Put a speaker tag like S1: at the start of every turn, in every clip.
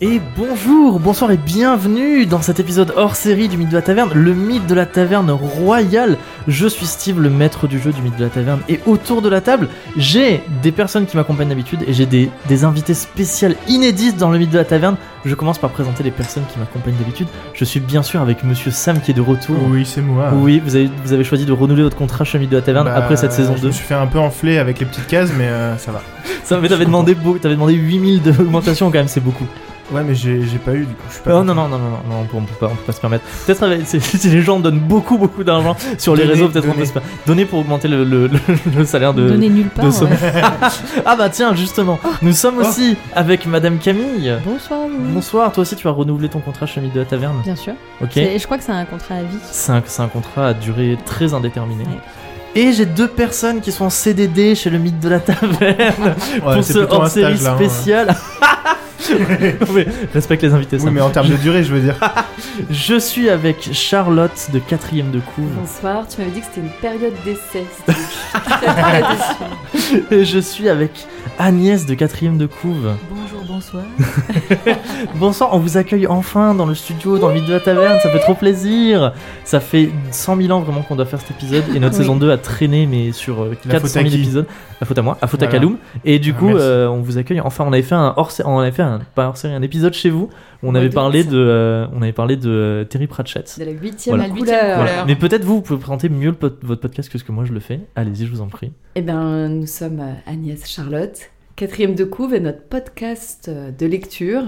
S1: Et bonjour, bonsoir et bienvenue dans cet épisode hors série du Mythe de la Taverne, le Mythe de la Taverne royale. Je suis Steve, le maître du jeu du Mythe de la Taverne, et autour de la table, j'ai des personnes qui m'accompagnent d'habitude et j'ai des, des invités spéciales inédites dans le Mythe de la Taverne. Je commence par présenter les personnes qui m'accompagnent d'habitude. Je suis bien sûr avec Monsieur Sam qui est de retour. Ah.
S2: Oui, c'est moi.
S1: Oui, vous avez, vous avez choisi de renouveler votre contrat chez Mythe de la Taverne
S2: Bah,
S1: après cette saison
S2: Je
S1: 2.
S2: me suis fait un peu enfler avec les petites cases, mais euh, ça va.
S1: Ça mais t'avais demandé, beau- t'avais demandé 8000 d'augmentation quand même, c'est beaucoup.
S2: Ouais, mais j'ai j'ai pas eu, du coup, je suis pas.
S1: Oh, Non, non, non, non, non, non, non, on peut, on peut pas, on peut pas se permettre. Peut-être avec- si- si les gens donnent beaucoup, beaucoup d'argent sur les
S2: Donnez,
S1: réseaux, peut-être on peut
S2: donnez.
S1: se permettre. Donner pour augmenter le, le- le- le salaire de.
S3: Donner Oh. nulle part.
S1: de
S3: ouais.
S1: sommet. Ah bah tiens, justement, nous
S2: Oh.
S1: sommes aussi avec Madame Camille.
S3: Bonsoir. vous.
S1: Bonsoir, toi aussi tu as renouvelé ton contrat chez Mille de la Taverne.
S3: Bien sûr.
S1: Ok.
S3: C'est- Je crois que c'est un contrat à vie.
S1: C'est un, c'est un contrat à durée très indéterminée.
S3: Ouais.
S1: Et j'ai deux personnes qui sont en CDD chez le mythe de la taverne
S2: Ouais,
S1: pour
S2: c'est
S1: ce
S2: plutôt un
S1: hors-série
S2: stage, là, hein.
S1: spécial. Non, mais respecte les invités, ça.
S2: Oui, mais en termes de durée, je veux dire.
S1: Je suis avec Charlotte de quatrième de couve
S4: Bonsoir, tu m'avais dit que c'était une période d'essai. Steve. Très, très déçue.
S1: et je suis avec Agnès de quatrième de couve.
S3: Bonjour, bonsoir.
S1: Bonsoir, on vous accueille enfin dans le studio, dans le mythe de la taverne, ça fait trop plaisir. Ça fait 100 000 ans vraiment qu'on doit faire cet épisode et notre
S3: Oui.
S1: saison 2 a traîné mais sur euh,
S2: La
S1: 400 000
S2: faute à qui
S1: épisodes. La faute à moi, la faute à
S2: Voilà.
S1: Kaloum. Et du
S2: Ah,
S1: coup,
S2: merci.
S1: euh, on vous accueille. Enfin, on avait fait un hors série, on avait fait un, pas hors série, un épisode chez vous. où On
S4: Ouais,
S1: avait
S4: de
S1: parlé
S4: ouf.
S1: de, euh, on avait parlé de euh, Terry Pratchett.
S4: De la huitième
S1: Voilà.
S4: couleur.
S1: Voilà. Mais peut-être vous, vous pouvez présenter mieux le pod- votre podcast que ce que moi je le fais. Allez-y, je vous en prie.
S4: Eh bien, nous sommes euh, Agnès Charlotte, quatrième de couve et notre podcast euh, de lecture.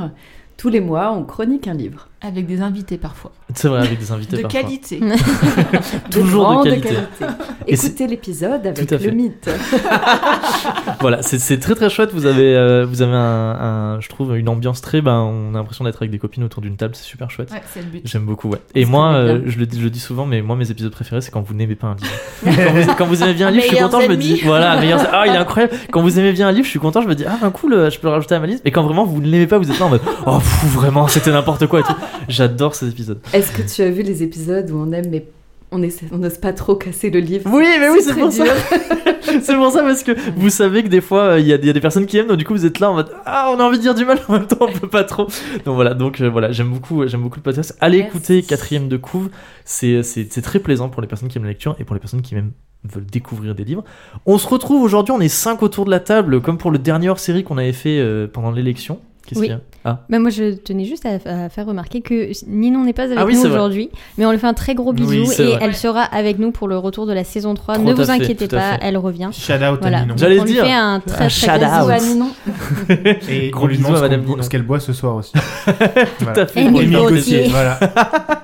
S4: Tous les mois, on chronique un livre.
S5: Avec des invités parfois.
S1: C'est vrai, avec des invités
S5: Ah, De
S1: parfois.
S5: qualité.
S1: Toujours de
S4: grande
S1: qualité. Et c'est-
S4: Écoutez l'épisode avec
S1: Tout à fait.
S4: le mythe.
S1: Voilà, c'est- c'est très très chouette. Vous avez, euh, vous avez un, un- je trouve, une ambiance très. Ben, on a l'impression d'être avec des copines autour d'une table. C'est super chouette.
S5: Ouais, c'est le but.
S1: J'aime beaucoup, ouais. Et
S4: se
S1: moi,
S4: connaît
S1: euh,
S4: bien.
S1: je, le, dis- je le dis souvent, mais moi, mes épisodes préférés, c'est quand vous n'aimez pas un livre. quand, vous, quand vous aimez bien un livre, je suis
S5: Meilleurs
S1: content, je me
S5: ennemis.
S1: dis, voilà, meilleurs- ah, il est incroyable. Quand vous aimez bien un livre, je suis content, je me dis, ah, ben cool, euh, je peux le rajouter à ma liste. Et quand vraiment vous ne l'aimez pas, vous êtes là en mode, oh, fou, vraiment, c'était n'importe quoi et tout. J'adore ces épisodes.
S4: Est-ce que tu as vu les épisodes où on aime mais on essaie- on n'ose pas trop casser le livre
S1: Oui, mais oui, c'est
S4: très
S1: pour
S4: dur.
S1: ça. C'est pour ça parce que vous savez que des fois euh, il y, a il y a des personnes qui aiment donc du coup vous êtes là en mode ah on a envie de dire du mal en même temps on peut pas trop donc voilà donc euh, voilà j'aime beaucoup j'aime beaucoup le podcast allez
S4: Merci.
S1: écouter quatrième de couve c'est c'est c'est très plaisant pour les personnes qui aiment la lecture et pour les personnes qui même veulent découvrir des livres on se retrouve aujourd'hui on est cinq autour de la table comme pour le dernier hors série qu'on avait fait euh, pendant l'élection qu'est-ce
S3: Oui.
S1: qu'il y a
S3: Bah, moi, je tenais juste à, à faire remarquer que Ninon n'est pas avec
S1: Ah oui,
S3: nous
S1: c'est vrai.
S3: aujourd'hui, mais on lui fait un très gros bisou
S1: Oui, c'est
S3: et
S1: vrai.
S3: elle sera avec nous pour le retour de la saison 3.
S1: Tout
S3: ne
S1: à
S3: vous
S1: fait,
S3: inquiétez
S1: tout à
S3: pas,
S1: fait.
S3: elle revient.
S2: Shout out à
S3: Voilà.
S2: Ninon.
S1: J'allais
S3: on lui
S1: dire.
S3: fait un
S1: Un
S3: très très
S1: shout-out.
S3: gros bisou.
S4: Bisous à Ninon.
S2: Et
S1: Gros
S2: on lui
S1: bisous
S2: demande
S1: à
S2: ce
S1: Madame
S2: qu'on-
S1: Ninon.
S2: ce qu'elle boit ce soir aussi.
S1: tout à
S2: Voilà.
S1: fait
S3: Et
S1: Pour
S3: Émile
S1: les
S3: Gautier.
S1: négocier.
S2: voilà.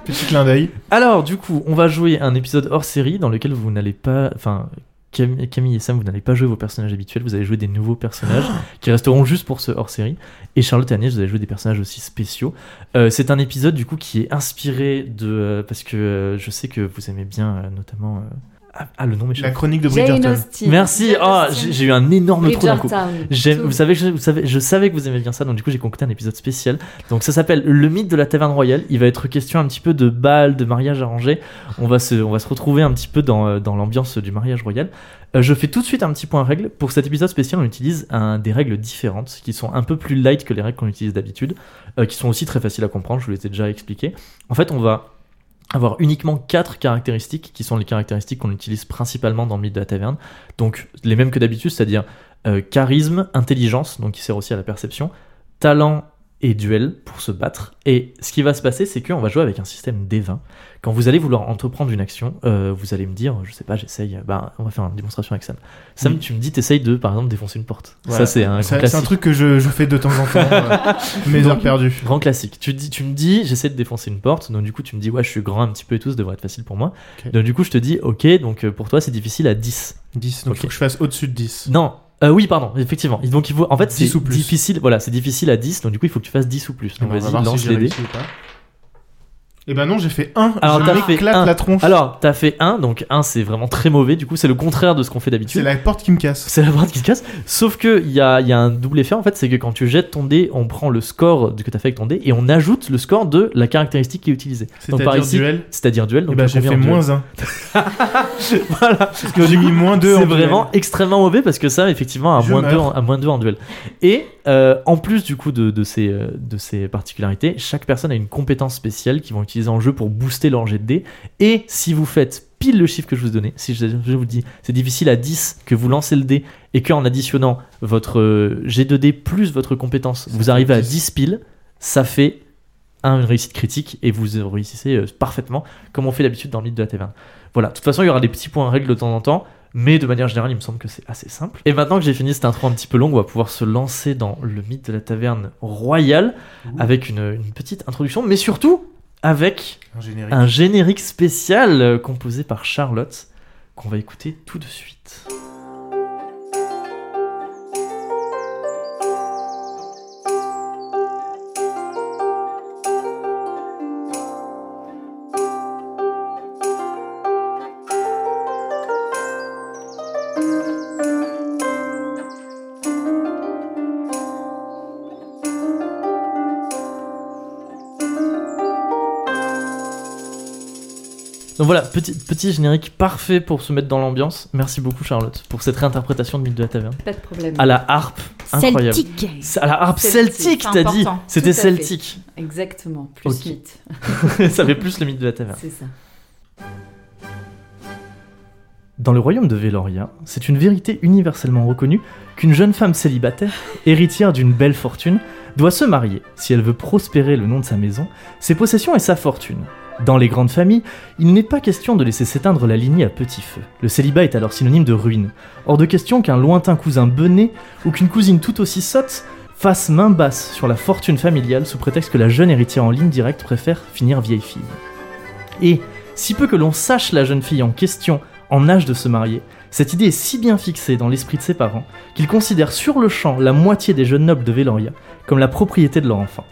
S2: Petit clin d'œil.
S1: Alors, du coup, on va jouer un épisode hors série dans lequel vous n'allez pas. Enfin, Cam- Camille et Sam, vous n'allez pas jouer vos personnages habituels, vous allez jouer des nouveaux personnages qui resteront juste pour ce hors série. Et Charlotte et Agnès, vous allez jouer des personnages aussi spéciaux. Euh, c'est un épisode, du coup, qui est inspiré de. euh, parce que euh, je sais que vous aimez bien, euh, notamment. euh, ah, ah, le nom m'échappe.
S2: La chronique de
S4: Jane
S2: Bridgerton.
S4: Austen.
S1: Merci, ah, j'ai j'ai eu un énorme trou d'un coup.
S4: Bridgerton.
S1: J'aime-
S4: Tout.
S1: vous savez, je, vous savez, je savais que vous aimez bien ça, donc du coup j'ai concocté un épisode spécial. Donc ça s'appelle Le mythe de la taverne royale. Il va être question un petit peu de bal, de mariage arrangé. On va se, on va se retrouver un petit peu dans, euh, dans l'ambiance du mariage royal. Euh, je fais tout de suite un petit point règle. Pour cet épisode spécial, on utilise un, des règles différentes qui sont un peu plus light que les règles qu'on utilise d'habitude, euh, qui sont aussi très faciles à comprendre. Je vous les ai déjà expliquées. En fait, on va avoir uniquement quatre caractéristiques qui sont les caractéristiques qu'on utilise principalement dans le mythe de la taverne. Donc les mêmes que d'habitude, c'est-à-dire euh, charisme, intelligence, donc qui sert aussi à la perception, talent et duel pour se battre. Et ce qui va se passer, c'est qu'on va jouer avec un système D20. Quand vous allez vouloir entreprendre une action, euh, vous allez me dire, je sais pas, j'essaye, euh, bah, on va faire une démonstration avec Sam. Sam,
S2: Oui.
S1: tu me dis, t'essayes de, par exemple, défoncer une porte. Ça,
S2: Voilà.
S1: c'est un grand
S2: C'est c'est un
S1: classique.
S2: truc que je, je fais de temps en temps. euh, mes heures perdues.
S1: Grand classique. Tu, dis, tu me dis, j'essaie de défoncer une porte, donc du coup tu me dis, ouais, je suis grand un petit peu et tout, ça devrait être facile pour moi.
S2: Ok.
S1: Donc du coup je te dis, ok, donc euh, pour toi c'est difficile à 10.
S2: 10. Donc
S1: Ok.
S2: faut que je fasse au-dessus de 10.
S1: Non, euh, oui, pardon, effectivement. Donc il faut, en fait,
S2: 10
S1: c'est
S2: ou plus.
S1: difficile. Voilà, c'est difficile à 10. Donc du coup, il faut que tu fasses 10 ou plus. Donc
S2: On va
S1: vas-y,
S2: voir si
S1: lance
S2: j'ai
S1: les dés.
S2: réussi ou pas. Eh ben non, j'ai fait 1.
S1: Alors,
S2: je
S1: t'as
S2: m'éclate
S1: fait un.
S2: la tronche.
S1: Alors, t'as fait 1, donc 1 c'est vraiment très mauvais. Du coup, c'est le contraire de ce qu'on fait
S2: C'est
S1: d'habitude.
S2: la porte qui me casse.
S1: C'est la boîte qui se casse. Sauf que il y a, il y a un double effet en fait, c'est que quand tu jettes ton dé, on prend le score que t'as fait avec ton dé et on ajoute le score de la caractéristique qui est utilisée. Donc par
S2: C'est-à-dire
S1: ici,
S2: duel.
S1: c'est-à-dire duel.
S2: Eh
S1: Donc
S2: ben
S1: t'as
S2: j'ai
S1: combien
S2: fait
S1: en duel
S2: moins 1.
S1: voilà.
S2: Parce que j'ai mis moins 2 en
S1: C'est
S2: duel.
S1: vraiment extrêmement mauvais parce que ça, effectivement, à
S2: Je
S1: moins, de deux,
S2: meurs.
S1: en- à moins 2 en duel. Et euh, en plus du coup de, de ces, euh, de ces particularités, chaque personne a une compétence spéciale qu'ils vont utiliser en jeu pour booster leur jet de dés. Et si vous faites pile le chiffre que je vous donnais, si je, je vous dis c'est difficile à 10 que vous lancez le dé et qu'en additionnant votre euh, jet de dés plus votre compétence, vous arrivez à 10 piles, ça fait un, une réussite critique et vous réussissez euh, parfaitement comme on fait d'habitude dans le mythe de la T20. Voilà, de toute façon il y aura des petits points règles de temps en temps. Mais de manière générale, il me semble que c'est assez simple. Et maintenant que j'ai fini cette intro un petit peu longue, on va pouvoir se lancer dans le mythe de la taverne royale avec une, une petite introduction, mais surtout avec
S2: Un générique.
S1: un générique spécial euh, composé par Charlotte qu'on va écouter tout de suite. Donc voilà, petit, petit générique parfait pour se mettre dans l'ambiance. Merci beaucoup Charlotte pour cette réinterprétation de Mythe de la Taverne.
S4: Pas de problème.
S1: À la harpe, incroyable.
S3: Celtique.
S1: C'est À la harpe
S4: Celtique,
S1: celtique,
S5: c'est
S1: t'as dit
S5: important.
S1: C'était
S4: Tout à fait.
S1: celtique.
S4: Exactement, plus
S1: Ok.
S4: mythe.
S1: ça fait plus le mythe de la taverne.
S4: C'est ça.
S1: Dans le royaume de Veloria, c'est une vérité universellement reconnue qu'une jeune femme célibataire, héritière d'une belle fortune, doit se marier si elle veut prospérer le nom de sa maison, ses possessions et sa fortune. Dans les grandes familles, il n'est pas question de laisser s'éteindre la lignée à petit feu. Le célibat est alors synonyme de ruine. Hors de question qu'un lointain cousin bené ou qu'une cousine tout aussi sotte fasse main basse sur la fortune familiale sous prétexte que la jeune héritière en ligne directe préfère finir vieille fille. Et, si peu que l'on sache la jeune fille en question en âge de se marier, cette idée est si bien fixée dans l'esprit de ses parents qu'ils considèrent sur le champ la moitié des jeunes nobles de Veloria comme la propriété de leur enfant.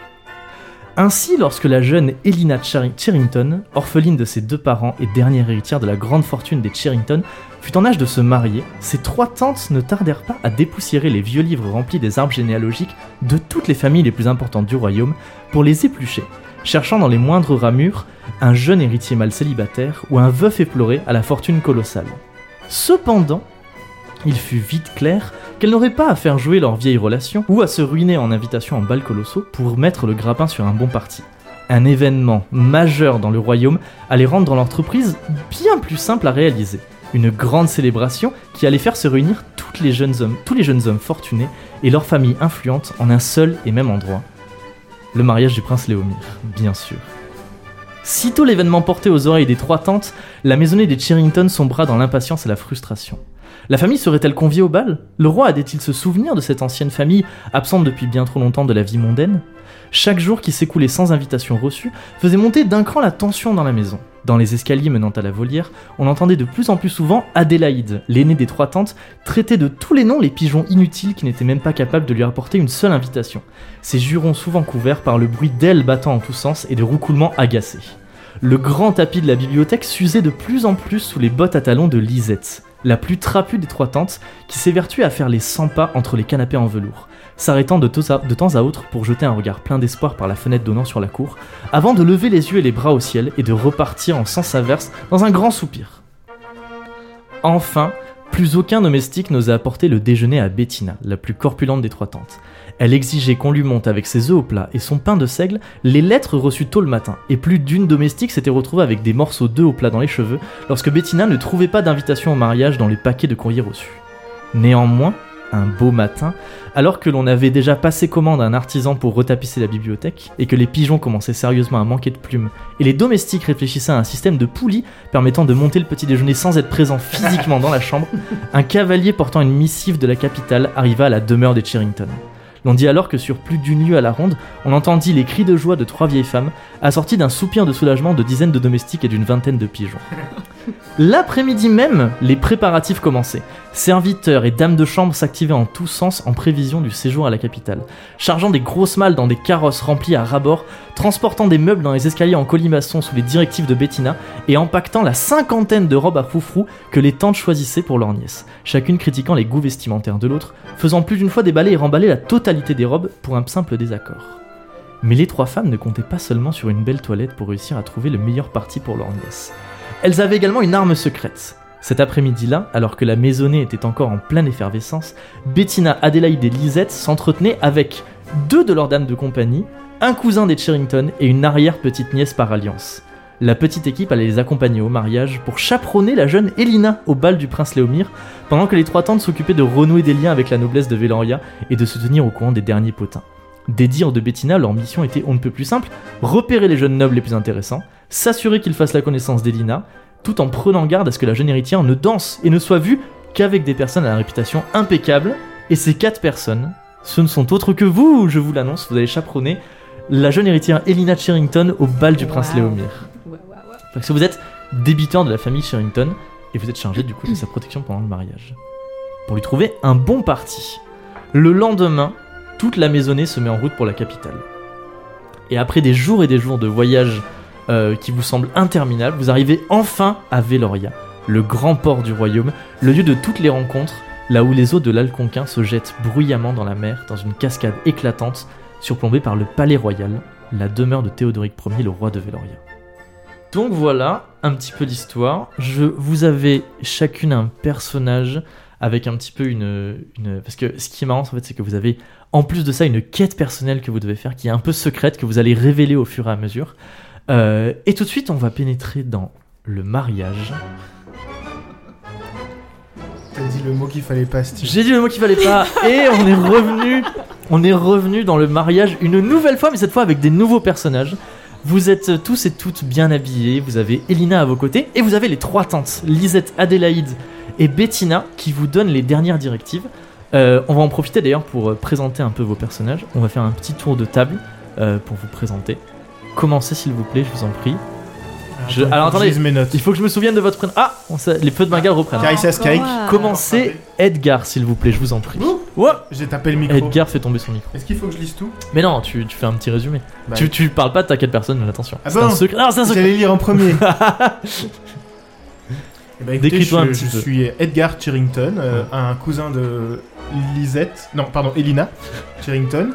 S1: Ainsi, lorsque la jeune Elina Cheri- Cherrington, orpheline de ses deux parents et dernière héritière de la grande fortune des Cherrington, fut en âge de se marier, ses trois tantes ne tardèrent pas à dépoussiérer les vieux livres remplis des arbres généalogiques de toutes les familles les plus importantes du royaume pour les éplucher, cherchant dans les moindres ramures un jeune héritier mâle célibataire ou un veuf éploré à la fortune colossale. Cependant, il fut vite clair qu'elles n'auraient pas à faire jouer leur vieille relation ou à se ruiner en invitation en bal colossaux pour mettre le grappin sur un bon parti. Un événement majeur dans le royaume allait rendre dans l'entreprise bien plus simple à réaliser. Une grande célébration qui allait faire se réunir toutes les jeunes hommes, tous les jeunes hommes fortunés et leurs familles influentes en un seul et même endroit. Le mariage du prince Léomir, bien sûr. Sitôt l'événement porté aux oreilles des trois tantes, la maisonnée des Cherrington sombra dans l'impatience et la frustration. La famille serait-elle conviée au bal Le roi allait-il se souvenir de cette ancienne famille, absente depuis bien trop longtemps de la vie mondaine Chaque jour qui s'écoulait sans invitation reçue faisait monter d'un cran la tension dans la maison. Dans les escaliers menant à la volière, on entendait de plus en plus souvent Adélaïde, l'aînée des trois tantes, traiter de tous les noms les pigeons inutiles qui n'étaient même pas capables de lui apporter une seule invitation. Ses jurons souvent couverts par le bruit d'ailes battant en tous sens et de roucoulements agacés. Le grand tapis de la bibliothèque s'usait de plus en plus sous les bottes à talons de Lisette, la plus trapue des trois tantes, qui s'évertue à faire les 100 pas entre les canapés en velours, s'arrêtant de, tos- de temps à autre pour jeter un regard plein d'espoir par la fenêtre donnant sur la cour, avant de lever les yeux et les bras au ciel et de repartir en sens inverse dans un grand soupir. Enfin, plus aucun domestique n'osa apporter le déjeuner à Bettina, la plus corpulente des trois tantes. Elle exigeait qu'on lui monte avec ses œufs au plat et son pain de seigle les lettres reçues tôt le matin, et plus d'une domestique s'était retrouvée avec des morceaux d'œufs au plat dans les cheveux lorsque Bettina ne trouvait pas d'invitation au mariage dans les paquets de courriers reçus. Néanmoins, un beau matin, alors que l'on avait déjà passé commande à un artisan pour retapisser la bibliothèque, et que les pigeons commençaient sérieusement à manquer de plumes, et les domestiques réfléchissaient à un système de poulies permettant de monter le petit déjeuner sans être présent physiquement dans la chambre, un cavalier portant une missive de la capitale arriva à la demeure des Cherrington. L'on dit alors que sur plus d'une lieue à la ronde, on entendit les cris de joie de trois vieilles femmes, assortis d'un soupir de soulagement de dizaines de domestiques et d'une vingtaine de pigeons. L'après-midi même, les préparatifs commençaient. Serviteurs et dames de chambre s'activaient en tous sens en prévision du séjour à la capitale, chargeant des grosses malles dans des carrosses remplis à rabord, transportant des meubles dans les escaliers en colimaçon sous les directives de Bettina et empaquetant la cinquantaine de robes à foufrou que les tantes choisissaient pour leur nièce, chacune critiquant les goûts vestimentaires de l'autre, faisant plus d'une fois déballer et remballer la totalité des robes pour un simple désaccord. Mais les trois femmes ne comptaient pas seulement sur une belle toilette pour réussir à trouver le meilleur parti pour leur nièce. Elles avaient également une arme secrète, Cet après-midi-là, alors que la maisonnée était encore en pleine effervescence, Bettina, Adélaïde et Lisette s'entretenaient avec deux de leurs dames de compagnie, un cousin des Cherrington et une arrière-petite nièce par alliance. La petite équipe allait les accompagner au mariage pour chaperonner la jeune Elina au bal du prince Léomir, pendant que les trois tantes s'occupaient de renouer des liens avec la noblesse de Véloria et de se tenir au courant des derniers potins. Des dires de Bettina, leur mission était on ne peut plus simple repérer les jeunes nobles les plus intéressants, s'assurer qu'ils fassent la connaissance d'Elina, tout en prenant garde à ce que la jeune héritière ne danse et ne soit vue qu'avec des personnes à la réputation impeccable. Et ces quatre personnes, ce ne sont autres que vous, je vous l'annonce, vous allez chaperonner la jeune héritière Elina Cherrington au bal du prince
S4: Wow.
S1: Léomir.
S4: Ouais, ouais, ouais.
S1: Parce que vous êtes débiteur de la famille Sherrington et vous êtes chargé du coup de sa protection pendant le mariage. Pour lui trouver un bon parti. Le lendemain, toute la maisonnée se met en route pour la capitale. Et après des jours et des jours de voyage euh, qui vous semblent interminables, vous arrivez enfin à Veloria, le grand port du royaume, le lieu de toutes les rencontres, là où les eaux de l'Alconquin se jettent bruyamment dans la mer dans une cascade éclatante, surplombée par le palais royal, la demeure de Théodoric Ier, le roi de Veloria. Donc voilà un petit peu l'histoire. Je vous avez chacune un personnage avec un petit peu une, une- parce que ce qui est marrant en fait c'est que vous avez en plus de ça une quête personnelle que vous devez faire qui est un peu secrète que vous allez révéler au fur et à mesure. Euh, et tout de suite on va pénétrer dans le mariage.
S2: T'as dit le mot qu'il fallait pas, Steve.
S1: J'ai dit le mot qu'il fallait pas et on est revenu on est revenu dans le mariage une nouvelle fois mais cette fois avec des nouveaux personnages. Vous êtes tous et toutes bien habillés, vous avez Elina à vos côtés et vous avez les trois tantes, Lisette, Adélaïde et Bettina qui vous donnent les dernières directives. Euh, on va en profiter d'ailleurs pour euh, présenter un peu vos personnages. On va faire un petit tour de table euh, pour vous présenter. Commencez s'il vous plaît, je vous en prie. Je- alors,
S2: faut que Ah, je
S1: attendez.
S2: lise mes notes.
S1: Il faut que je me souvienne de votre prénom. Ah, on sait- les feux de Bengale reprennent.
S2: Carissa
S3: Encore,
S2: Skarik.
S3: euh,
S1: Commencez Edgar s'il vous plaît, je vous en prie.
S2: Ouh.
S1: Wow.
S2: J'ai tapé le micro.
S1: Edgar fait tomber son micro.
S2: Est-ce qu'il faut que je lise tout
S1: Mais non, tu, tu fais un petit résumé.
S2: Bah,
S1: tu, tu parles pas de ta quête personne, attention.
S2: Ah
S1: c'est
S2: bon
S1: un secret. Non, c'est un secret.
S2: J'allais lire en premier. Eh ben, écoutez,
S1: Décris-toi un
S2: je,
S1: petit
S2: je
S1: peu.
S2: suis Edgar Cherrington, euh, un cousin de Lisette, non pardon, Elina Cherrington,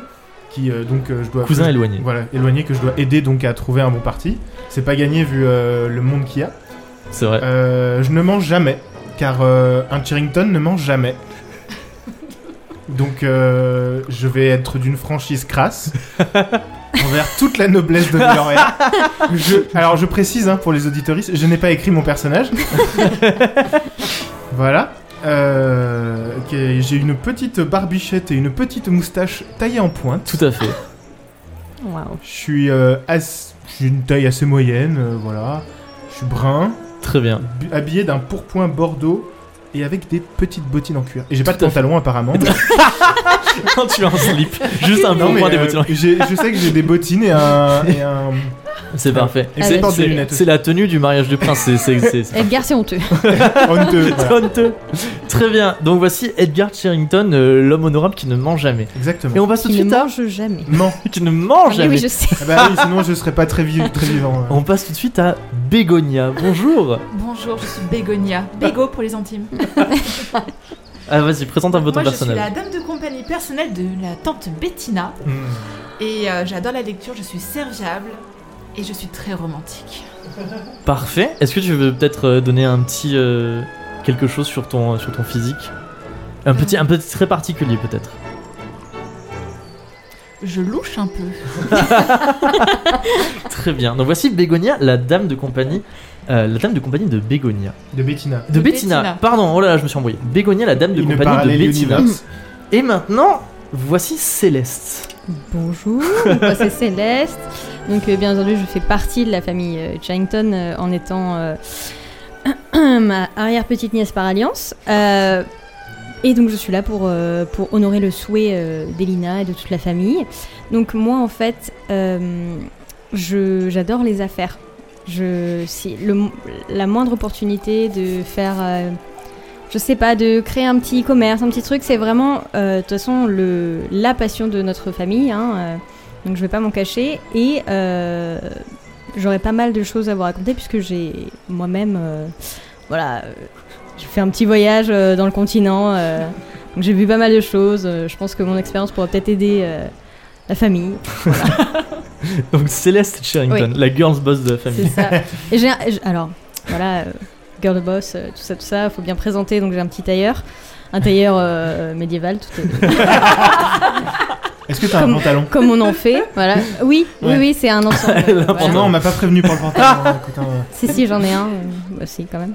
S2: qui euh, donc euh, je dois
S1: Cousin
S2: que-
S1: éloigné.
S2: voilà éloigné que je dois aider donc à trouver un bon parti. C'est pas gagné vu euh, le monde qu'il y a.
S1: C'est vrai.
S2: Euh, je ne mange jamais, car euh, un Cherrington ne mange jamais. Donc euh, je vais être d'une franchise crasse envers toute la noblesse de Véloria. Je- alors je précise hein, pour les auditoristes, je n'ai pas écrit mon personnage. voilà. Euh, ok, J'ai une petite barbichette et une petite moustache taillée en pointe.
S1: Tout à fait.
S3: Waouh.
S2: Je suis euh, as- j'ai une taille assez moyenne, euh, voilà. Je suis brun
S1: Très bien.
S2: bu- habillé d'un pourpoint bordeaux et avec des petites bottines en cuir. Et j'ai pas de
S1: Tout à fait.
S2: pantalon apparemment.
S1: Quand tu as un slip, juste un
S2: Non,
S1: bon
S2: mais,
S1: point des
S2: euh,
S1: bottines.
S2: j'ai- je sais que j'ai des bottines et un. Et un...
S1: C'est parfait.
S2: Et
S3: Ah,
S2: je
S3: oui.
S2: porte des
S1: C'est-
S2: lunettes
S1: C'est
S2: aussi.
S1: la tenue du mariage du prince. C'est. c'est- c'est- c'est-
S3: Edgar, Eh, c'est honteux.
S2: On te- voilà.
S1: Honteux. Très bien. Donc voici Edgar Sherrington, euh, l'homme honorable qui ne ment jamais. Et
S2: Exactement.
S1: on passe tout de
S3: Il ne
S1: suite à.
S3: mange jamais.
S2: Non.
S1: Qui ne
S3: Ah
S1: ment
S3: oui,
S1: jamais.
S3: oui, je sais.
S2: Ah bah oui, sinon je serais pas très, vi- très vivant. euh.
S1: On passe tout de suite à Bégonia. Bonjour.
S5: Bonjour, je suis Bégonia. Bégo pour les intimes.
S1: Ah vas-y, présente un peu ton
S5: Moi, je suis
S1: personnage.
S5: la dame de compagnie personnelle de la tante Bettina.
S2: Mm.
S5: Et euh, j'adore la lecture, je suis serviable. Et je suis très romantique.
S1: Parfait. Est-ce que tu veux peut-être euh, donner un petit euh, quelque chose sur ton euh, sur ton physique Un petit un petit très particulier peut-être.
S5: Je louche un peu.
S1: Très bien. Donc voici Bégonia, la dame de compagnie. euh, la dame de compagnie de Bégonia.
S2: De Bettina.
S1: De,
S5: De
S1: Bettina.
S5: Bettina.
S1: Pardon, oh là là, je me suis embrouillé. Bégonia, la dame de
S2: Une
S1: compagnie de
S2: parallèle
S1: Bettina.
S2: universe.
S1: Et maintenant, voici Céleste.
S3: Bonjour, moi, c'est Céleste. Donc euh, bien entendu, je fais partie de la famille euh, Charrington euh, en étant euh, ma arrière-petite nièce par alliance. Euh, et donc je suis là pour, euh, pour honorer le souhait euh, d'Elina et de toute la famille. Donc moi en fait, euh, je- j'adore les affaires. Je, si le, mo- la moindre opportunité de faire, euh, je sais pas, de créer un petit commerce, un petit truc, c'est vraiment, euh, de toute façon, le, la passion de notre famille. hein, euh, donc je vais pas m'en cacher. Et euh, j'aurais pas mal de choses à vous raconter puisque j'ai moi-même, euh, voilà, euh, j'ai fait un petit voyage euh, dans le continent. euh, donc j'ai vu pas mal de choses. euh, je pense que mon expérience pourra peut-être aider euh, la famille.
S1: Donc Céleste Sherrington, la girls boss de la famille.
S3: C'est ça. Et j'ai, j'ai- alors, voilà, euh, girl boss, euh, tout ça, tout ça. Faut bien présenter, donc j'ai un petit tailleur. Un tailleur euh, médiéval, tout est-
S2: Est-ce que t'as un
S3: Comme-
S2: pantalon
S3: comme on en fait. Voilà. Oui, oui,
S2: Ouais.
S3: oui, c'est un ensemble. euh, voilà.
S2: Oh non, on m'a pas prévenu pour le pantalon. écoute, hein.
S3: Si, si, j'en ai un euh, aussi quand même.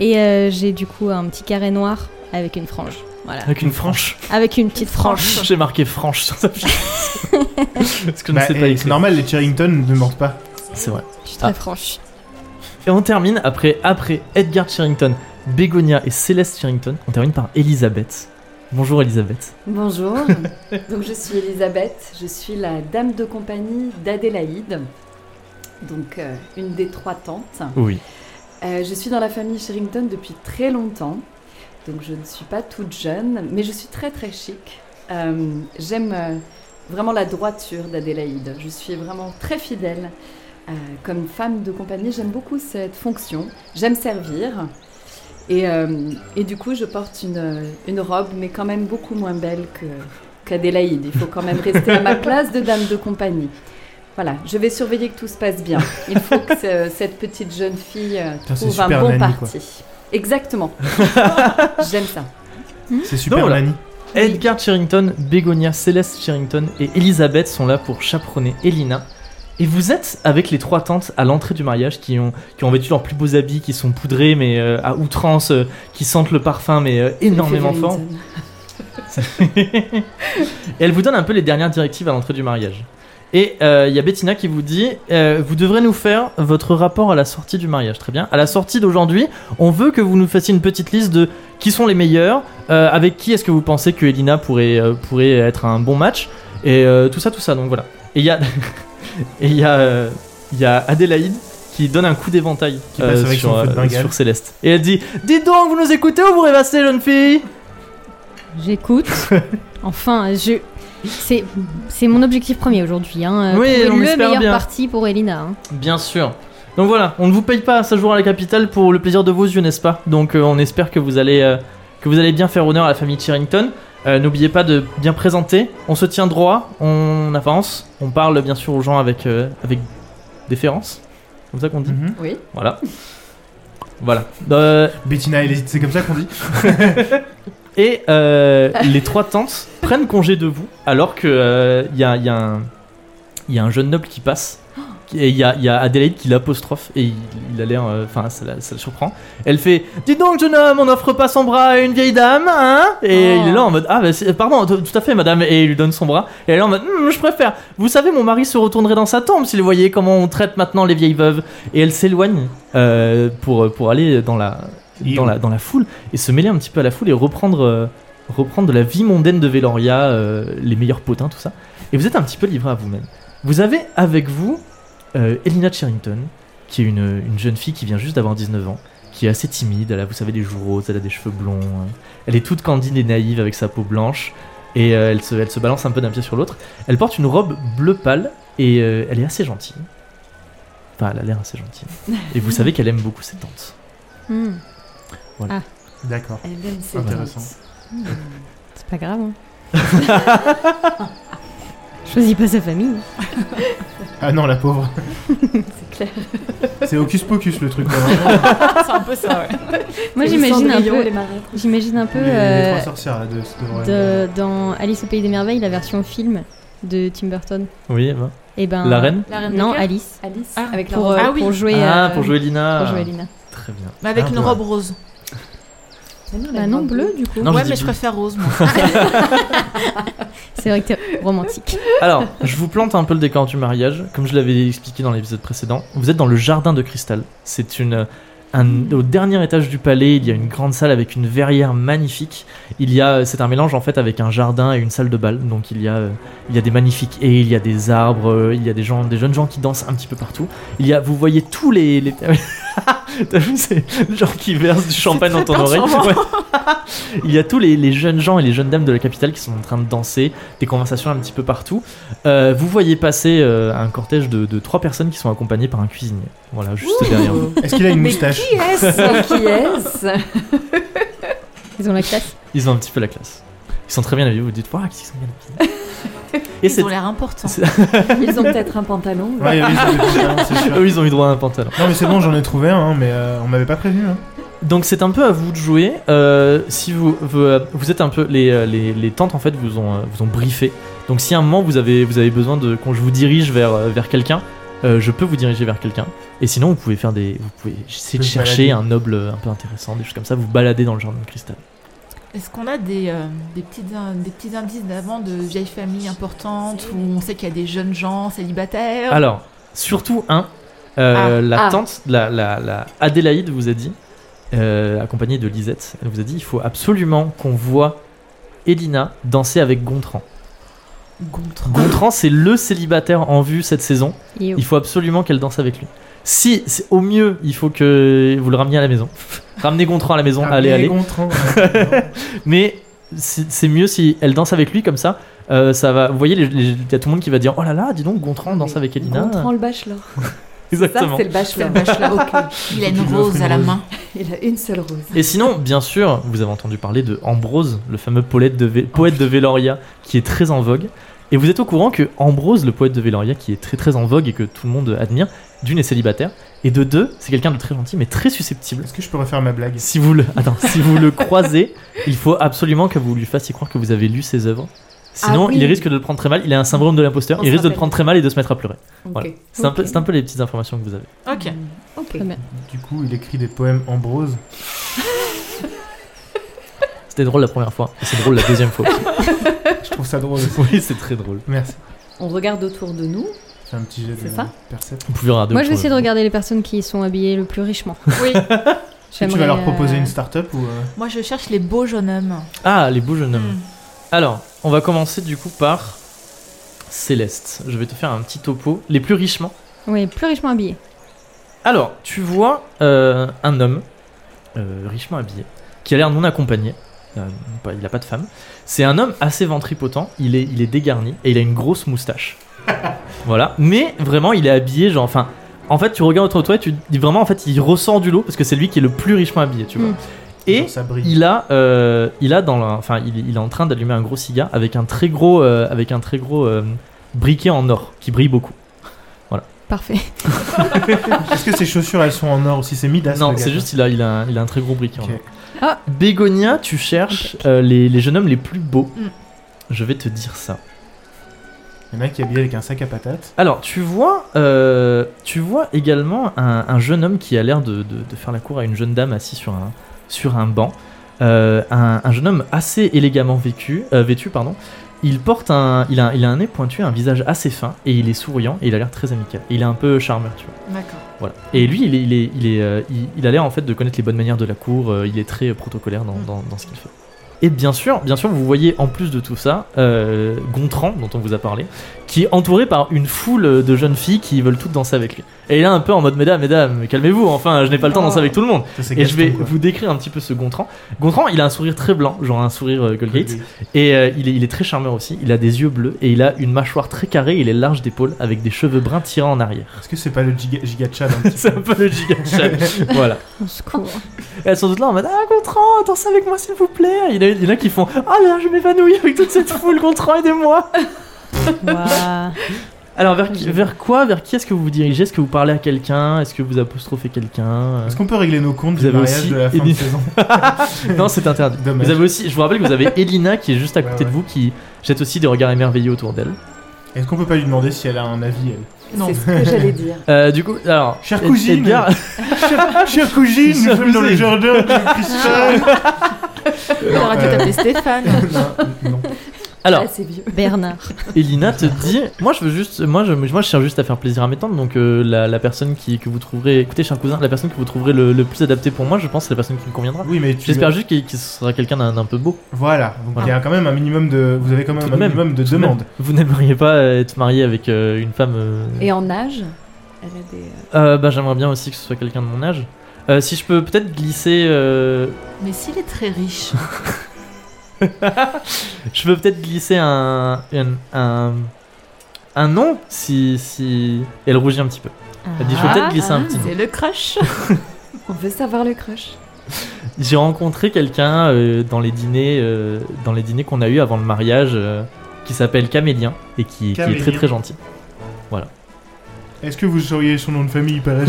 S3: Et euh, j'ai du coup un petit carré noir avec une frange. Voilà.
S1: Avec une franche.
S3: Avec une petite frange.
S1: J'ai marqué franche sur sa fiche. Parce que je ne
S2: Bah,
S1: sais pas
S2: eh,
S1: écrire.
S2: c'est normal, les Charrington ne mentent pas.
S1: C'est vrai.
S3: Je suis très
S1: Ah.
S3: franche.
S1: Et on termine après, après Edgar Sherrington, Begonia et Céleste Sherrington. On termine par Elisabeth. Bonjour Elisabeth.
S4: Bonjour, donc je suis Elisabeth, je suis la dame de compagnie d'Adélaïde, donc euh, une des trois tantes.
S1: Oui.
S4: Euh, je suis dans la famille Sherrington depuis très longtemps, donc je ne suis pas toute jeune, mais je suis très très chic. Euh, J'aime euh, vraiment la droiture d'Adélaïde, je suis vraiment très fidèle. Euh, comme femme de compagnie, j'aime beaucoup cette fonction, j'aime servir. Et, euh, et du coup, je porte une, euh, une robe, mais quand même beaucoup moins belle que qu'Adélaïde. Il faut quand même rester à ma place de dame de compagnie. Voilà, je vais surveiller que tout se passe bien. Il faut que ce- cette petite jeune fille euh,
S2: Putain, c'est
S4: trouve un
S2: super
S4: bon
S2: nanny, quoi.
S4: parti. Exactement. J'aime ça.
S2: C'est super,
S1: Donc, voilà.
S2: Lani.
S1: Edgar Sherrington, Begonia, Céleste Sherrington et Elisabeth sont là pour chaperonner Elina. Et vous êtes avec les trois tantes à l'entrée du mariage qui ont, qui ont vêtu leurs plus beaux habits, qui sont poudrés mais euh, à outrance, euh, qui sentent le parfum mais euh, énormément fort.
S4: Féverine.
S1: et elle vous donne un peu les dernières directives à l'entrée du mariage. Et euh, il y a Bettina qui vous dit euh, Vous devrez nous faire votre rapport à la sortie du mariage. Très bien. À la sortie d'aujourd'hui, on veut que vous nous fassiez une petite liste de qui sont les meilleurs, euh, avec qui est-ce que vous pensez que Elina pourrait, euh, pourrait être un bon match, et euh, tout ça, tout ça. Donc voilà. Et il y a, et il y, a, euh, il y a Adélaïde qui donne un coup d'éventail euh,
S2: Qui passe avec
S1: sur,
S2: son feu de Bengale.
S1: sur Céleste. Et elle dit Dites donc, vous nous écoutez ou vous rêvassez, jeune fille
S3: J'écoute. enfin, je. C'est, c'est mon objectif premier aujourd'hui. Hein. euh,
S1: Oui,
S3: trouver
S1: on
S3: le
S1: l'espère
S3: meilleur
S1: bien.
S3: parti pour Elina. hein.
S1: Bien sûr. Donc voilà, on ne vous paye pas à ce jour à la capitale pour le plaisir de vos yeux, n'est-ce pas Donc euh, on espère que vous allez euh, que vous allez bien faire honneur à la famille Charrington. Euh, N'oubliez pas de bien présenter. On se tient droit, on avance, on parle bien sûr aux gens avec euh, avec déférence. Comme ça qu'on dit.
S2: Mhm.
S4: Oui.
S1: Voilà. Voilà. Euh,
S2: Bettina et les- c'est comme ça qu'on dit.
S1: et euh, les trois tantes prennent congé de vous alors que euh, il y, a, il y a un- il y a un jeune noble qui passe. Et il y a, il y a Adélaïde qui l'apostrophe et il, il a l'air. euh, Enfin, ça, la- ça le surprend. Elle fait Dis donc, jeune homme, on n'offre pas son bras à une vieille dame, hein Et
S4: Oh.
S1: il est là en mode Ah, bah, c'est- pardon, t- tout à fait, madame. Et il lui donne son bras. Et elle est là en mode Hum, Je préfère. Vous savez, mon mari se retournerait dans sa tombe s'il voyait comment on traite maintenant les vieilles veuves. Et elle s'éloigne euh, pour, pour aller dans la, dans, la, dans la foule et se mêler un petit peu à la foule et reprendre, euh, reprendre de la vie mondaine de Veloria, euh, les meilleurs potins, tout ça. Et vous êtes un petit peu livré à vous-même. Vous avez avec vous euh, Elina Cherrington, qui est une, une jeune fille qui vient juste d'avoir 19 ans, qui est assez timide. Elle a, vous savez, des joues roses, elle a des cheveux blonds. euh, elle est toute candide et naïve avec sa peau blanche. Et euh, elle, se, elle se balance un peu d'un pied sur l'autre. Elle porte une robe bleu pâle et euh, elle est assez gentille. Enfin, elle a l'air assez gentille. Et vous savez qu'elle aime beaucoup ses tantes.
S3: Hmm,
S2: D'accord.
S4: Elle aime ses
S2: Intéressant.
S4: tantes.
S3: c'est pas grave. hein. Choisis pas sa famille.
S2: Ah non, la pauvre.
S4: C'est clair.
S2: C'est Hocus Pocus le truc. vraiment.
S5: C'est un peu ça, ouais.
S3: Moi,
S4: Et
S3: j'imagine un
S4: Cendrillon,
S3: peu.
S4: les marins.
S3: J'imagine un peu.
S2: Les, les
S3: euh,
S2: trois sorcières là, de, de- euh.
S3: de- dans Alice au pays des merveilles, la version film de Tim Burton.
S1: Oui, Emma.
S3: Et ben.
S1: La reine
S5: La reine
S3: Non,
S5: de cœur.
S3: Alice.
S4: Alice,
S5: Ah,
S4: avec la
S3: Pour,
S4: robe.
S3: euh,
S5: Ah oui.
S3: pour jouer.
S1: Ah,
S3: euh,
S1: pour jouer Lina.
S3: pour jouer Elina.
S1: Très bien.
S5: Mais avec
S2: Ah,
S5: une
S2: bleu.
S5: robe rose.
S4: Mais non, la
S3: Bah non,
S4: robe
S3: bleu du coup.
S1: Non,
S5: ouais,
S1: j'ai dit
S5: mais je
S1: bleu.
S5: préfère rose, moi.
S3: C'est vrai que t'es romantique.
S1: Alors, je vous plante un peu le décor du mariage. Comme je l'avais expliqué dans l'épisode précédent, vous êtes dans le jardin de cristal. C'est une. un- au dernier étage du palais, il y a une grande salle avec une verrière magnifique. Il y a, c'est un mélange en fait avec un jardin et une salle de bal. Donc il y a, euh, il y a des magnifiques haies, il y a des arbres, euh, il y a des gens, des jeunes gens qui dansent un petit peu partout. Il y a, vous voyez tous les, les... t'as vu, c'est le genre qui verse du champagne dans
S5: très
S1: ton oreille.
S5: perturbant.
S1: Ouais. il y a tous les, les jeunes gens et les jeunes dames de la capitale qui sont en train de danser, des conversations un petit peu partout. Euh, vous voyez passer euh, un cortège de, de trois personnes qui sont accompagnées par un cuisinier. Voilà, juste derrière vous.
S2: Est-ce qu'il a une moustache
S4: Qui est-ce Qui est-ce
S3: Ils ont la classe.
S1: Ils ont un petit peu la classe. Ils sont très bien habillés, vous vous dites, waouh, qu'est-ce qu'ils sont bien habillés. Et
S5: Ils
S1: c'est.
S5: ont l'air importants.
S1: c'est-
S4: Ils ont peut-être un pantalon.
S2: Ouais, oui, c'est- c'est sûr.
S1: Eux, ils ont eu droit à un pantalon.
S2: Non mais c'est bon, j'en ai trouvé un, hein, mais euh, on m'avait pas prévenu. hein.
S1: Donc c'est un peu à vous de jouer. Euh, si vous, vous, euh, vous êtes un peu les, euh, les, les tentes en fait vous ont euh, vous ont briefé. Donc si à un moment vous avez vous avez besoin de quand je vous dirige vers euh, vers quelqu'un, euh, je peux vous diriger vers quelqu'un. Et sinon vous pouvez faire des vous pouvez essayer de
S2: Peut se
S1: chercher
S2: balader.
S1: un noble euh, un peu intéressant, des choses comme ça. Vous baladez dans le jardin de cristal.
S5: Est-ce qu'on a des, euh, des, petites in- des petits indices d'avant de vieilles familles importantes où on sait qu'il y a des jeunes gens célibataires
S1: Alors surtout un euh,
S5: Ah.
S1: la
S4: Ah.
S1: tante la, la, la Adélaïde vous a dit euh, accompagnée de Lisette elle vous a dit il faut absolument qu'on voit Elina danser avec Gontran.
S5: Gontran.
S1: Gontran, c'est le célibataire en vue cette saison.
S3: Yo.
S1: Il faut absolument qu'elle danse avec lui. Si, c'est- au mieux, il faut que vous le rameniez à la maison. Ramenez Gontran à la maison,
S2: Ah,
S1: allez,
S2: mais
S1: allez.
S2: Gontran, ouais.
S1: Mais c'est c'est mieux si elle danse avec lui comme ça. euh, ça va. Vous voyez, les- les- il y a tout le monde qui va dire Oh là là, dis donc, Gontran danse
S4: Mais
S1: avec Elina.
S4: Gontran le bachelor. Ça,
S1: Exactement.
S4: c'est le bachelor.
S5: Il a une
S2: Tu lui offres
S5: rose
S2: une
S5: à la
S2: rose.
S5: main.
S4: Il a une seule rose.
S1: Et sinon, bien sûr, vous avez entendu parler de Ambrose, le fameux poète de, Vé- poète de Véloria, qui est très en vogue. Et vous êtes au courant que Ambrose, le poète de Véloria, qui est très très en vogue et que tout le monde admire, d'une est célibataire, et de deux, c'est quelqu'un de très gentil mais très susceptible.
S2: Est-ce que je peux refaire ma blague
S1: Si vous le, attends, si vous le croisez, il faut absolument que vous lui fassiez croire que vous avez lu ses œuvres. Sinon,
S4: Ah oui.
S1: il risque de le prendre très mal. Il a un syndrome de l'imposteur.
S4: On
S1: Il
S4: se
S1: risque de le
S4: rappelle.
S1: prendre très mal et de se mettre à pleurer.
S4: Ok.
S1: Voilà. C'est un peu,
S3: Ok.
S1: c'est un peu les petites informations que vous avez.
S5: Ok.
S2: Mm.
S4: Ok.
S3: Très bien.
S2: Du coup, il écrit des poèmes en prose.
S1: C'était drôle la première fois. et C'est drôle la deuxième fois. aussi.
S2: Je trouve ça drôle.
S1: oui, c'est très drôle.
S2: Merci.
S4: On regarde autour de nous.
S2: Fais un petit jet de
S4: C'est ça
S2: perception.
S1: Vous pouvez regarder.
S3: Moi,
S1: autre
S3: je vais essayer de
S1: chose.
S3: regarder les personnes qui sont habillées le plus richement. euh,
S5: Oui.
S2: Est-ce que tu vas leur proposer une start-up ou. euh,
S5: Moi, je cherche les beaux jeunes hommes.
S1: Ah, les beaux jeunes hommes.
S5: Hmm.
S1: Alors, on va commencer du coup par Céleste. Je vais te faire un petit topo. Les plus richement.
S3: Oui, plus richement habillées.
S1: Alors, tu vois euh, un homme euh, richement habillé, qui a l'air non accompagné. Euh, pas- il n'a pas de femme. C'est un homme assez ventripotent. Il est, il est dégarni et il a une grosse moustache. voilà. Mais vraiment, il est habillé genre. Enfin, en fait, tu regardes autour de toi et tu te dis vraiment, en fait, il ressort du lot parce que c'est lui qui est le plus richement habillé, tu vois.
S3: Mm.
S1: Et
S2: genre, ça brille.
S1: il a, euh, il a dans, la- enfin, il, il est en train d'allumer un gros cigare avec un très gros, euh, avec un très gros euh, briquet en or qui brille beaucoup.
S3: Parfait.
S2: Est-ce que ses chaussures elles sont en or aussi C'est Midas
S1: non,
S2: le gars.
S1: c'est juste il a, il a, un- il a un très gros briquet
S2: Ok.
S1: en or. Bégonia, tu cherches euh, les, les jeunes hommes les plus beaux.
S5: Mm.
S1: Je vais te dire ça.
S2: Il y en a un qui est habillé avec un sac à patates.
S1: Alors, tu vois, euh, tu vois également un, un jeune homme qui a l'air de, de- de faire la cour à une jeune dame assise sur un, sur un banc. Euh, un, un jeune homme assez élégamment vécu, euh, vêtu, pardon. Il porte un, il a, il a un nez pointu, un visage assez fin, et il est souriant, et il a l'air très amical. Et il est un peu charmeur, tu vois.
S5: D'accord.
S1: Voilà. Et lui, il, est, il, est, il, est, euh, il- il a l'air en fait de connaître les bonnes manières de la cour. euh, il est très euh, protocolaire dans, dans- dans ce qu'il fait. Et bien sûr, bien sûr, vous voyez en plus de tout ça euh, Gontran, dont on vous a parlé, qui est entouré par une foule de jeunes filles qui veulent toutes danser avec lui. Et il est un peu en mode mesdames, mesdames, calmez-vous. Enfin, je n'ai pas le temps de danser avec tout le monde.
S2: Ça, c'est
S1: Et je
S2: Gaston,
S1: vais
S2: quoi.
S1: vous décrire un petit peu ce Gontran. Gontran, il a un sourire très blanc, genre un sourire euh, Colgate. Et euh, il, est, il est très charmeur aussi. Il a des yeux bleus et il a une mâchoire très carrée. Il est large d'épaule avec des cheveux bruns tirant en arrière.
S2: Est-ce que c'est pas le giga, giga Chad un petit
S1: C'est un peu le giga Chad. voilà.
S3: Au secours.
S1: Et elles sont toutes là en mode Ah, Gontran, dansez avec moi s'il vous plaît. Il y en a, il y en a qui font Ah là, je m'évanouis avec toute cette foule, Gontran, aidez-moi.
S3: Waouh.
S1: Alors, vers, qui- vers quoi Vers qui est-ce que vous vous dirigez Est-ce que vous parlez à quelqu'un Est-ce que vous apostrophez quelqu'un
S2: Est-ce qu'on peut régler nos comptes
S1: Vous
S2: du
S1: avez
S2: mariage
S1: aussi
S2: de la fin de
S1: Edith-
S2: saison
S1: Non, c'est interdit.
S2: Dommage.
S1: Vous avez aussi, je vous rappelle que vous avez Elina qui est juste à
S2: Ouais,
S1: côté de
S2: ouais.
S1: vous qui jette aussi des regards émerveillés autour d'elle.
S2: Est-ce qu'on peut pas lui demander si elle a un avis elle
S5: Non.
S4: C'est ce que j'allais dire.
S1: Euh, du coup, alors.
S2: Chère
S1: Ed-
S2: cousine.
S1: Edgar, Ah,
S2: Chère cousine,
S1: nous sommes dans le
S2: jardin de Christophe
S5: On aurait dû
S2: euh,
S5: t'appeler Stéphane.
S2: Non, non.
S1: alors,
S4: Ah, c'est vieux.
S3: Bernard.
S1: Elina te dit Moi, je veux juste. Moi, je, moi, je cherche juste à faire plaisir à mes tantes. Donc, euh, la, la personne qui, que vous trouverez. Écoutez, cher cousin, la personne que vous trouverez le, le plus adaptée pour moi, je pense, c'est la personne qui me conviendra.
S2: Oui, mais tu...
S1: J'espère juste qu'il qu'il sera quelqu'un d'un d'un peu beau.
S2: Voilà, donc il y a quand même un minimum de... Vous avez quand même
S1: Tout
S2: un
S1: de même,
S2: minimum de
S1: Tout de même,
S2: demandes.
S1: Vous n'aimeriez pas euh, être marié avec euh, une femme. euh,
S4: Et en âge Elle a des. euh,
S1: euh, bah, j'aimerais bien aussi que ce soit quelqu'un de mon âge. Euh, si je peux peut-être glisser. euh,
S5: Mais s'il est très riche,
S1: Je peux peut-être glisser un. un. un, un nom si, si. Et elle rougit un petit peu.
S3: Ah.
S1: Elle Ah. dit Je peux peut-être glisser un petit nom.
S5: ah, c'est le crush.
S4: On veut savoir le crush.
S1: J'ai rencontré quelqu'un euh, dans les dîners, euh, dans les dîners qu'on a eu avant le mariage, euh, qui s'appelle Camélien et qui, qui est très
S2: Camélien.
S1: très gentil. Voilà.
S2: Est-ce que vous sauriez son nom de famille, Pérez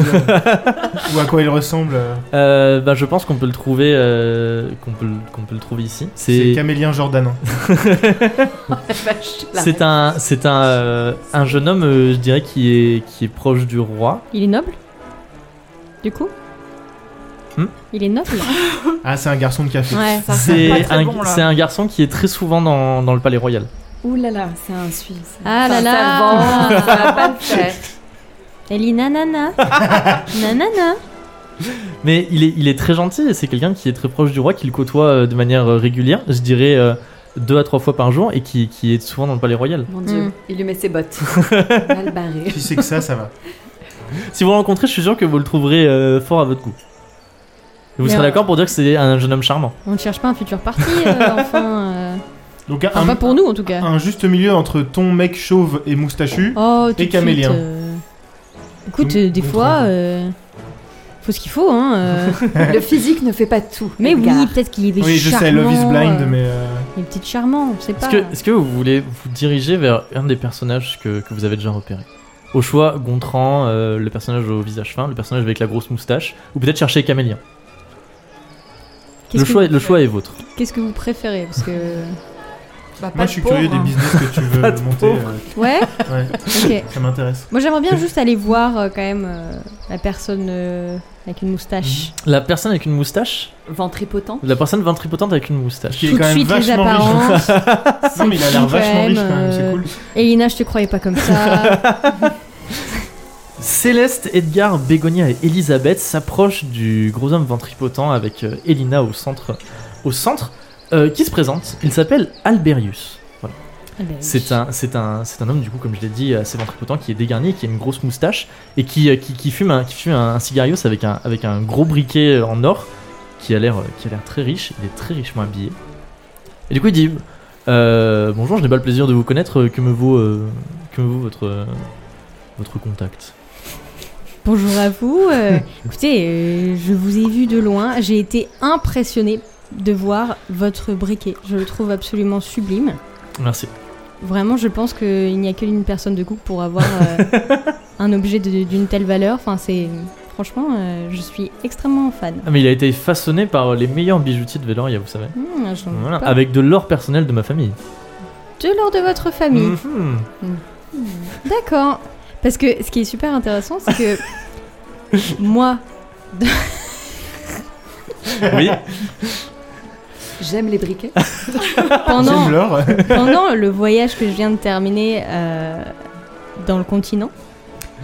S2: Ou à quoi il ressemble euh,
S1: Euh, bah, je pense qu'on peut le trouver, euh, qu'on peut, le- qu'on peut le trouver ici.
S2: C'est
S1: C'est
S2: Camélien Jordanin.
S1: c'est un, c'est un, euh, un jeune homme, euh, je dirais, qui est, qui est proche du roi.
S3: Il est noble Du coup
S1: Hmm
S3: Il est noble
S2: Ah, c'est un garçon de café.
S3: Ouais, ça
S5: pas
S1: C'est
S5: très
S1: un,
S5: bon, là.
S1: c'est un garçon qui est très souvent dans, dans le palais royal.
S4: Ouh là là, c'est un Suisse.
S3: Ah là
S4: Ça,
S3: là.
S4: Ça, vend, ça va pas le faire.
S3: Elle est nanana Nanana
S1: Mais il est, il est très gentil et c'est quelqu'un qui est très proche du roi, qui le côtoie euh, de manière euh, régulière, je dirais euh, deux à trois fois par jour, et qui, qui est souvent dans le palais royal.
S4: Mon dieu,
S3: Mm.
S4: il lui met ses bottes. Mal barré.
S2: Qui c'est que ça, ça va.
S1: Si vous le rencontrez, je suis sûr que vous le trouverez euh, fort à votre goût. Et Vous
S3: Mais
S1: serez
S3: ouais.
S1: d'accord pour dire que c'est un jeune homme charmant.
S3: On ne cherche pas un futur parti, euh, enfin. euh,
S2: Donc un,
S3: Enfin, pas pour nous en tout cas.
S2: un juste milieu entre ton mec chauve et moustachu.
S3: Oh, tout de suite,
S2: camélien.
S3: euh, Écoute,
S2: Nous-
S3: euh, des
S2: nous
S3: fois.
S2: trouvons.
S3: euh, Faut ce qu'il faut, hein. euh.
S4: Le physique ne fait pas tout.
S3: Mais oui,
S4: Edgar.
S3: peut-être qu'il est
S2: Oui, je
S3: charmant.
S2: sais, Love is Blind,
S3: euh,
S2: mais... euh,
S3: Il est peut-être charmant, on sait
S1: Est-ce
S3: pas.
S1: que, est-ce que vous voulez vous diriger vers un des personnages que, que vous avez déjà repéré Au choix, Gontran, euh, le personnage au visage fin, le personnage avec la grosse moustache, ou peut-être chercher Camélien.
S3: Qu'est-ce
S1: Le
S3: que
S1: choix,
S3: vous
S1: est- le
S3: préférez
S1: choix est vôtre.
S3: Qu'est-ce que vous préférez Parce que.
S5: Bah, pas
S2: Moi,
S5: le
S2: je suis
S5: pauvre,
S2: curieux des
S5: hein.
S2: business que tu veux
S1: Pas de
S2: monter.
S1: pauvre.
S2: euh,
S3: Ouais,
S2: ouais,
S3: ok.
S2: ça m'intéresse.
S3: Moi j'aimerais bien juste aller voir euh, quand même euh, la personne euh, avec une
S2: Mmh.
S3: moustache.
S1: La personne avec une moustache
S4: Ventripotent.
S1: La personne ventripotente avec une moustache.
S2: Qui est
S3: Tout de
S2: quand même
S3: suite, les
S2: vachement riche.
S3: apparences.
S2: Non, mais il a l'air
S3: C'est
S2: vachement
S3: quand
S2: riche
S3: même,
S2: quand même, c'est
S3: euh,
S2: cool.
S3: Elina, je te croyais pas comme ça.
S1: Céleste, Edgar, Bégonia et Elisabeth s'approchent du gros homme ventripotent avec euh, Elina au centre, au centre euh, qui se présente. Il s'appelle Alberius. Voilà.
S3: Ah ben oui.
S1: C'est un, c'est un, c'est un homme du coup, comme je l'ai dit, assez ventripotent, qui est dégarni, qui a une grosse moustache et qui, euh, qui, qui fume un, qui fume un, un cigarios avec un, avec un gros briquet euh, en or, qui a l'air, euh, qui a l'air très riche. Il est très richement habillé. Et du coup, il dit euh, bonjour, je n'ai pas le plaisir de vous connaître. euh, Que me vaut, euh, que me vaut votre, euh, votre contact
S3: Bonjour à vous. euh, écoutez, euh, je vous ai vu de loin. J'ai été impressionnée de voir votre briquet. Je le trouve absolument sublime.
S1: Merci.
S3: Vraiment, je pense qu'il n'y a qu'une personne de goût pour avoir euh, un objet de- d'une telle valeur. Enfin, c'est. Franchement, euh, je suis extrêmement fan.
S1: Ah, mais il a été façonné par euh, les meilleurs bijoutiers de Veloria, vous savez.
S3: Hmm, j'en doute
S1: Voilà,
S3: pas.
S1: avec de l'or personnel de ma famille.
S3: De l'or de votre famille.
S1: Mhm.
S3: D'accord. Parce que ce qui est super intéressant, c'est que moi,
S1: Oui,
S4: J'aime les briquets.
S3: pendant,
S2: J'aime l'or.
S3: pendant le voyage que je viens de terminer euh, dans le continent,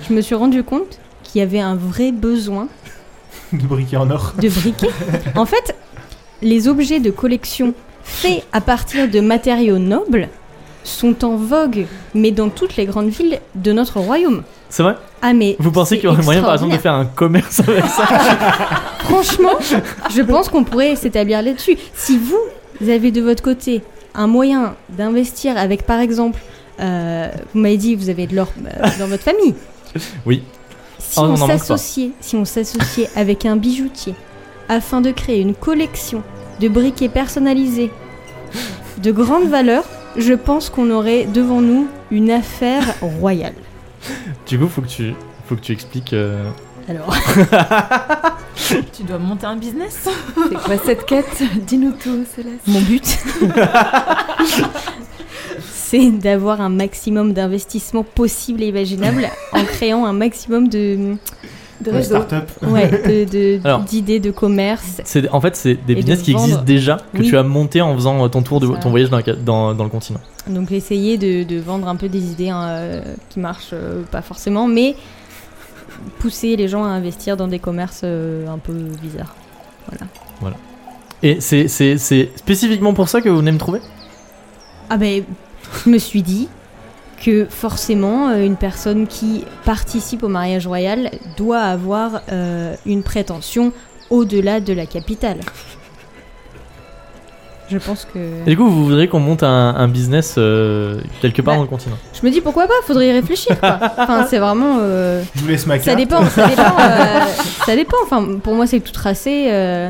S3: je me suis rendu compte qu'il y avait un vrai besoin
S2: de briquet en or.
S3: de briquets. En fait, les objets de collection faits à partir de matériaux nobles sont en vogue, mais dans toutes les grandes villes de notre royaume.
S1: c'est vrai.
S3: Ah mais
S1: Vous pensez
S3: c'est
S1: qu'il y aurait moyen, par exemple, de faire un commerce avec ça
S3: Franchement, je pense qu'on pourrait s'établir là-dessus. Si vous, vous avez de votre côté un moyen d'investir avec, par exemple, euh, vous m'avez dit vous avez de l'or euh, dans votre famille.
S1: Oui.
S3: Si
S1: Oh, on
S3: on
S1: en manque pas.
S3: s'associait, si on s'associait avec un bijoutier afin de créer une collection de briquets personnalisés de grande valeur, je pense qu'on aurait devant nous une affaire royale.
S1: Du coup, faut que tu, faut que tu expliques. euh,
S3: Alors,
S5: Tu dois monter un business
S4: C'est quoi cette quête Dis-nous tout, Céleste.
S3: Mon but, c'est d'avoir un maximum d'investissements possibles et imaginables en créant un maximum de,
S4: De
S2: Une
S4: réseau.
S2: Start-up.
S3: ouais, de- de-
S1: Alors.
S3: d'idées de, commerce.
S1: C'est en fait c'est des
S3: Et de
S1: business qui
S3: vendre.
S1: existent déjà que
S3: Oui.
S1: tu as monté en faisant euh, ton tour de
S3: Ça.
S1: ton voyage dans, la- dans, dans le continent.
S3: Donc essayer de, de vendre un peu des idées hein, euh, qui marchent euh, pas forcément, mais pousser les gens à investir dans des commerces euh, un peu bizarres.
S1: Et c'est c'est- c'est spécifiquement pour ça que vous venez me trouver
S3: Ah ben, je me suis dit que forcément, euh, une personne qui participe au mariage royal doit avoir euh, une prétention au-delà de la capitale. Je pense que...
S1: Et du coup, vous voudriez qu'on monte un, un business euh, quelque part
S3: Bah.
S1: dans le continent.
S3: Je me dis pourquoi pas, faudrait y réfléchir quoi. Enfin, c'est vraiment... euh,
S2: Je vous laisse ma carte.
S3: Ça dépend, ça dépend. euh, ça dépend. Enfin, pour moi, c'est tout tracé. euh,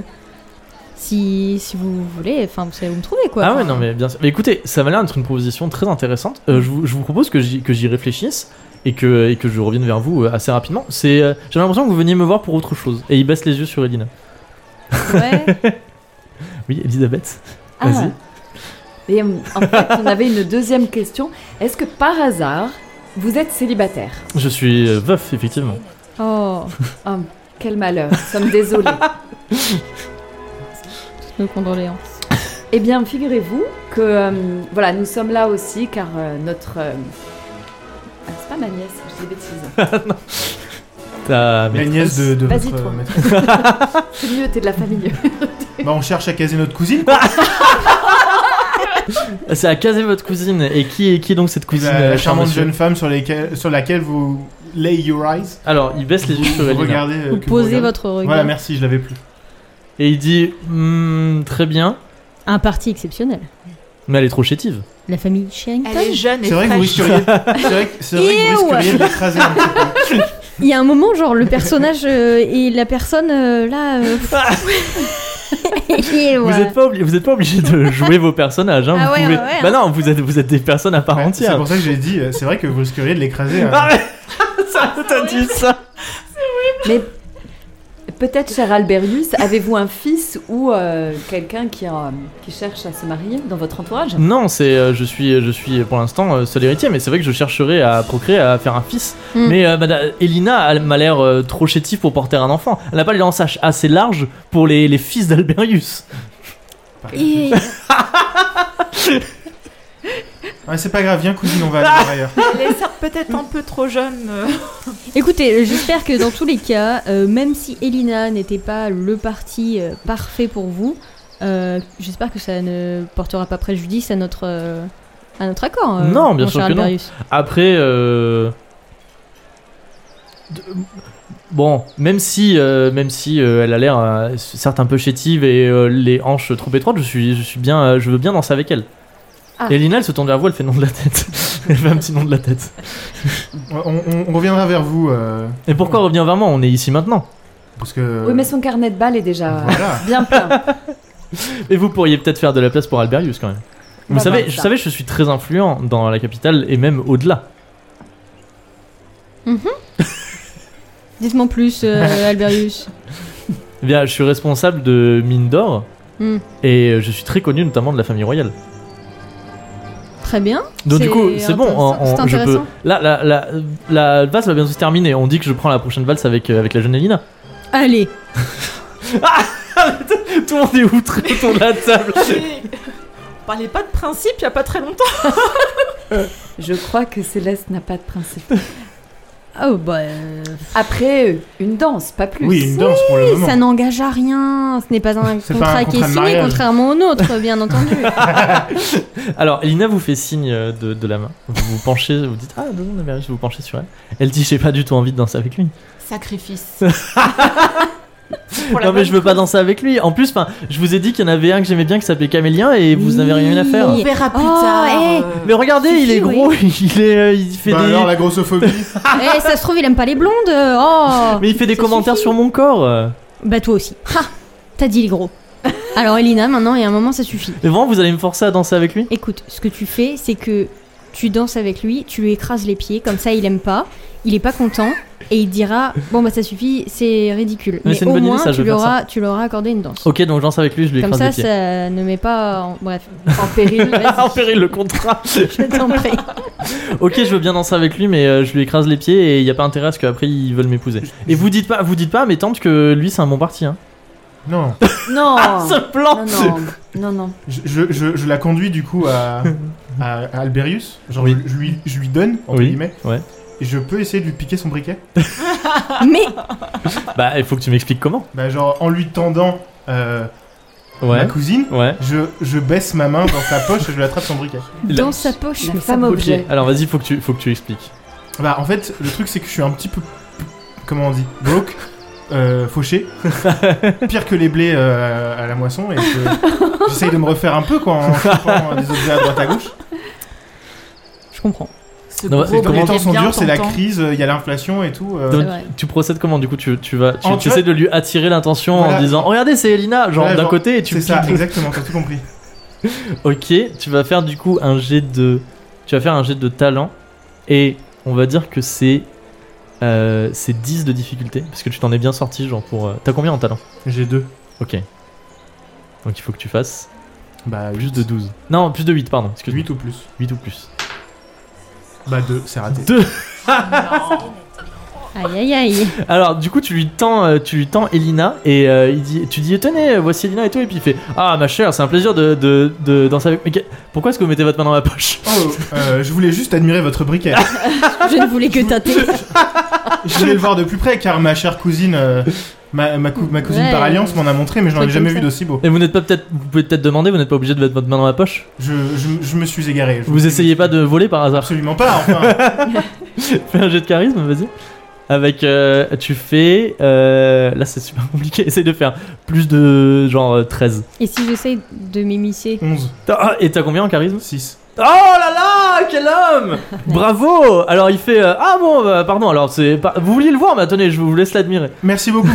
S3: si, si vous voulez, enfin, vous savez où me trouver quoi.
S1: Ah ouais,
S3: Enfin,
S1: non, mais bien sûr. Mais écoutez, ça m'a l'air d'être une proposition très intéressante. Euh, je, vous, je vous propose que j'y que j'y réfléchisse et que, et que je revienne vers vous euh, assez rapidement. C'est, euh, J'ai l'impression que vous veniez me voir pour autre chose. Et il baisse les yeux sur Elina.
S3: Ouais.
S1: Oui, Elisabeth.
S4: Ah.
S1: Vas-y.
S4: Et, euh, en fait, on avait une deuxième question. Est-ce que par hasard, vous êtes célibataire
S1: Je suis euh, veuf, effectivement.
S3: Oh,
S4: Oh, quel malheur, nous sommes désolés.
S3: nos condoléances.
S4: eh bien, figurez-vous que euh, voilà, nous sommes là aussi car euh, notre. euh, ah, c'est pas ma nièce, je dis des bêtises.
S1: Ta
S2: La
S1: maîtresse-
S2: nièce de, de
S4: Vas-y,
S2: votre
S4: toi.
S2: maîtresse.
S4: C'est mieux, t'es de la famille.
S2: Bah, on cherche à caser notre
S3: Ah,
S2: cousine. quoi.
S1: C'est à caser votre cousine. Et qui est, qui est donc cette cousine
S2: la,
S1: euh,
S2: la charmante
S1: monsieur
S2: jeune femme sur, lesquelles- sur laquelle vous lay your eyes.
S1: Alors, il baisse les yeux sur
S2: Vous
S1: Elina.
S2: regardez. euh,
S3: Vous
S2: que vous
S3: posez
S2: regardez.
S3: votre regard.
S2: Voilà, merci, je l'avais plus.
S1: Et il dit Hmm, Très bien,
S3: Un parti exceptionnel.
S1: mais elle est trop chétive.
S3: La famille
S5: Elle est
S3: Sherrington.
S5: jeune et
S2: C'est vrai que vous
S5: fraîche.
S2: risqueriez, c'est vrai que, c'est vrai que vous
S3: Ew.
S2: risqueriez de l'écraser un petit peu.
S3: Il y a un moment, genre, le personnage euh, et la personne, euh, là... euh, et
S1: Vous
S3: voilà.
S1: n'êtes pas, obli- vous êtes pas obligé de jouer vos personnages. Hein,
S3: Ah
S1: vous
S3: ouais,
S1: pouvez-
S3: ouais, ouais,
S1: Bah non, vous êtes, vous êtes des personnes à part
S2: Ouais, C'est
S1: entière.
S2: pour ça que j'ai dit, euh, c'est vrai que vous risqueriez de l'écraser. hein.
S1: Ah mais- Ça,
S3: Ah
S1: t'as dit ça
S4: Peut-être, cher Alberius, avez-vous un fils ou euh, quelqu'un qui, a- qui cherche à se marier dans votre entourage
S1: Non, c'est euh, je suis je suis pour l'instant euh, seul héritier, mais c'est vrai que je chercherai à procréer, à faire un fils.
S3: Mm.
S1: Mais euh, madame- Elina elle m'a l'air euh, trop chétive pour porter un enfant. Elle n'a pas les lançages assez larges pour les, les fils d'Alberius.
S3: Et-
S2: Ouais, c'est pas grave, viens cousine, on va aller voir ailleurs.
S5: Elle est certes peut-être un peu trop jeune. euh,
S3: Écoutez, euh, j'espère que dans tous les cas, euh, même si Elina n'était pas le parti euh, parfait pour vous, euh, j'espère que ça ne portera pas préjudice à notre, euh, à notre accord. euh,
S1: Non, bien
S3: mon
S1: sûr
S3: cher
S1: que non.
S3: Alberius.
S1: Après, euh... de- bon, même si, euh, même si euh, elle a l'air euh, certes un peu chétive et euh, les hanches trop étroites, je suis, je suis bien, euh, je veux bien danser avec elle.
S4: Ah.
S1: Et Lina, elle se tourne vers vous, elle fait nom de la tête. elle fait un petit nom de la tête.
S2: On, on- on reviendra vers vous, euh,
S1: Et pourquoi revenir vers moi On est ici maintenant.
S2: parce que...
S5: Euh.
S4: Oui, mais son carnet de balles est déjà
S2: Voilà.
S4: bien plein.
S1: Et vous pourriez peut-être faire de la place pour Alberius quand même. Vous
S4: Bah,
S1: savez,
S4: bah,
S1: je
S4: ça.
S1: savais, je suis très influent dans la capitale et même au-delà.
S3: Dites-moi plus, euh, Alberius.
S1: Eh bien, je suis responsable de mine d'or
S3: Hmm,
S1: et euh, je suis très connu notamment de la famille royale.
S3: très bien.
S1: Donc du
S3: C'est
S1: coup, c'est bon,
S3: intéressant-
S1: on- on-
S3: c'est
S1: je peux.
S3: intéressant.
S1: Là, la, la, la valse va bientôt se terminer. On dit que je prends la prochaine valse avec, euh, avec la jeune Elina.
S3: Allez,
S1: Tout le monde est outré autour de la table.
S5: On parlait pas de principe il y a pas très longtemps.
S4: Je crois que Céleste n'a pas de principe.
S3: oh bah, euh,
S4: Après, une danse, pas plus.
S2: Oui, une danse pour le moment.
S3: ça n'engage à rien. Ce n'est pas un
S2: C'est
S3: contrat,
S2: pas un
S3: qui
S2: contrat
S3: est
S2: de
S3: signé,
S2: mariage.
S3: contrairement au nôtre, bien entendu.
S1: Alors, Elina vous fait signe euh, de, de la main. Vous vous penchez, vous dites Ah, demande à Mary, vous penchez sur elle. Elle dit J'ai pas du tout envie de danser avec lui.
S5: Sacrifice.
S1: Non, mais je veux pas danser avec lui. En plus, enfin, je vous ai dit qu'il y en avait un que j'aimais bien qui s'appelait Camélien et vous avez rien à faire.
S5: On verra plus
S3: Oh,
S5: tard.
S3: hey.
S5: euh,
S1: Mais regardez,
S3: Si,
S1: il est
S3: si,
S1: gros, il, est, euh, il fait
S2: Bah
S1: des.
S2: alors, la grossophobie,
S3: Eh, ça se trouve, il aime pas les blondes. Oh.
S1: Mais il fait des
S3: Ça
S1: commentaires
S3: suffit.
S1: sur mon corps. euh.
S3: Bah toi aussi. Ha T'as dit le gros. Alors Elina, maintenant, il y a un moment, ça suffit.
S1: Mais vraiment, vous allez me forcer à danser avec lui
S3: Écoute, ce que tu fais, c'est que tu danses avec lui, tu lui écrases les pieds, comme ça il aime pas, il est pas content, et il te dira bon bah ça suffit, c'est ridicule.
S1: Mais c'est une
S3: au
S1: bonne idée,
S3: moins
S1: ça, je
S3: tu
S1: vais faire
S3: lui
S1: ça.
S3: auras, tu lui auras accordé une danse.
S1: Ok, donc je danse avec lui, je lui
S3: Comme
S1: écrase les
S3: ça,
S1: pieds.
S3: ça ne met pas en... bref.
S4: En péril.
S1: Ah, on péril le contrat.
S3: Je t'en prie.
S1: ok, je veux bien danser avec lui, mais euh, je lui écrase les pieds et il y a pas intérêt à ce qu'après ils veulent m'épouser. Et vous dites pas, vous dites pas, mais tante que lui c'est un bon parti. Hein.
S2: non.
S4: Non.
S1: Ce plan.
S4: non, Ah. non, non, non.
S2: Je, je- je- je la conduis du coup à, à, à Alberius, genre
S1: Oui.
S2: je, je lui, je lui donne, entre
S1: Oui,
S2: guillemets,
S1: ouais.
S2: et je peux essayer de lui piquer son briquet
S3: Mais
S1: Bah, il faut que tu m'expliques comment.
S2: Bah genre en lui tendant euh, ma
S1: Ouais.
S2: cousine,
S1: Ouais.
S2: je, je baisse ma main dans sa poche et je lui attrape son briquet.
S1: Il a-
S3: dans sa poche,
S4: La
S3: ça
S4: femme
S3: bouge.
S4: objet.
S1: Alors vas-y, faut que tu, faut que tu expliques.
S2: Bah en fait, le truc c'est que je suis un petit peu, comment on dit, broke, euh, fauché, pire que les blés euh, à la moisson, et que j'essaye de me refaire un peu quoi en chopant des objets à droite à gauche.
S3: Je comprends.
S5: ce
S1: Non,
S5: gros
S1: c'est- comment-
S5: bébé
S2: les temps sont
S5: bien
S2: durs, c'est la
S5: tentant.
S2: crise, il y a l'inflation et tout. euh,
S1: Donc,
S3: C'est vrai.
S1: tu procèdes comment du coup tu, tu vas, tu,
S2: En
S1: tu
S2: fait-
S1: essaies de lui attirer l'attention
S2: Voilà.
S1: en disant oh, regardez c'est Elina, genre
S2: Ouais,
S1: d'un
S2: genre,
S1: côté et tu.
S2: C'est ça,
S1: piques.
S2: exactement, t'as tout compris.
S1: Ok, tu vas faire du coup un jet de, tu vas faire un jet de talent et on va dire que c'est. euh, c'est 10 de difficulté, parce que tu t'en es bien sorti, genre pour. euh, T'as combien en talent
S2: J'ai deux.
S1: Ok. Donc il faut que tu fasses.
S2: Bah,
S1: Plus de 12. Non, plus de 8, pardon. Excuse 8.
S2: 8 ou plus.
S1: 8 ou plus.
S2: Bah, deux, c'est raté.
S1: 2
S3: Aïe aïe aïe.
S1: Alors, du coup, tu lui tends, euh, tu lui tends Elina et euh, il dit, tu dis, tenez, voici Elina et tout. Et puis il fait, ah, ma chère, c'est un plaisir de, de, de danser avec. Mais que- pourquoi est-ce que vous mettez votre main dans ma poche
S2: Oh, euh, je voulais juste admirer votre briquet.
S3: Je ne voulais que tâter.
S2: je voulais le voir de plus près car ma chère cousine, euh, ma, ma, cou- ma cousine
S3: Ouais,
S2: par
S3: euh,
S2: alliance m'en a montré, mais je n'en ai
S3: truc
S2: jamais
S3: comme
S2: vu
S3: ça.
S2: d'aussi beau.
S1: Et vous n'êtes pas peut-être, vous pouvez peut-être demander, vous n'êtes pas obligé de mettre votre main dans ma poche.
S2: Je, je- je me suis égaré. Je
S1: Vous essayez pas de voler par hasard.
S2: Absolument pas, enfin.
S1: Fais un jet de charisme, vas-y. Avec, euh, tu fais, euh, là c'est super compliqué. Essaye de faire plus de genre euh, 13.
S3: Et si j'essaye de m'immiscer
S2: 11,
S1: T'as- ah, et t'as combien en charisme
S2: 6.
S1: Oh là là, quel homme Bravo Alors il fait euh, ah bon bah, pardon alors c'est pas- vous vouliez le voir mais attendez je vous laisse l'admirer.
S2: Merci beaucoup.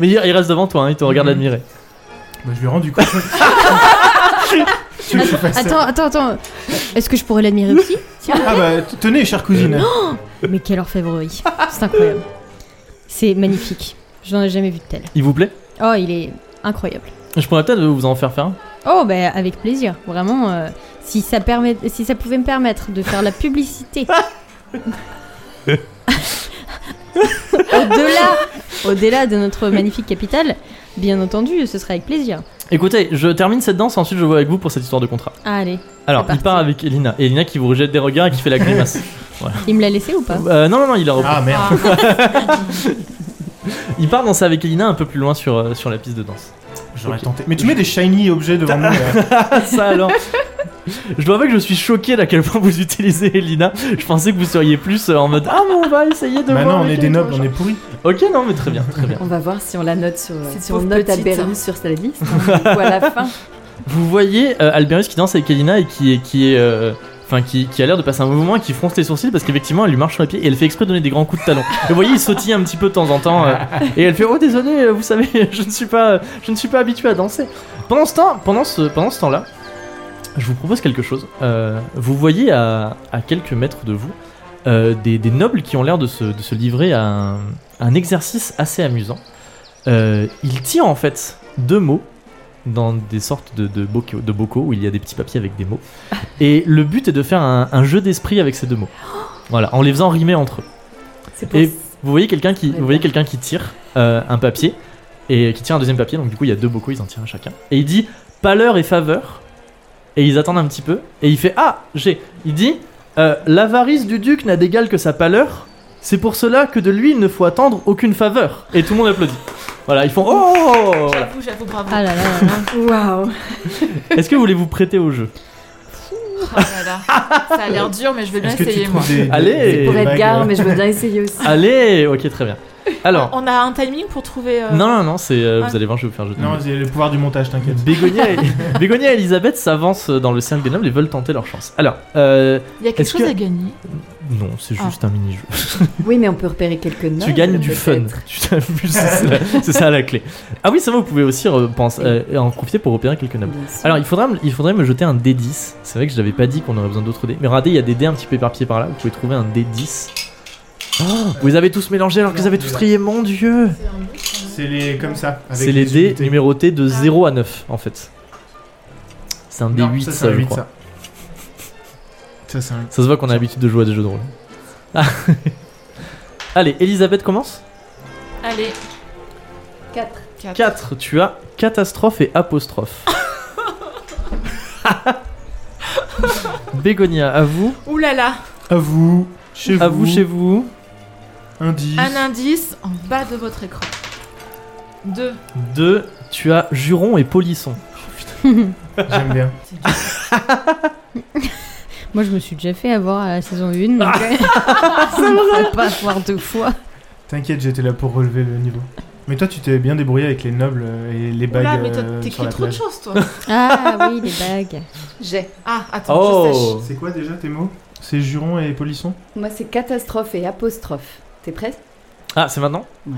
S1: Mais il, il reste devant toi, hein, il te regarde
S2: Mhm.
S1: l'admirer.
S2: Bah, je lui ai rendu compte. Tu me fais pas ça.
S3: Attends, attends, attends. Est-ce que je pourrais l'admirer aussi
S2: Ah bah, t- tenez, chère cousine.
S3: Mais quelle orfèvrerie. C'est incroyable. C'est magnifique. Je n'en ai jamais vu de tel.
S1: Il vous plaît
S3: Oh, il est incroyable.
S1: Je pourrais peut-être vous en faire faire un.
S3: Oh, bah avec plaisir. Vraiment, euh, si, ça permet... si ça pouvait me permettre de faire la publicité. au-delà, au-delà de notre magnifique capitale, bien entendu, ce serait avec plaisir.
S1: Écoutez, je termine cette danse, ensuite je vois avec vous pour cette histoire de contrat.
S3: Ah, allez,
S1: Alors,
S3: C'est
S1: il part
S3: parti.
S1: avec Elina. Et Elina qui vous rejette des regards et qui fait la grimace.
S3: il me l'a laissé ou pas
S1: Euh, non, non, non, il a repris.
S2: Ah merde.
S1: Il part danser avec Elina un peu plus loin sur, euh, sur la piste de danse.
S2: J'aurais
S1: Ok.
S2: tenté. Mais tu mets des shiny objets devant moi. là.
S1: Ah, ça alors Je dois avouer que je suis choqué d'à quel point vous utilisez Elina. Je pensais que vous seriez plus euh, en mode Ah, mais on va essayer de.
S2: Maintenant,
S1: voir
S2: Bah on est
S1: avec
S2: des
S1: elle,
S2: nobles, on
S1: machin.
S2: est pourris.
S1: Ok, non, mais très bien, très bien.
S4: On va voir si on la note sur,
S5: Cette
S4: si on
S5: pauvre
S4: note
S5: petite,
S4: Albernus sur sa liste hein, du coup, à la fin.
S1: Vous voyez euh, Alberus qui danse avec Elina et qui est. Qui est euh, Enfin, qui, qui a l'air de passer un mouvement et qui fronce les sourcils parce qu'effectivement elle lui marche sur les pieds et elle fait exprès de donner des grands coups de talon. Et vous voyez, il sautille un petit peu de temps en temps euh, et elle fait Oh désolé, euh, vous savez, je ne suis pas, je ne suis pas habitué à danser. Pendant ce temps, pendant ce, pendant ce temps-là, je vous propose quelque chose. Euh, vous voyez à, à quelques mètres de vous euh, des, des nobles qui ont l'air de se, de se livrer à un, un exercice assez amusant. Euh, ils tirent en fait deux mots dans des sortes de, de, bocaux, de bocaux où il y a des petits papiers avec des mots. Et le but est de faire un, un jeu d'esprit avec ces deux mots. Voilà, en les faisant rimer entre eux.
S4: C'est pour
S1: Et vous voyez quelqu'un qui,
S4: Ouais,
S1: vous voyez
S4: bon.
S1: quelqu'un qui tire euh, un papier et qui tire un deuxième papier. Donc du coup, il y a deux bocaux, ils en tirent un chacun. Et il dit pâleur et faveur. Et ils attendent un petit peu. Et il fait ah j'ai. Il dit euh, l'avarice du duc n'a d'égal que sa pâleur. C'est pour cela que de lui il ne faut attendre aucune faveur. Et tout le monde applaudit. Voilà, ils font oh. Voilà.
S5: J'avoue, j'avoue, bravo.
S3: Ah là là là là.
S4: Waouh
S1: Est-ce que vous voulez vous prêter au jeu
S5: Ah là là. Ça a l'air dur, mais je vais bien
S2: Est-ce que tu
S5: essayer, moi.
S2: trouves des. des-
S1: Allez.
S2: des euh,
S4: Pour
S1: Et
S4: Edgar,
S2: bagues,
S4: mais je veux bien essayer aussi.
S1: Allez, ok, très bien. Alors,
S5: On a un timing pour trouver. euh,
S1: non, non, non, c'est, euh,
S5: ah.
S1: vous allez voir, je vais vous faire un jeu
S2: euh,
S1: de
S2: Non,
S1: mots.
S2: c'est le pouvoir du montage, t'inquiète.
S1: Bégonia et, Bégonia et Elisabeth s'avancent dans le cercle des nobles et veulent tenter leur chance. Alors, euh,
S5: Il y a quelque
S1: Est-ce
S5: chose
S1: que-
S5: à gagner.
S1: non, c'est juste un mini-jeu.
S4: Oui, mais on peut repérer quelques notes.
S1: tu gagnes du fun.
S4: peut-être.
S1: Tu t'amuses, c'est ça- c'est ça la clé. Ah oui, ça va, vous pouvez aussi repenser, euh, en profiter pour repérer quelques nobles.
S4: Bien sûr.
S1: Alors, il faudra, me- il faudrait me jeter un D10. C'est vrai que je n'avais pas dit qu'on aurait besoin d'autres dés. Mais regardez, il y a des dés un petit peu éparpillés par là. Vous pouvez trouver un D10. Oh, vous les avez tous mélangés alors que vous avez tous trié, mon dieu!
S2: C'est les. comme ça. avec
S1: C'est les dés
S2: unités.
S1: numérotés de 0 à 9 en fait. C'est un
S2: Non,
S1: D8 ça,
S2: ça, c'est un
S1: je
S2: 8,
S1: crois. Ça.
S2: ça. Ça, c'est un.
S1: se voit qu'on a l'habitude de jouer à des jeux de rôle. Ah. Allez, Elisabeth commence.
S5: Allez,
S4: Quatre.
S5: 4.
S1: 4, tu as catastrophe et apostrophe. Bégonia, à vous.
S5: Ouh là là.
S2: À vous. Chez vous.
S1: À vous chez vous.
S2: Indice.
S5: Un indice en bas de votre écran. 2.
S1: 2, tu as juron et polisson.
S2: J'aime bien.
S3: Moi, je me suis déjà fait avoir à la saison 1. Donc... Faut pas avoir deux fois.
S2: T'inquiète, j'étais là pour relever le niveau. Mais toi, tu t'es bien débrouillé avec les nobles euh, et les bagues.
S5: Oula, mais toi,
S2: euh, sur
S5: t'écris
S2: la
S5: trop de
S2: plage.
S5: choses, toi.
S3: Ah oui, les bagues.
S4: J'ai.
S5: Ah, attends,
S1: Oh
S2: C'est quoi déjà tes mots C'est juron et polisson
S4: Moi, c'est catastrophe et apostrophe. T'es prête
S1: Ah, c'est maintenant
S4: Ouais.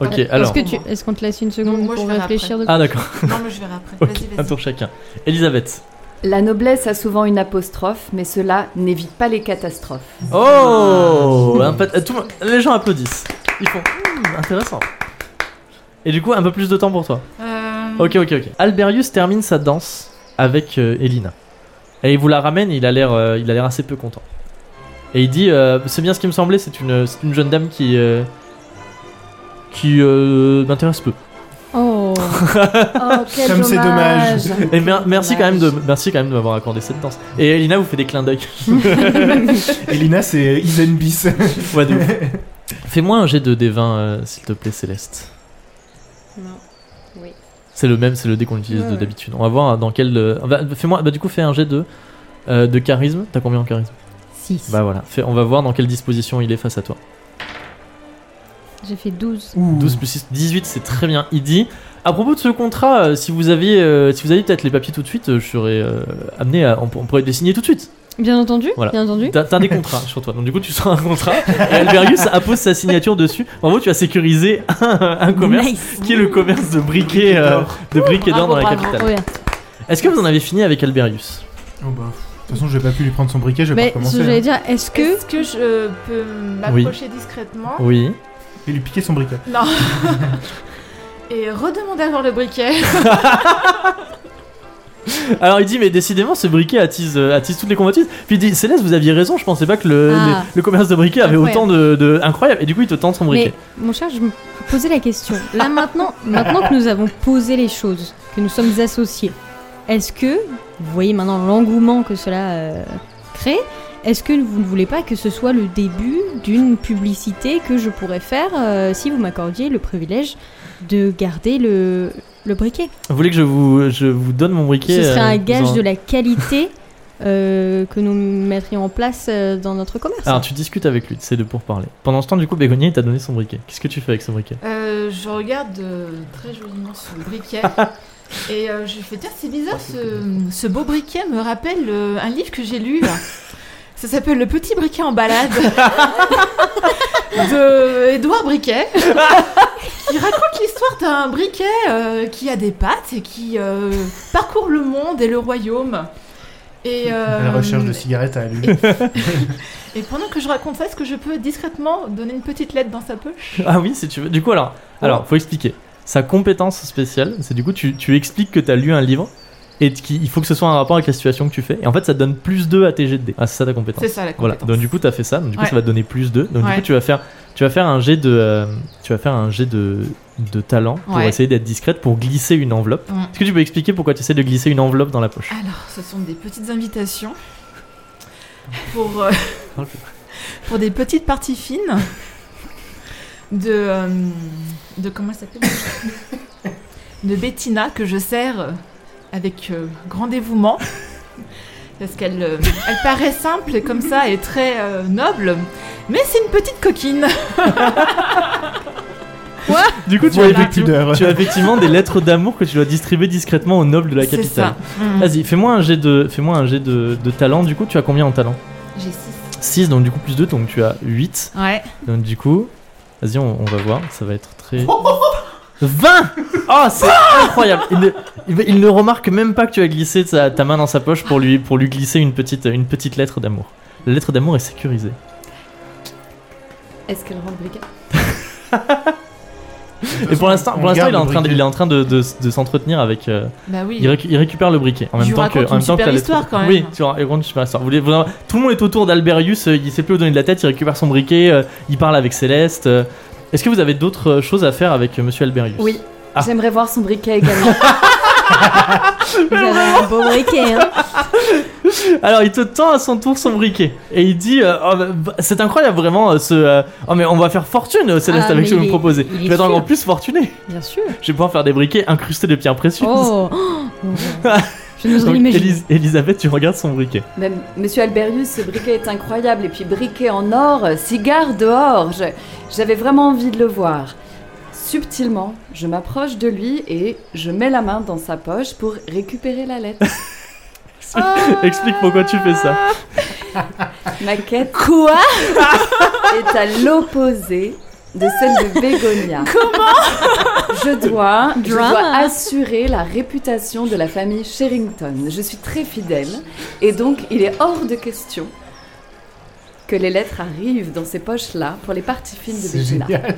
S1: Ok,
S3: Est-ce
S1: alors.
S3: Ah, que tu... Est-ce qu'on te laisse une seconde
S5: Moi, je
S3: pour
S5: verrai
S3: réfléchir de...
S1: Ah, d'accord.
S5: que je sache. Non, mais je verrai après.
S1: Ok,
S5: Vas-y,
S1: un
S5: vas-y.
S1: tour chacun. Elisabeth,
S4: La noblesse a souvent une apostrophe, mais cela n'évite pas les catastrophes.
S1: Oh un pat- tout le monde- Les gens applaudissent. Ils font Hmm, intéressant. Et du coup, un peu plus de temps pour toi.
S5: Euh,
S1: Ok, ok, ok. Alberius termine sa danse avec euh, Elina. Et il vous la ramène, il a l'air euh, il a l'air assez peu content. Et il dit euh, C'est bien ce qui me semblait, c'est une, c'est une jeune dame qui. euh, qui euh, m'intéresse peu.
S3: Oh, oh quel
S2: Ah. Comme c'est dommage.
S1: Et mer- merci, quand même de, merci quand même de m'avoir accordé cette danse. Et Elina vous fait des clins d'œil.
S2: Elina, c'est euh, Isenbis.
S1: Ouais, de ouf. Fais-moi un jet de D20, euh, s'il te plaît, Céleste.
S3: Non. Oui.
S1: C'est le même, c'est le dé qu'on utilise
S3: Ouais,
S1: de
S3: ouais.
S1: d'habitude. On va voir dans quel. euh, bah, Fais-moi, bah, du coup, fais un jet de, euh, de charisme. T'as combien en charisme
S3: 6.
S1: Bah voilà, Fais- on va voir dans quelle disposition il est face à toi.
S3: J'ai fait 12.
S1: 12 plus 6, 18, c'est très bien. Il dit à propos de ce contrat, euh, si vous aviez, euh, si vous aviez peut-être les papiers tout de suite, euh, je serais euh, amené à. On, pour- on pourrait les signer tout de suite.
S3: Bien entendu,
S1: Voilà.
S3: bien entendu.
S1: T'as t'as des contrats sur toi, donc du coup, tu sors un contrat et Alberius appose sa signature dessus. Bravo, tu as sécurisé un, un commerce
S3: Nice.
S1: qui est le commerce de briquet, euh, de briquet d'or dans la
S4: bravo,
S1: capitale.
S3: Ouais.
S1: Est-ce que vous en avez fini avec Alberius
S2: Oh bah, de toute façon, j'ai pas pu lui prendre son briquet, je vais
S3: Mais
S2: pas recommencer.
S3: ce que
S2: hein.
S3: j'allais dire, est-ce que.
S5: Est-ce que je peux m'approcher discrètement
S1: Oui.
S2: hein. Et lui piquer son briquet.
S5: Non. Et redemander à voir le briquet.
S1: Alors il dit mais décidément ce briquet attise, euh, attise toutes les convoitises. Puis il dit Céleste vous aviez raison, je pensais pas que le,
S3: Ah.
S1: les- le commerce de briquet avait
S5: Incroyable.
S1: autant de, de- incroyable. Et du coup il te tente son briquet.
S3: Mais mon cher, je me posais la question. Là maintenant, maintenant que nous avons posé les choses, que nous sommes associés, est-ce que, vous voyez maintenant l'engouement que cela euh, crée, est-ce que vous ne voulez pas que ce soit le début d'une publicité que je pourrais faire euh, si vous m'accordiez le privilège de garder le, le briquet
S1: Vous voulez que je vous, je vous donne mon briquet
S3: Ce serait
S1: euh,
S3: un
S1: vous
S3: gage
S1: en-
S3: de la qualité euh, que nous mettrions en place euh, dans notre commerce.
S1: Alors Ah, tu discutes avec lui, c'est de pour parler. Pendant ce temps du coup Bégonia il t'a donné son briquet. Qu'est-ce que tu fais avec ce briquet
S5: Euh, je regarde euh, très joliment son briquet. Et euh, je fais tiens, c'est
S2: Ah,
S5: bizarre, ce, ce beau briquet me rappelle euh, un livre que j'ai lu. là. Ça s'appelle Le petit briquet en balade de Édouard Briquet, qui raconte l'histoire d'un briquet euh, qui a des pattes et qui euh, parcourt le monde et le royaume. Et,
S2: À la
S5: euh,
S2: recherche de cigarettes à allumer.
S5: et pendant que je raconte ça, est-ce que je peux discrètement donner une petite lettre dans sa poche
S1: Ah oui si tu veux. Du coup alors, alors faut expliquer. Sa compétence spéciale, c'est du coup tu, tu expliques que t'as lu un livre et qu'il il faut que ce soit un rapport avec la situation que tu fais. Et en fait ça te donne plus 2 à tes jets de dés. Ah c'est ça ta compétence.
S5: C'est ça la
S1: Voilà,
S5: compétence.
S1: donc du coup, tu as fait ça, donc du coup,
S5: Ouais.
S1: ça va te donner plus 2. Donc du
S5: Ouais.
S1: coup, tu vas faire, tu vas faire un jet de, euh, tu vas faire un jet de, de talent pour
S5: Ouais.
S1: essayer d'être discrète, pour glisser une enveloppe.
S5: Mm.
S1: Est-ce que tu peux expliquer pourquoi tu essaies de glisser une enveloppe dans la poche
S5: Alors, ce sont des petites invitations pour, euh, pour des petites parties fines de, euh, de comment elle s'appelle De Bettina que je sers avec euh, grand dévouement. Parce qu'elle euh, elle paraît simple et comme ça et très euh, noble, mais c'est une petite coquine.
S1: Du coup, tu,
S5: Voilà.
S1: as effectivement,
S2: Pudeur.
S1: tu as effectivement des lettres d'amour que tu dois distribuer discrètement aux nobles de la
S5: C'est
S1: capitale.
S5: ça. Mm.
S1: Vas-y, fais-moi un jet de, fais-moi un jet de, de talent. Du coup, tu as combien en talent
S5: J'ai 6.
S1: 6, donc du coup plus 2, donc tu as 8.
S5: Mm. Ouais.
S1: Donc du coup, vas-y, on, on va voir, ça va être très... 20 Oh, c'est incroyable il ne, il va- il ne remarque même pas que tu as glissé ta, ta main dans sa poche pour lui, pour lui glisser une petite, une petite lettre d'amour. La lettre d'amour est sécurisée.
S4: Est-ce qu'elle rend le briquet
S1: Et pour l'instant,
S2: on
S1: pour l'instant,
S2: garde
S1: il est en
S2: le
S1: train, de,
S2: briquet.
S1: il est en train de, de- de s'entretenir avec. euh,
S5: Bah oui.
S1: il, récu- il récupère le briquet en même
S5: Je vous
S1: temps que.
S5: raconte
S1: en même
S5: une
S1: temps que la
S5: super
S1: lettre-
S5: histoire, quand même.
S1: Oui, tu racontes une super histoire. Vous voulez- vous- tout le monde est autour d'Alberius. euh, Il sait plus où donner de la tête. Il récupère son briquet. euh, il parle avec Céleste. euh. Est-ce que vous avez d'autres euh, choses à faire avec euh, Monsieur Alberius
S4: Oui.
S1: Ah.
S4: J'aimerais voir son briquet également.
S3: Vous avez un beau briquet, hein
S1: Alors il te tend à son tour son briquet et il dit euh, Oh, bah, bah, c'est incroyable vraiment euh, ce euh, oh mais on va faire fortune euh, Céleste
S3: Ah,
S1: avec
S3: mais
S1: ce que vous me
S3: il est-
S1: proposez.
S3: il est
S1: Je vais être
S3: sûr.
S1: encore plus fortuné.
S3: Bien sûr.
S1: Je vais pouvoir faire des briquets incrustés de pierres précieuses.
S3: Oh, Je n'oserais
S1: Donc,
S3: l'imaginer.
S1: Élise- Elisabeth, tu regardes son briquet.
S4: Même Monsieur Alberius, ce briquet est incroyable. Et puis briquet en or, euh, cigare dehors. Je- J'avais vraiment envie de le voir. Subtilement, je m'approche de lui et je mets la main dans sa poche pour récupérer la lettre.
S1: Explique pourquoi tu fais ça.
S4: Ma quête
S5: Quoi
S4: est à l'opposé de celle de Bégonia. Je dois, je
S3: Drama.
S4: dois assurer la réputation de la famille Sherrington. Je suis très fidèle et donc il est hors de question que les lettres arrivent dans ces poches-là pour les parties fines de
S2: C'est
S4: Bégonia.
S2: génial.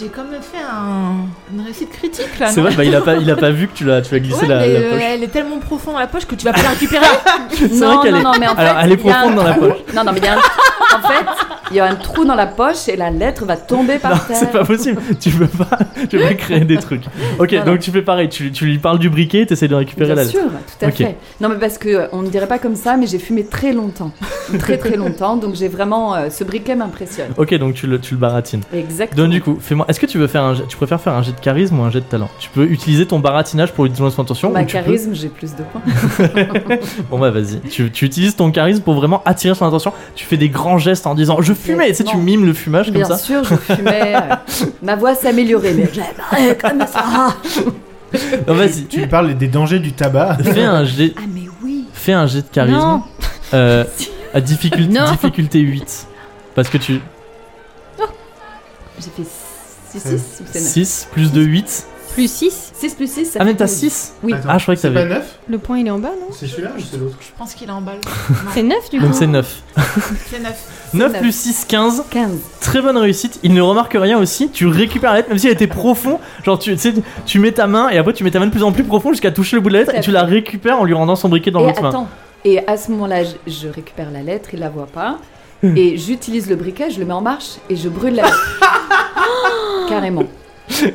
S5: J'ai quand même fait un... une réussite critique là.
S1: C'est
S5: non
S1: vrai, bah, il, a pas, il a pas vu que tu l'as tu as glissé
S5: Ouais,
S1: la,
S5: mais,
S1: la
S5: euh,
S1: poche.
S5: elle est tellement profonde dans la poche que tu vas pas la récupérer.
S1: C'est
S4: non,
S1: vrai qu'elle
S4: non,
S1: est-
S4: non, mais en
S1: Alors,
S4: fait,
S1: elle est
S4: il y a un
S1: profonde dans la
S4: trou.
S1: poche.
S4: Non, non, mais il y a un... en fait, il y a un trou dans la poche et la lettre va tomber par
S1: Non,
S4: terre.
S1: c'est pas possible. Tu peux pas, tu peux pas créer des trucs. Ok,
S4: Non, non.
S1: donc tu fais pareil. Tu, tu lui parles du briquet, t'essaies de récupérer
S4: Bien
S1: la lettre.
S4: sûr, tout à
S1: Ok.
S4: fait. Non, mais parce que euh, on ne dirait pas comme ça, mais j'ai fumé très longtemps, très très longtemps, donc j'ai vraiment euh, ce briquet m'impressionne.
S1: Ok, donc tu le, tu le baratines.
S4: Exactement.
S1: Donc du coup, fais-moi. Est-ce que tu veux faire un, jet- tu préfères faire un jet de charisme ou un jet de talent Tu peux utiliser ton baratinage pour lui donner son attention.
S4: ma
S1: ou tu peux-
S4: Bah, charisme, j'ai plus de points.
S1: Bon bah vas-y. Tu, tu utilises ton charisme pour vraiment attirer son attention. Tu fais des grands gestes en disant je fumais. Tu sais, tu
S4: non.
S1: mimes le fumage comme
S4: Bien
S1: ça.
S4: sûr, je fumais. euh, ma voix s'améliorait, mais j'aimerais comme
S1: Ah,
S4: ça.
S1: Non, vas-y.
S2: Tu lui parles des dangers du tabac.
S1: Fais un jet,
S5: Ah mais oui.
S1: fais un jet de charisme.
S3: Non.
S1: Euh, à difficulté,
S3: Non.
S1: difficulté 8. Parce que tu.
S4: J'ai fait 6,
S1: Euh,
S4: 6 ou c'est 9
S1: 6 plus 2, 8.
S3: Plus 6,
S4: 6 plus 6, ça
S1: Ah,
S4: fait
S1: mais t'as
S4: 12.
S1: 6
S4: Oui.
S2: Attends,
S1: Ah, je croyais que
S2: C'est
S1: t'avais-
S2: pas neuf
S3: le point il est en bas, non
S2: C'est celui-là ou c'est l'autre
S5: Je pense qu'il a un bal.
S3: C'est 9 du coup.
S1: Donc c'est 9.
S5: C'est neuf.
S1: 9
S4: neuf.
S1: plus 6, 15.
S4: 15.
S1: Très bonne réussite. Il ne remarque rien aussi. Tu récupères la lettre, même si elle était profond. Genre, tu, tu sais, tu mets ta main et après tu mets ta main de plus en plus profond jusqu'à toucher le bout de la lettre
S4: Tout
S1: et
S4: à
S1: tu
S4: fait.
S1: la récupères en lui rendant son briquet dans
S4: et
S1: l'autre main.
S4: attends, et à ce moment-là, je, je récupère la lettre, il la voit pas,
S1: Hmm.
S4: et j'utilise le briquet, je le mets en marche et je brûle la lettre. Carrément.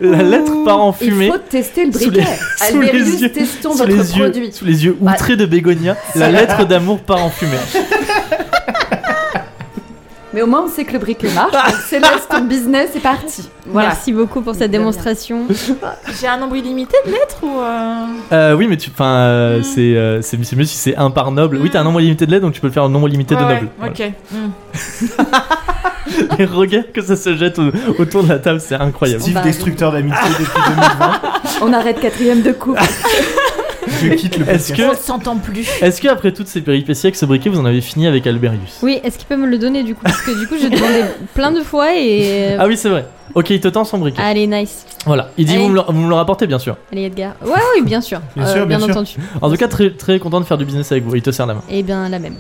S1: La lettre part en fumée.
S4: Il faut tester le
S1: Sous les-
S4: briquet.
S1: sous les
S4: Alberius,
S1: yeux-
S4: testons
S1: Sous
S4: votre
S1: les, yeux,
S4: produit.
S1: sous les yeux
S4: Ah.
S1: outrés de Bégonia, la lettre d'amour part en fumée.
S4: Mais au moins, on sait que le briquet marche.
S1: Ah.
S4: Donc, Céleste, ton business est parti. Voilà.
S3: Merci beaucoup pour cette
S4: De rien.
S3: démonstration.
S5: J'ai un nombre illimité de lettres ou euh,
S1: Euh, oui, mais tu. Enfin, euh,
S5: Mm.
S1: c'est, euh, c'est, c'est mieux si c'est un par noble. Oui, t'as un
S5: Mm.
S1: nombre limité de lettres, donc tu peux le faire en nombre limité
S5: ouais,
S1: de
S5: ouais,
S1: nobles. Voilà.
S5: Ok. Hmm.
S1: Et regarde que ça se jette au- autour de la table, c'est incroyable.
S4: On
S3: Bah,
S2: Steve,
S4: va
S2: destructeur d'amitié depuis 2020.
S4: On arrête quatrième de
S1: Ah.
S4: coupe.
S2: Je quitte le
S1: Est-ce
S2: podcast.
S1: que,
S5: On s'entend plus.
S1: est-ce que après toutes ces péripéties avec ce briquet, vous en avez fini avec Alberius
S3: Oui, est-ce qu'il peut me le donner du coup Parce que du coup, j'ai demandé plein de fois et. euh,
S1: Ah oui, c'est vrai. Ok, il te tend son briquet.
S3: Allez, nice.
S1: Voilà. Il dit
S3: Allez.
S1: vous me, le, vous me le rapportez, bien sûr.
S3: Allez, Edgar. Ouais, oui, bien sûr.
S2: Bien sûr, bien sûr.
S3: entendu.
S1: En tout cas, très, très content de faire du business avec vous. Il te serre la main.
S3: Et bien, la même.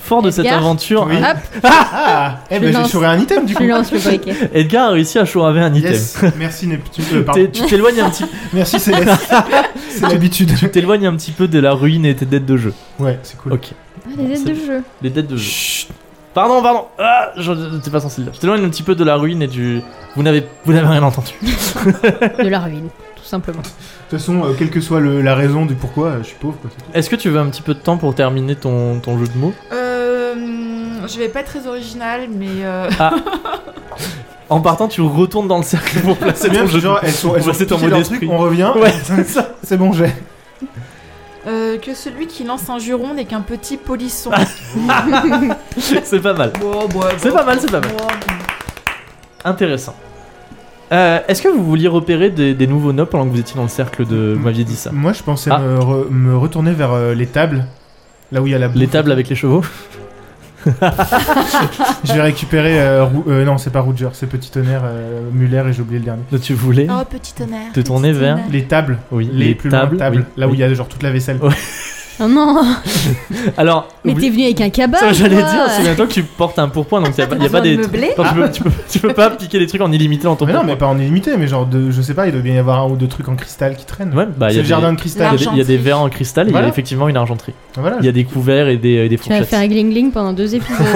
S1: Fort de cette
S3: Edgar
S1: aventure,
S2: Oui.
S3: Hop,
S2: Ah Eh
S3: Je
S2: ben, j'ai
S3: lance.
S2: chouré un item du
S3: je
S2: coup.
S3: lui lance le briquet.
S1: Edgar a réussi à chouraver un item.
S2: Yes. Merci Neptune. Euh, pardon.
S1: T'es- Tu t'éloignes un petit,
S2: Merci Céleste. C'est l'habitude.
S1: tu t'éloignes un petit peu de la ruine et tes dettes de jeu.
S2: Ouais, c'est cool.
S1: Ok.
S3: Ah, les aides de jeu.
S1: Les dettes de jeu. Pardon, pardon. Ah, je- je- t'es pas censé le dire. Je t'éloigne un petit peu de la ruine et du. Vous n'avez, vous n'avez rien entendu.
S3: De la ruine, tout simplement.
S2: De toute façon, euh, quelle que soit le- la raison du pourquoi, euh, je suis pauvre. Quoi, c'est tout.
S1: Est-ce que tu veux un petit peu de temps pour terminer ton, ton jeu de mots
S5: Euh, je vais pas être très originale, mais euh,
S1: En partant, tu retournes dans le cercle pour placer
S2: C'est bien,
S1: ton jeu. de
S2: genre,
S1: mots.
S2: elles sont,
S1: On
S2: elles
S1: va
S2: sont
S1: rester en
S2: piquées
S1: mode
S2: leur
S1: esprit.
S2: truc, on revient.
S1: Ouais,
S2: c'est ça. C'est bon, j'ai.
S5: euh, que celui qui lance un juron n'est qu'un petit polisson.
S1: c'est pas mal.
S5: Bon, bon,
S1: Ah. C'est
S5: bon,
S1: pas mal, c'est pas mal.
S5: bon.
S1: Intéressant. Euh, Est-ce que vous vouliez repérer des, des nouveaux nobles pendant que vous étiez dans le cercle de. Vous m'aviez dit ça.
S2: Moi, je pensais
S1: Ah.
S2: me, re- me retourner vers euh, les tables. Là où il y a la bouffe.
S1: Les tables avec les chevaux
S2: Je vais récupérer. euh, Rou- euh, non, c'est pas Roger, c'est Petit Tonnerre, euh, Muller et j'ai oublié le dernier.
S1: dont tu voulais
S5: Oh, petit tonnerre.
S1: Te
S5: petit
S1: tourner vers-
S5: tonnerre.
S2: Les tables.
S1: Oui,
S2: Les, plus loin
S1: tables.
S2: de tables.
S1: oui,
S2: là où
S1: oui.
S2: il y a genre toute la vaisselle.
S1: Ouais.
S3: Oh non
S1: Alors.
S3: Mais
S1: oublie-
S3: t'es venu avec un cabas
S1: Ça, j'allais
S3: toi
S1: dire, souviens-toi que tu portes un pourpoint, donc il a, pas- y a pas
S4: besoin
S1: des.
S4: de meubler
S1: Enfin, tu, peux, tu peux- tu peux pas piquer des trucs en illimité dans ton
S2: Mais non, mais
S1: pourpoint.
S2: pas en illimité, mais genre, de, je sais pas, il doit bien y avoir un ou deux trucs en cristal qui traînent.
S1: Ouais, bah,
S2: c'est
S1: il y a
S2: le
S1: des-
S2: jardin de
S1: il y a
S2: cristal.
S1: des- Il y a des verres en cristal et il y a
S2: Voilà.
S1: effectivement une argenterie.
S2: Voilà,
S1: Il y a des couverts et des, et des
S3: Tu vas
S1: fourchettes.
S3: faire gling gling pendant deux épisodes.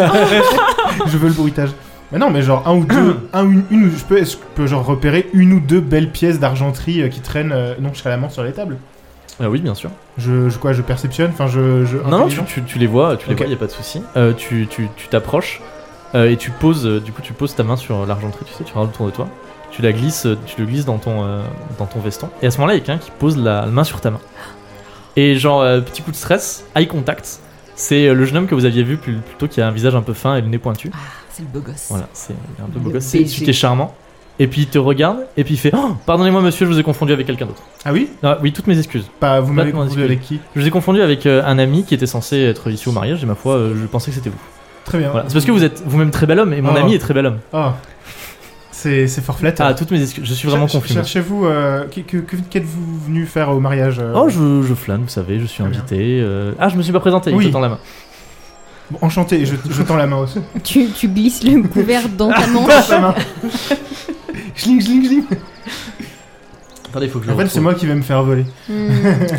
S2: je veux le bruitage. Mais non, mais genre un ou deux, un ou une, une ou- je peux, est-ce que je peux genre repérer une ou deux belles pièces d'argenterie euh, qui traînent euh, nonchalamment sur les tables.
S1: Ah oui, bien sûr.
S2: Je, je- quoi, je perceptionne, enfin je, je
S1: Non, non, tu,
S2: intelligent.
S1: tu- tu les vois, tu les
S2: Ok.
S1: vois, y a pas de souci. Euh, tu tu- tu t'approches euh, et tu poses, euh, du coup, tu poses ta main sur l'argenterie, tu sais, tu regardes autour de toi. Tu la glisses, euh, tu le glisses dans ton euh, dans ton veston. Et à ce moment-là, il y a quelqu'un qui pose la, la main sur ta main. Et genre euh, petit coup de stress, eye contact. C'est euh, le jeune homme que vous aviez vu plus, plus tôt qui a un visage un peu fin et le nez pointu.
S4: Ah, C'est le beau gosse.
S1: Voilà, c'est il est un peu beau
S4: Le
S1: gosse. c'est-
S4: BG.
S1: Tu t'es charmant. Et puis il te regarde et puis il fait Oh, Pardonnez-moi monsieur, je vous ai confondu avec quelqu'un d'autre.
S2: Ah oui
S1: Ah, oui, toutes mes excuses.
S2: Pas vous m'avez
S1: Batman
S2: confondu
S1: Discovery.
S2: avec qui
S1: Je vous ai confondu avec euh, un ami qui était censé être ici au mariage et ma foi, euh, je pensais que c'était vous.
S2: Très bien.
S1: Voilà. C'est parce que vous êtes vous-même très bel homme et mon
S2: Oh.
S1: ami est très bel homme.
S2: Oh. C'est c'est fort flatteur.
S1: Ah, toutes mes excuses, je suis vraiment
S2: Cher-
S1: confus.
S2: Cherchez-vous. euh, que- que- que- Qu'êtes-vous venu faire au mariage euh,
S1: Oh, je, je flâne, vous savez, je suis
S2: Très bien.
S1: invité. euh, Ah, je me suis pas présenté,
S2: Oui.
S1: il te tend la main.
S2: Bon, Enchanté, je, je tends la main aussi.
S3: Oh, Tu, tu glisses le couvert dans ta manche.
S2: Passe la main. Schling, schling, schling.
S1: Attendez, faut que je
S2: En
S1: le
S2: fait,
S1: retrouve.
S2: c'est moi qui vais me faire voler.
S3: Hmm.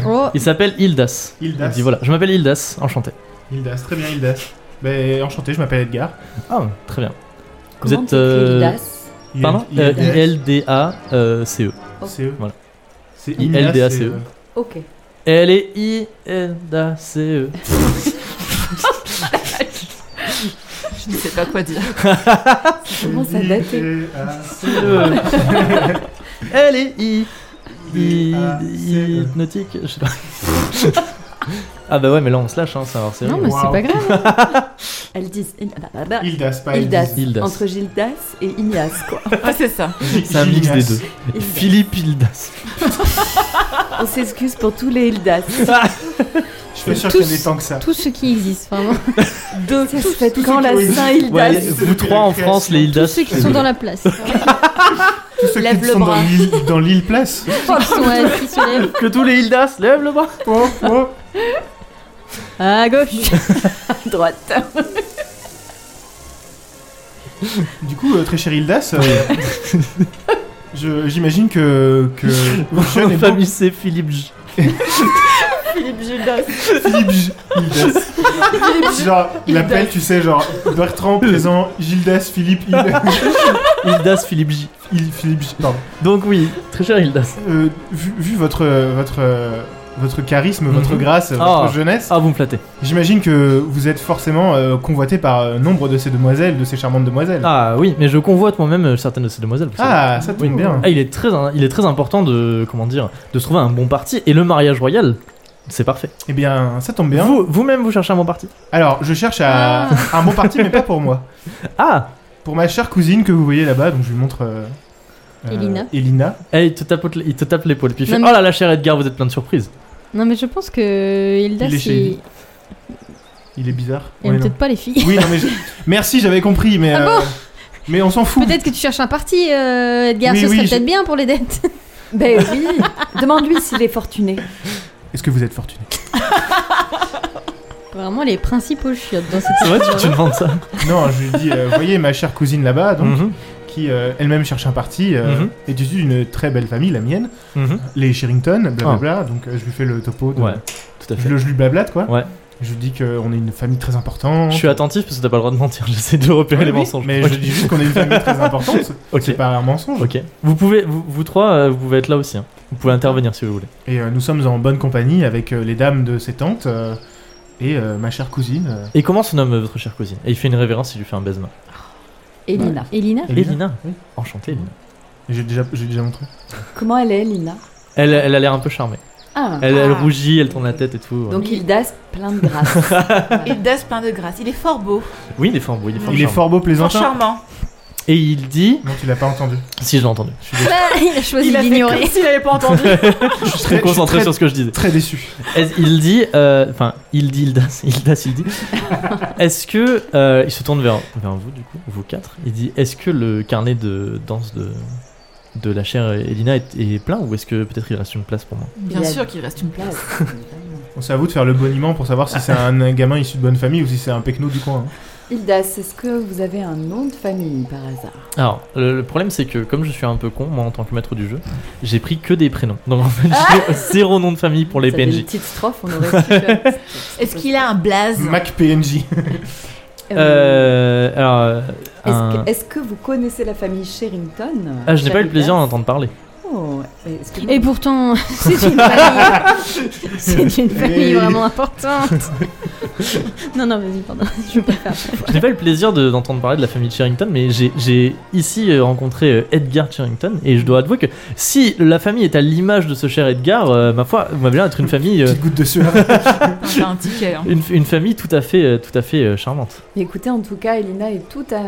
S3: Oh,
S1: Il s'appelle Hildas.
S2: Hildas.
S1: Il dit voilà, je m'appelle Hildas, enchanté.
S2: Hildas, très bien, Hildas. Ben, enchanté, je m'appelle Edgar.
S1: Ah, très bien.
S4: Comment
S1: vous êtes.
S4: t'écris
S1: euh,
S4: Lidas
S2: Il-
S1: Pardon
S2: il-
S1: Euh,
S2: Hildas,
S1: I-L-D-A-C-E.
S2: C'est eux.
S1: Voilà.
S2: E. C'est
S1: I- L- D- A- C- E.
S2: Hildas, c'est eux.
S4: Ok.
S1: Elle est I-L-D-A-C-E.
S5: Je ne sais pas quoi dire.
S4: Comment ça date
S2: euh, I- D- A- C-
S1: Euh,
S2: E.
S1: Elle est I.
S2: D-
S1: I.
S2: A- C- E.
S1: I- Nautique, je sais pas. Ah bah ouais, mais là on se lâche, hein, ça va c'est
S3: non,
S1: vrai.
S3: mais c'est
S2: Waouh.
S3: pas grave.
S4: Elles disent.
S2: Hildas, pas
S4: Ildas.
S1: Ildas.
S4: Entre Gildas et Ignace, quoi.
S5: Ah, c'est ça.
S1: C'est un mix des deux.
S4: Hildas.
S1: Philippe Hildas.
S4: On s'excuse pour tous les Ildas.
S2: Je suis pas sûr qu'il y en ait
S3: Tous.
S2: tant que ça.
S3: Tout ce qui existe, vraiment.
S4: Deux, ça se fait
S2: tous
S4: quand
S2: ceux
S4: la
S2: qui ont-
S4: Saint-Hildas
S1: Ouais,
S2: c'est
S1: vous
S2: depuis
S1: trois
S2: la
S1: en France,
S2: création.
S1: les
S3: Tous
S1: Hildas.
S3: ceux qui sont dans la place.
S2: Tous ceux
S4: Lève
S2: qui
S4: le
S2: sont dans
S4: bras.
S2: l'île- dans l'île place.
S3: Ceux qui sont assis sur les...
S1: Que tous les Hildas lèvent le bras.
S2: Oh, oh.
S3: À gauche.
S4: droite.
S2: Du coup, euh, très cher Hildas, euh, je- j'imagine que, que
S1: Mon
S2: Ocean est
S1: famille c'est Philippe J.
S4: Philippe Gildas.
S2: Philippe J- Hildas. Genre, il appelle, tu sais, genre Bertrand, présent, Gildas, Philippe, Hildas.
S1: Hildas Philippe J.
S2: Philippe, J- pardon.
S1: Donc oui, très cher Hildas.
S2: Euh, vu, vu votre, euh, votre, euh, votre charisme,
S1: Mhm.
S2: votre grâce,
S1: Ah.
S2: votre jeunesse,
S1: Ah, vous me flattez.
S2: j'imagine que vous êtes forcément euh, convoité par euh, nombre de ces demoiselles, de ces charmantes demoiselles.
S1: Ah oui, mais je convoite moi-même euh, certaines de ces demoiselles. vous savez.
S2: Ah, ça tombe
S1: Oui.
S2: bien.
S1: Ah, il est très, il est très important de comment dire, de se trouver un bon parti et le mariage royal, c'est parfait.
S2: Eh bien, ça tombe bien.
S1: Vous, Ah. vous-même, vous cherchez un bon parti.
S2: Alors, je cherche à un bon parti, mais pas pour moi.
S1: Ah,
S2: Pour ma chère cousine que vous voyez là-bas, donc je lui montre. euh, euh,
S3: Elina.
S2: Elina.
S1: Eh, il te tape, au- il te tape l'épaule puis il
S3: Non,
S1: fait
S3: mais-
S1: oh là là, cher Edgar, vous êtes plein de surprises.
S3: Non, mais je pense que Hilda,
S2: Il est chez
S3: il,
S2: lui. Il est bizarre.
S3: il
S2: Ouais,
S3: aime
S2: non.
S3: peut-être pas les filles.
S2: Oui, non, mais je- merci, j'avais compris, mais.
S3: Ah
S2: euh, Mais on s'en fout.
S3: Peut-être que tu cherches un parti, euh, Edgar.
S2: Oui,
S3: Ce
S2: oui,
S3: serait
S2: je-
S3: peut-être bien pour les dettes.
S4: Ben oui. Demande-lui s'il est fortuné.
S2: Est-ce que vous êtes fortuné
S3: Vraiment les principaux chiottes dans cette
S1: C'est vrai, tu, tu demandes ça.
S2: Non, je lui dis, euh, voyez ma chère cousine là-bas, donc,
S1: Mhm,
S2: qui euh, elle-même cherche un parti, euh,
S1: Mhm.
S2: est issue d'une très belle famille, la mienne,
S1: mhm.
S2: les Sherrington, blablabla. Donc euh, je lui fais le topo. de-
S1: Ah. Ouais, tout à
S2: Je,
S1: fait.
S2: le- je lui blablate, quoi.
S1: Ouais.
S2: Je lui dis qu'on est une famille très importante.
S1: Je suis attentif parce que t'as pas le droit de mentir. J'essaie de repérer
S2: Ouais,
S1: les
S2: oui,
S1: mensonges.
S2: Mais
S1: Ok.
S2: je dis juste qu'on est une famille très importante. C'est
S1: Ok.
S2: pas un mensonge.
S1: Ok. Vous pouvez, vous, vous trois, euh, vous pouvez être là aussi. hein. Vous pouvez intervenir si vous voulez.
S2: Et euh, nous sommes en bonne compagnie avec euh, les dames de ses tantes euh, et euh, ma chère cousine. euh,
S1: Et comment se nomme euh, votre chère cousine Et il fait une révérence, il lui fait un baisement.
S4: Et Lina.
S3: Elina
S2: Elina.
S1: Elina.
S2: Oui.
S1: Enchantée. Elina.
S2: J'ai déjà, j'ai déjà montré.
S4: Comment elle est, Lina
S1: Elle, elle a l'air un peu charmée.
S4: Ah.
S1: Elle, elle
S5: Ah.
S1: rougit, elle tourne la tête et tout. ouais.
S4: Donc Hildas, plein de grâce.
S5: Il dasse plein de grâce. Il est fort beau,
S1: Oui, il est fort beau. Il est fort,
S2: Il est
S1: charmant.
S2: fort beau
S5: fort
S2: plaisantin.
S5: charmant.
S1: Et il dit,
S2: Non, tu l'as pas entendu.
S1: si je l'ai entendu, je suis désolé.
S3: Ah, Il a choisi d'ignorer.
S5: s'il n'avait pas entendu.
S2: Je suis
S1: très concentré
S2: je
S1: sur
S2: suis
S1: ce que je disais.
S2: très, très déçu.
S1: Est-ce- Il dit, euh, enfin, il dit, Hildas, Hildas, il dit. Est-ce que euh, il se tourne vers, vers vous du coup, vous quatre Il dit, est-ce que le carnet de danse de de la chère Elina est, est plein ou est-ce que peut-être il reste une place pour moi
S5: Bien sûr qu'il reste une place.
S4: Place.
S2: On s'avoue de faire le boniment pour savoir si c'est un gamin issu de bonne famille ou si c'est un pecno du coin. hein.
S4: Hildas, est-ce que vous avez un nom de famille par hasard
S1: Alors, le, le problème c'est que comme je suis un peu con, moi en tant que maître du jeu, j'ai pris que des prénoms. Donc en fait, j'ai zéro nom de famille pour les
S4: Ça fait
S1: PNJ.
S4: Une petite strophe, on aurait pu faire.
S5: Est-ce qu'il a un blaze
S2: Mac PNJ.
S4: Euh,
S1: Euh, alors, euh,
S4: Est-ce
S1: un-
S4: que, est-ce que vous connaissez la famille Sherrington
S1: ah, je n'ai pas eu le plaisir d'en
S4: Sherrington
S1: entendre parler.
S4: Oh, est-ce que-
S3: Et pourtant, c'est une famille. c'est une famille vraiment importante. non, non, vas-y, pardon. Je peux faire.
S1: Je n'ai pas eu le plaisir de- d'entendre parler de la famille Charrington, mais j'ai- j'ai ici euh, rencontré euh, Edgar Charrington, et je dois avouer que si la famille est à l'image de ce cher Edgar, euh, ma foi, vous m'avez l'air d'être une famille, euh,
S2: Petite goutte de sueur.
S5: T'as un ticket. hein.
S1: une, une famille tout à fait, euh, tout à fait euh, charmante.
S4: Mais Écoutez, en tout cas, Elina est tout à,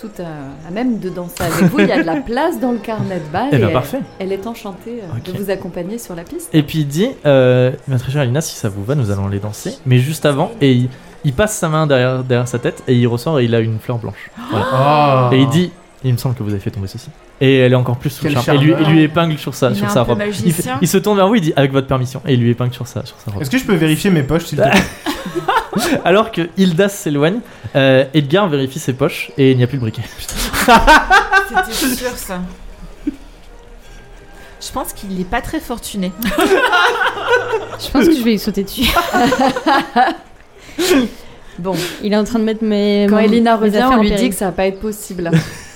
S4: tout à, à même de danser avec vous. Il y a de la place dans le carnet de bal.
S1: Eh bien
S4: elle-
S1: parfait.
S4: Elle, est enchantée euh,
S1: Ok.
S4: de vous accompagner sur la piste.
S1: Et puis il dit, euh, ma très chère Alina, si ça vous va, nous allons aller danser, mais juste avant, et il, il passe sa main derrière, derrière sa tête et il ressort et il a une fleur blanche. Voilà.
S2: Oh.
S1: Et il dit Il me semble que vous avez fait tomber ceci. Et elle est encore plus sous le
S2: Quel
S1: charme. Et lui,
S2: charmeur.
S1: il lui épingle sur sa,
S5: Il est
S1: sur
S5: un
S1: sa
S5: peu
S1: robe. Il, fait-
S5: magicien.
S1: il se tourne vers vous, il dit Avec votre permission. Et il lui épingle sur sa, sur sa robe.
S2: Est-ce que je peux vérifier mes poches, s'il te plaît
S1: Alors que Hilda s'éloigne, euh, Edgar vérifie ses poches et il n'y a plus le briquet.
S5: C'était sûr ça. Je pense qu'il n'est pas très fortuné.
S3: Je pense que je vais lui sauter dessus.
S4: Bon,
S3: Il est en train de mettre mes.
S4: quand
S3: mon-
S4: Elena
S3: mes
S4: revient,
S3: affaires
S4: on
S3: en
S4: lui
S3: péril.
S4: dit que ça va pas être possible.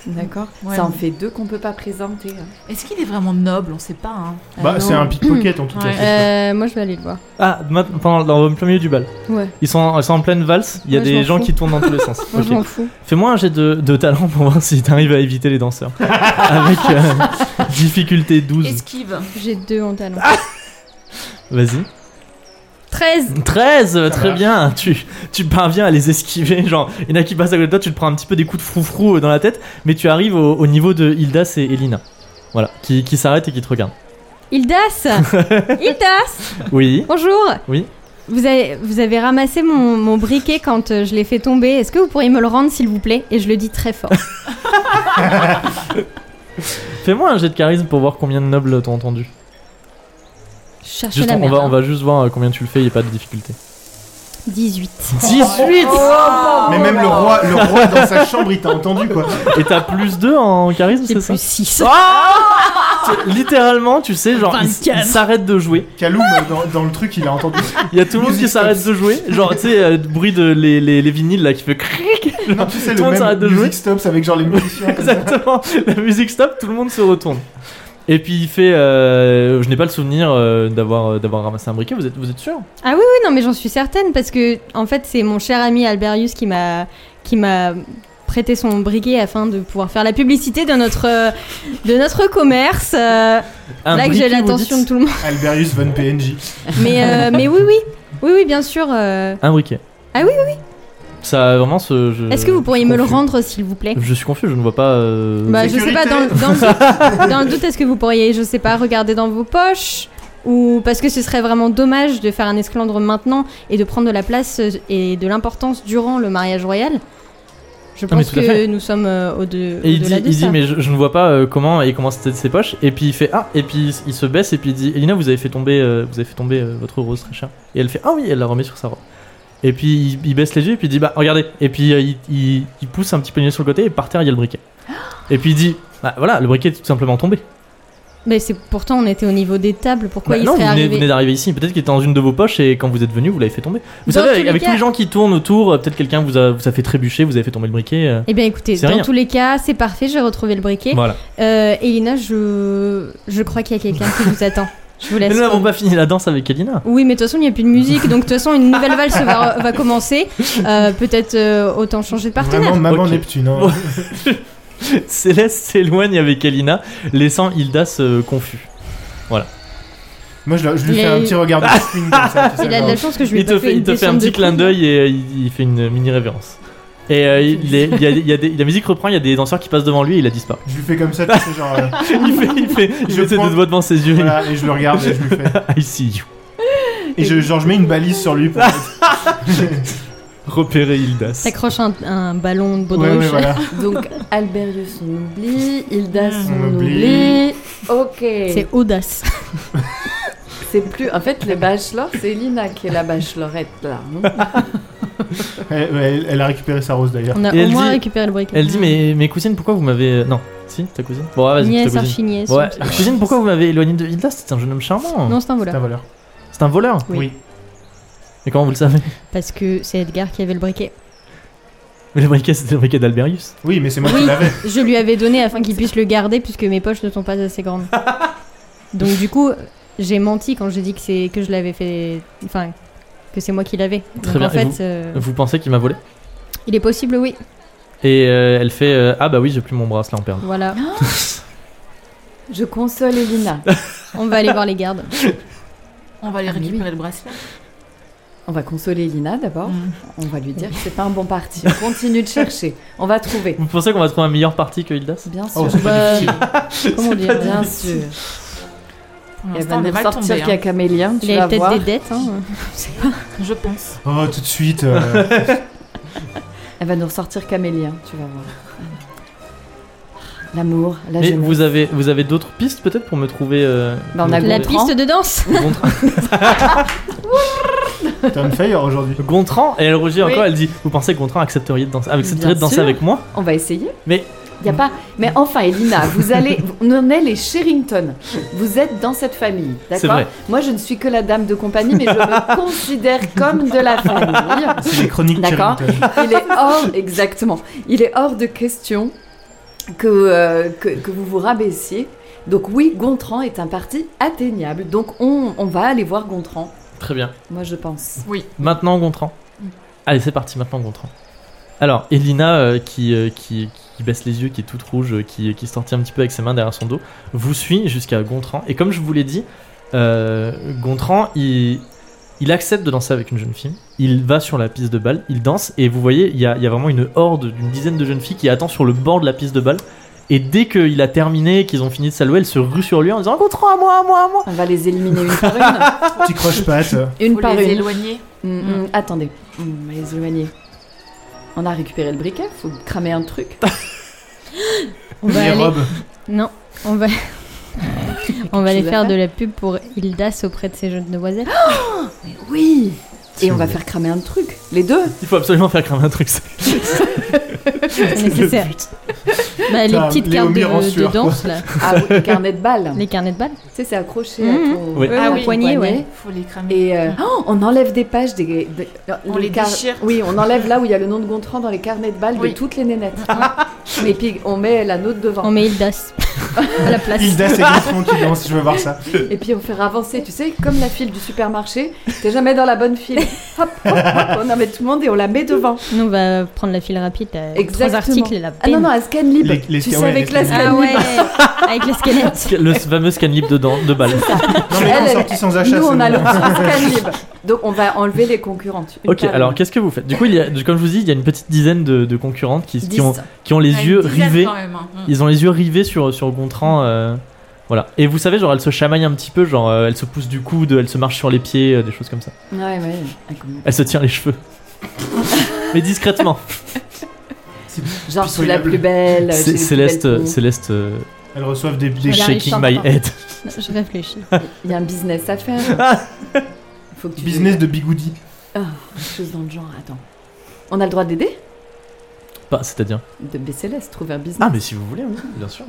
S4: D'accord
S5: Ouais.
S4: Ça en fait deux qu'on peut pas présenter. hein.
S5: Est-ce qu'il est vraiment noble On sait pas. Hein.
S3: Ah
S2: Bah,
S3: non.
S2: c'est un pickpocket en tout cas.
S5: Ouais.
S2: c'est sûr.
S3: Euh, moi je vais aller le voir.
S1: Ah, maintenant, pendant- dans le plein milieu du bal.
S3: Ouais,
S1: Ils sont, en- ils sont en pleine valse, il y a
S3: Ouais, je
S1: des
S3: m'en
S1: gens
S3: fous.
S1: qui tournent dans tous les sens.
S3: moi
S1: Ok.
S3: je m'en fous.
S1: Fais-moi un jet de, de talent pour voir si t'arrives à éviter les danseurs. Avec euh, difficulté 12.
S5: Esquive.
S3: J'ai deux en talons.
S1: Ah Vas-y.
S3: 13
S1: 13, euh,
S2: Ça
S1: très
S2: marche.
S1: bien. Tu, tu parviens à les esquiver. Genre, il y en a qui passent à côté de toi, tu te prends un petit peu des coups de froufrou euh, dans la tête, mais tu arrives au, au niveau de Hildas et Elina. Voilà, qui, qui s'arrêtent et qui te regardent.
S3: Hildas Hildas
S1: Oui.
S3: Bonjour
S1: Oui.
S3: Vous avez, vous avez ramassé mon, mon briquet quand euh, je l'ai fait tomber. Est-ce que vous pourriez me le rendre s'il vous plaît Et je le dis très fort.
S1: Fais-moi un jet de charisme pour voir combien de nobles t'ont entendu.
S3: Je cherche
S1: Juste,
S3: la
S1: on,
S3: merde.
S1: va,
S3: hein.
S1: on va juste voir euh, combien tu le fais, il n'y a pas de difficulté.
S3: 18.
S1: 18
S3: Euh,
S2: Mais
S3: oh
S2: même le roi, le roi dans sa chambre, il t'a entendu quoi.
S1: Et t'as plus 2 en charisme,
S3: C'est
S1: c'est ça
S3: Oh,
S1: Ah
S3: plus 6.
S1: Tu- Littéralement, tu sais, genre, ils s- ils
S3: 24.
S1: s'arrêtent de jouer.
S2: Caloum, dans, dans le truc, il a entendu.
S1: Il y a tout le monde qui
S2: Music
S1: s'arrête
S2: Stops.
S1: de jouer. Genre, tu sais, euh, le bruit de les, les, les vinyles là qui fait cric.
S2: Non, tu
S1: Tout
S2: sais,
S1: le
S2: le
S1: monde
S2: même
S1: s'arrête de
S2: music
S1: jouer.
S2: stops avec genre les musiciens. comme ça.
S1: Exactement. La musique stop, tout le monde se retourne. Et puis il fait. euh, je n'ai pas le souvenir euh, d'avoir euh, d'avoir ramassé un briquet. Vous êtes vous êtes sûr
S3: Ah Oui, non, mais j'en suis certaine parce que, en fait, c'est mon cher ami Alberius qui m'a qui m'a prêté son briquet afin de pouvoir faire la publicité de notre euh, de notre commerce. euh,
S1: un
S3: là que
S1: briquet,
S3: j'ai
S1: vous
S3: l'attention de
S1: dites
S3: tout le monde.
S2: Alberius von PNJ.
S3: Mais euh, mais oui, oui, oui, oui, bien sûr. euh,
S1: Un briquet.
S3: Ah oui,
S1: oui. Ça vraiment ce. je-
S3: Est-ce que vous pourriez
S1: je suis
S3: me le
S1: confus.
S3: rendre, s'il vous plaît
S1: Je suis confus. Je ne vois pas. euh,
S3: Bah, je sais
S2: Sécurité.
S3: pas. Dans, le- dans le doute, dans le doute, est-ce que vous pourriez, je sais pas, regarder dans vos poches ou parce que ce serait vraiment dommage de faire un esclandre maintenant et de prendre de la place euh, et de l'importance durant le mariage royal. Je
S1: Ah, mais
S3: pense
S1: tout à fait.
S3: que nous sommes euh, au de-
S1: Et il dit,
S3: au-delà de
S1: il dit
S3: ça.
S1: mais je, je ne vois pas euh, comment et comment c'était de ses poches. Et puis il fait ah et puis il se baisse et puis il dit Elina vous avez fait tomber euh, vous avez fait tomber euh, votre rose très cher. Et elle fait ah oui elle la remet sur sa robe. Et puis il, il baisse les yeux et puis il dit bah regardez et puis euh, il, il- il pousse un petit peu le nez sur le côté et par terre il y a le briquet. Et puis il dit bah voilà le briquet est tout simplement tombé.
S3: Mais c'est pourtant on était au niveau des tables. Pourquoi
S1: Bah,
S3: il
S1: non vous
S3: serait
S1: venez,
S3: arrivé
S1: vous venez d'arriver ici peut-être qu'il était dans une de vos poches et quand vous êtes venu vous l'avez fait tomber. Vous
S3: Dans
S1: savez
S3: tous
S1: avec,
S3: les
S1: avec tous
S3: cas-
S1: les gens qui tournent autour euh, peut-être quelqu'un vous a vous a fait trébucher vous avez fait tomber le briquet. euh,
S3: Eh bien écoutez,
S1: C'est
S3: dans
S1: rien.
S3: tous les cas, c'est parfait. J'ai retrouvé le briquet.
S1: Voilà.
S3: Euh, Elina, je je crois qu'il y a quelqu'un qui vous attend. Je vous
S1: Mais
S3: laisse.
S1: nous n'avons pas fini la danse avec Elina.
S3: Oui, mais de toute façon, il n'y a plus de musique, donc de toute façon, une nouvelle valse va, va commencer. Euh, Peut-être euh, autant changer de partenaire.
S2: Vraiment, maman
S1: Ok.
S2: Neptune. hein.
S1: Ouais. Céleste s'éloigne avec Elina, laissant Hildas euh, confus.
S2: Moi, je, je lui
S3: Il
S2: fais
S3: a
S2: un
S3: eu-
S2: petit regard de
S4: Ah.
S2: swing comme ça. tu sais,
S3: Il a de la
S2: genre.
S3: chance que je lui ai
S1: Il
S3: pas
S1: te
S3: fait,
S1: fait,
S3: une
S1: il te fait un
S3: descente de
S1: petit clin
S3: coude.
S1: d'œil et euh, il, il fait une mini révérence. Et euh, il est- il y a- il y a des- la musique reprend, il y a des danseurs qui passent devant lui et il a disparu.
S2: Je lui fais comme ça, tu sais, genre. euh,
S1: Il fait, il fait, il
S2: Je
S1: met ses
S2: prends-
S1: deux doigts devant ses yeux. et
S2: voilà, et je le regarde et je lui fais.
S1: I see you.
S2: Et je, genre, je mets une balise sur lui. Pour...
S1: Repérer Hildas.
S3: T'accroches un, un ballon de
S2: ouais,
S3: baudruche.
S2: ouais, voilà.
S4: Donc Alberius on oublie, Hildas
S2: On
S4: on
S2: oublie.
S4: oublie. Ok.
S3: C'est audace.
S4: C'est plus. En fait, le bachelor, c'est Lina qui est la bachelorette là. hein.
S2: Elle, ouais, elle- elle a récupéré sa rose d'ailleurs.
S3: On a
S1: Et
S3: au
S1: elle
S3: moins
S1: dit-
S3: récupéré le briquet.
S1: Elle dit mais mes cousines pourquoi vous m'avez euh, non si ta cousine bon ouais, vas-y
S3: Nièce,
S1: ta cousine
S3: archi-nièce.
S1: ouais
S3: son petit-
S1: cousine pourquoi vous m'avez éloigné de Hildas c'est un jeune homme charmant
S3: Non,
S2: C'est
S3: c'est un
S2: un
S3: voleur.
S2: voleur.
S1: c'est un voleur
S3: Oui.
S1: mais comment vous le savez
S3: Parce que c'est Edgar qui avait le briquet.
S1: mais le briquet c'était le briquet d'Alberius
S2: Oui, mais c'est moi qui
S3: Oui,
S2: l'avais.
S3: je lui avais donné afin qu'il puisse le garder puisque mes poches ne sont pas assez grandes. Donc du coup, j'ai menti quand j'ai dit que c'est que je l'avais fait, enfin que c'est moi qui l'avais.
S1: Très
S3: Donc
S1: bien,
S3: en
S1: et
S3: fait, euh,
S1: vous pensez qu'il m'a volé
S3: il est possible, oui.
S1: et euh, elle fait euh, ah bah oui j'ai plus mon bracelet en perles
S3: Voilà,
S4: Je console Elina.
S3: on va aller voir les gardes.
S5: On va aller
S4: Ah, mais
S5: récupérer le bracelet.
S4: On va consoler Elina d'abord.
S5: Mm.
S4: On va lui dire que c'est pas un bon parti. On continue de chercher. On va trouver.
S1: Vous pensez qu'on va trouver un meilleur parti que Hildas
S4: Bien sûr.
S2: Oh, c'est pas
S3: Bah,
S2: difficile.
S3: Comment dire
S4: Bien sûr.
S5: Pour
S4: Elle
S5: l'instant,
S4: va
S5: on est
S4: nous
S5: mal
S4: sortir
S5: tombé.
S4: qu'il y a Camélien, tu
S3: Il
S4: vas
S3: avait peut-être des
S4: voir.
S3: dettes. Hein.
S5: Je pense.
S2: Oh, tout de suite. euh,
S4: Elle va nous ressortir Camélien, tu vas voir. L'amour, la
S1: Mais
S4: jeunesse.
S1: vous avez, vous avez d'autres pistes peut-être pour me trouver. euh,
S4: Bah, on a
S1: me
S3: La
S4: Gontran.
S3: piste de danse.
S1: trouver- Gontran.
S2: T'es on fire aujourd'hui.
S1: Gontran, et elle rougit
S4: Oui.
S1: encore, elle dit Vous pensez que Gontran accepteriez de danser, accepterait
S4: Bien
S1: de danser
S4: sûr.
S1: avec moi
S4: On va essayer.
S1: Mais-
S4: y a pas. Mais enfin, Elina, vous allez. On en est les Sherrington. Vous êtes dans cette famille,
S1: C'est
S4: d'accord
S1: vrai.
S4: Moi, je ne suis que la dame de compagnie, mais je me considère comme de la famille.
S2: C'est les chroniques
S4: D'accord.
S2: Carrington.
S4: Il est hors, exactement. Il est hors de question que, euh, que, que vous vous rabaissiez. Donc oui, Gontran est un parti atteignable. Donc on, on va aller voir Gontran.
S1: Très bien.
S4: Moi, je pense.
S1: Maintenant, Gontran.
S5: Mm.
S1: Allez, c'est parti, maintenant, Gontran. Alors, Elina euh, qui, euh, qui, qui baisse les yeux, qui est toute rouge, euh, qui, qui se tortille un petit peu avec ses mains derrière son dos, vous suit jusqu'à Gontran. Et comme je vous l'ai dit, euh, Gontran, il, il accepte de danser avec une jeune fille. Il va sur la piste de balle, il danse, et vous voyez, il y a, il y a vraiment une horde d'une dizaine de jeunes filles qui attend sur le bord de la piste de balle. Et dès qu'il a terminé, qu'ils ont fini de saluer, elles se ruent sur lui en disant Gontran, à moi, à moi, à moi
S4: On va les éliminer une par une.
S2: Petit croche-patte. euh,
S4: Une
S5: Faut
S4: par
S5: les
S4: une.
S5: éloigner.
S4: Mm, mm, attendez, Mm, on va les éloigner. On a récupéré le briquet, faut cramer un truc.
S3: On va
S2: les
S3: aller-
S2: robes.
S3: Non, on va. On va
S4: chose
S3: aller faire
S4: à faire.
S3: de la pub pour Hildas auprès de ces jeunes demoiselles.
S4: Oui Et on va
S1: Génial.
S4: faire cramer un truc, les deux
S1: Il faut absolument faire cramer un truc, c'est
S3: C'est nécessaire. Bah, les
S2: Putain,
S3: petites cartes
S2: Léomir en
S3: de, de
S2: sueur, quoi.
S3: danse, là.
S4: Ah oui, le carnet de balles.
S3: les carnets de balles.
S4: Tu sais, c'est accroché
S3: Mhm.
S4: à ton
S1: Oui.
S4: à
S5: Ah
S4: ton
S5: oui.
S3: Poignet, ouais.
S5: Faut les cramer.
S4: Et euh, oh, on enlève des pages des. de-
S5: On
S4: le
S5: les
S4: car-
S5: déchire.
S4: Oui, on enlève là où il y a le nom de Gontran dans les carnets de balles de
S5: Oui.
S4: toutes les nénettes. Et puis on met la nôtre
S3: On
S4: devant.
S3: met Hildas à la place.
S2: Hilda, c'est Gontran qui danse, je veux voir ça.
S4: Et puis on fait avancer, tu sais, comme la file du supermarché. T'es jamais dans la bonne file. hop, hop, hop, on en met tout le monde et on la met devant.
S3: Nous, on va prendre la file rapide. là. Trois
S4: Exactement.
S3: articles et la
S4: Ah
S3: peine.
S4: non, non, à Scanlib.
S2: Les- les-
S4: tu sais,
S2: ouais,
S4: avec
S2: les-
S4: la
S2: les-
S3: Ah
S4: Scanlib.
S3: ouais, avec les squelettes.
S1: le fameux scan libre de, dan- de balle.
S2: Non, mais
S4: Elle,
S2: on
S4: elle-
S2: sortit sans achat.
S4: Nous,
S2: c'est
S4: on a
S2: bon.
S4: le Scanlib. Donc, on va enlever les concurrentes. Une
S1: Ok,
S4: par une.
S1: alors qu'est-ce que vous faites Du coup, il y a, comme je vous dis, il y a une petite dizaine de, de concurrentes qui, qui,
S4: Dix.
S1: ont, qui ont les
S5: Ah, une
S1: yeux
S5: dizaine,
S1: rivés.
S5: quand même, hein. Mm.
S1: Ils ont les yeux rivés sur, sur Gontran. euh, voilà. Et vous savez, genre, elles se chamaillent un petit peu, genre, euh, elles se poussent du coude, elles se marchent sur les pieds, euh, des choses comme ça.
S4: Ouais, ouais. Ah, comment-
S1: Elles se tirent les cheveux. Mais discrètement.
S4: Genre, je suis la
S2: Pitoyable.
S4: plus belle. j'ai
S1: C'est-
S4: les plus
S1: Céleste,
S4: belles
S1: euh,
S4: peaux.
S1: Céleste euh,
S2: Elles reçoivent des, des
S1: is
S3: Regarde,
S1: shaking
S3: ils
S1: my
S4: hein.
S3: chantent.
S1: head.
S3: Non, Je réfléchis.
S4: Il y a un business à faire.
S1: Ah.
S4: Faut que tu
S2: business de bigoudi.
S4: Quelque chose dans le genre. Attends. On a le droit d'aider
S1: Pas, c'est-à-dire.
S4: De Céleste, trouver un business.
S1: Ah, mais si vous voulez, oui, bien sûr.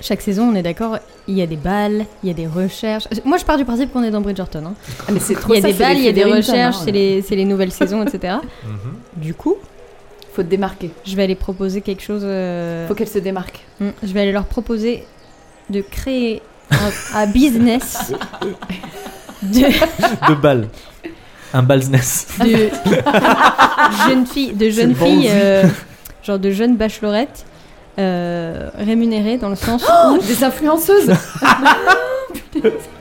S3: Chaque saison, on est d'accord, il y a des balles, il y a des recherches. Moi, je pars du principe qu'on est dans Bridgerton. hein.
S4: Ah, mais c'est trop
S3: Il y a
S4: ça,
S3: des
S4: c'est les
S3: balles, il y a des
S4: Federington,
S3: recherches,
S4: hein.
S3: c'est les, c'est les nouvelles saisons, etc.
S1: Mhm.
S3: Du coup,
S4: Faut te démarquer.
S3: je vais aller proposer quelque chose. euh,
S4: Faut qu'elle se démarque.
S3: mm, Je vais aller leur proposer de créer un, un business de,
S1: De balle.
S4: Ah.
S1: Un business.
S3: de jeunes filles, de jeunes
S2: bon
S3: filles,
S2: aussi.
S3: euh, genre de jeunes bachelorettes euh, rémunérées dans le sens
S4: Oh, des influenceuses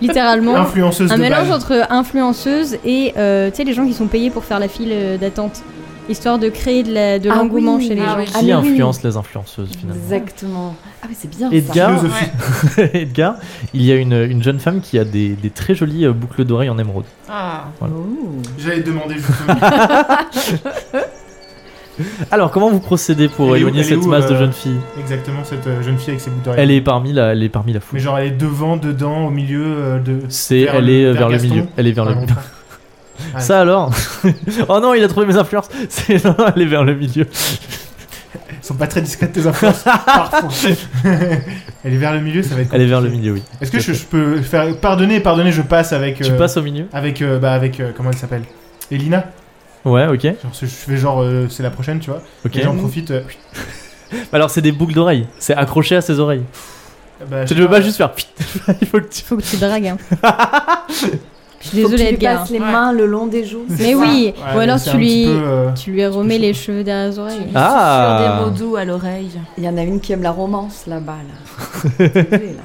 S3: littéralement
S2: Influenceuse
S3: Un
S2: de
S3: mélange
S2: balle.
S3: entre influenceuse et euh, tu sais les gens qui sont payés pour faire la file euh, d'attente, histoire de créer de la- de
S4: Ah
S3: l'engouement
S4: oui,
S3: chez les
S5: ah
S3: gens.
S5: oui.
S4: Ah,
S1: Qui
S4: mais oui.
S1: influence les influenceuses finalement
S4: Exactement. Ah, mais c'est bien. ça.
S1: Edgar,
S2: Philosophie.
S1: Edgar, il y a une, une jeune femme qui a des, des très jolies euh, boucles d'oreilles en émeraude.
S5: Ah.
S4: Oh.
S2: J'allais demander justement.
S1: Alors, comment vous procédez pour
S2: Elle est où-
S1: éloigner
S2: elle est
S1: cette
S2: où,
S1: masse de
S2: euh,
S1: jeunes filles
S2: Exactement cette euh, jeune fille avec ses boucles d'oreilles.
S1: Elle est parmi la, elle est parmi la
S2: Mais
S1: foule.
S2: genre elle est devant, dedans, au milieu euh, de.
S1: C'est,
S2: vers
S1: elle
S2: le-
S1: est euh,
S2: vers
S1: vers, le
S2: Gaston
S1: milieu. Elle est vers le.
S2: Ah, bon, Ouais.
S1: Ça alors Oh non, il a trouvé mes influences. C'est non, elle est vers le milieu.
S2: Elles sont pas très discrètes tes influences. parfois. elle est vers le milieu, ça va être.
S1: Elle est vers le
S2: compliqué.
S1: milieu, oui.
S2: Est-ce que je, je peux faire pardonner, pardonner, je passe avec.
S1: Tu
S2: euh,
S1: passes au milieu
S2: avec euh, bah avec euh, comment elle s'appelle Elina.
S1: Ouais, ok,
S2: Genre, je fais genre euh, c'est la prochaine, tu vois.
S1: ok.
S2: Et j'en profite. euh,
S1: Alors c'est des boucles d'oreilles. C'est accroché à ses oreilles.
S2: bah,
S1: Tu
S2: je-
S1: ne peux pas juste faire. pfft. il faut que tu.
S3: Faut que tu dragues. hein. Je suis
S4: Faut que
S3: désolée
S4: tu lui
S3: Edgar.
S4: passes les
S5: Ouais.
S4: mains le long des joues. c'est
S3: Mais
S4: ça
S3: oui,
S2: Ouais,
S3: ou
S2: mais
S3: alors
S2: c'est
S3: tu
S2: un petit
S3: lui,
S2: peu, euh,
S3: tu lui remets
S2: peux
S3: les cheveux derrière les
S5: Tu
S3: oreilles.
S5: lui
S1: Ah.
S5: susurres des mots doux à l'oreille.
S4: Il y en a une qui aime la romance là-bas. Là. Désolée, là.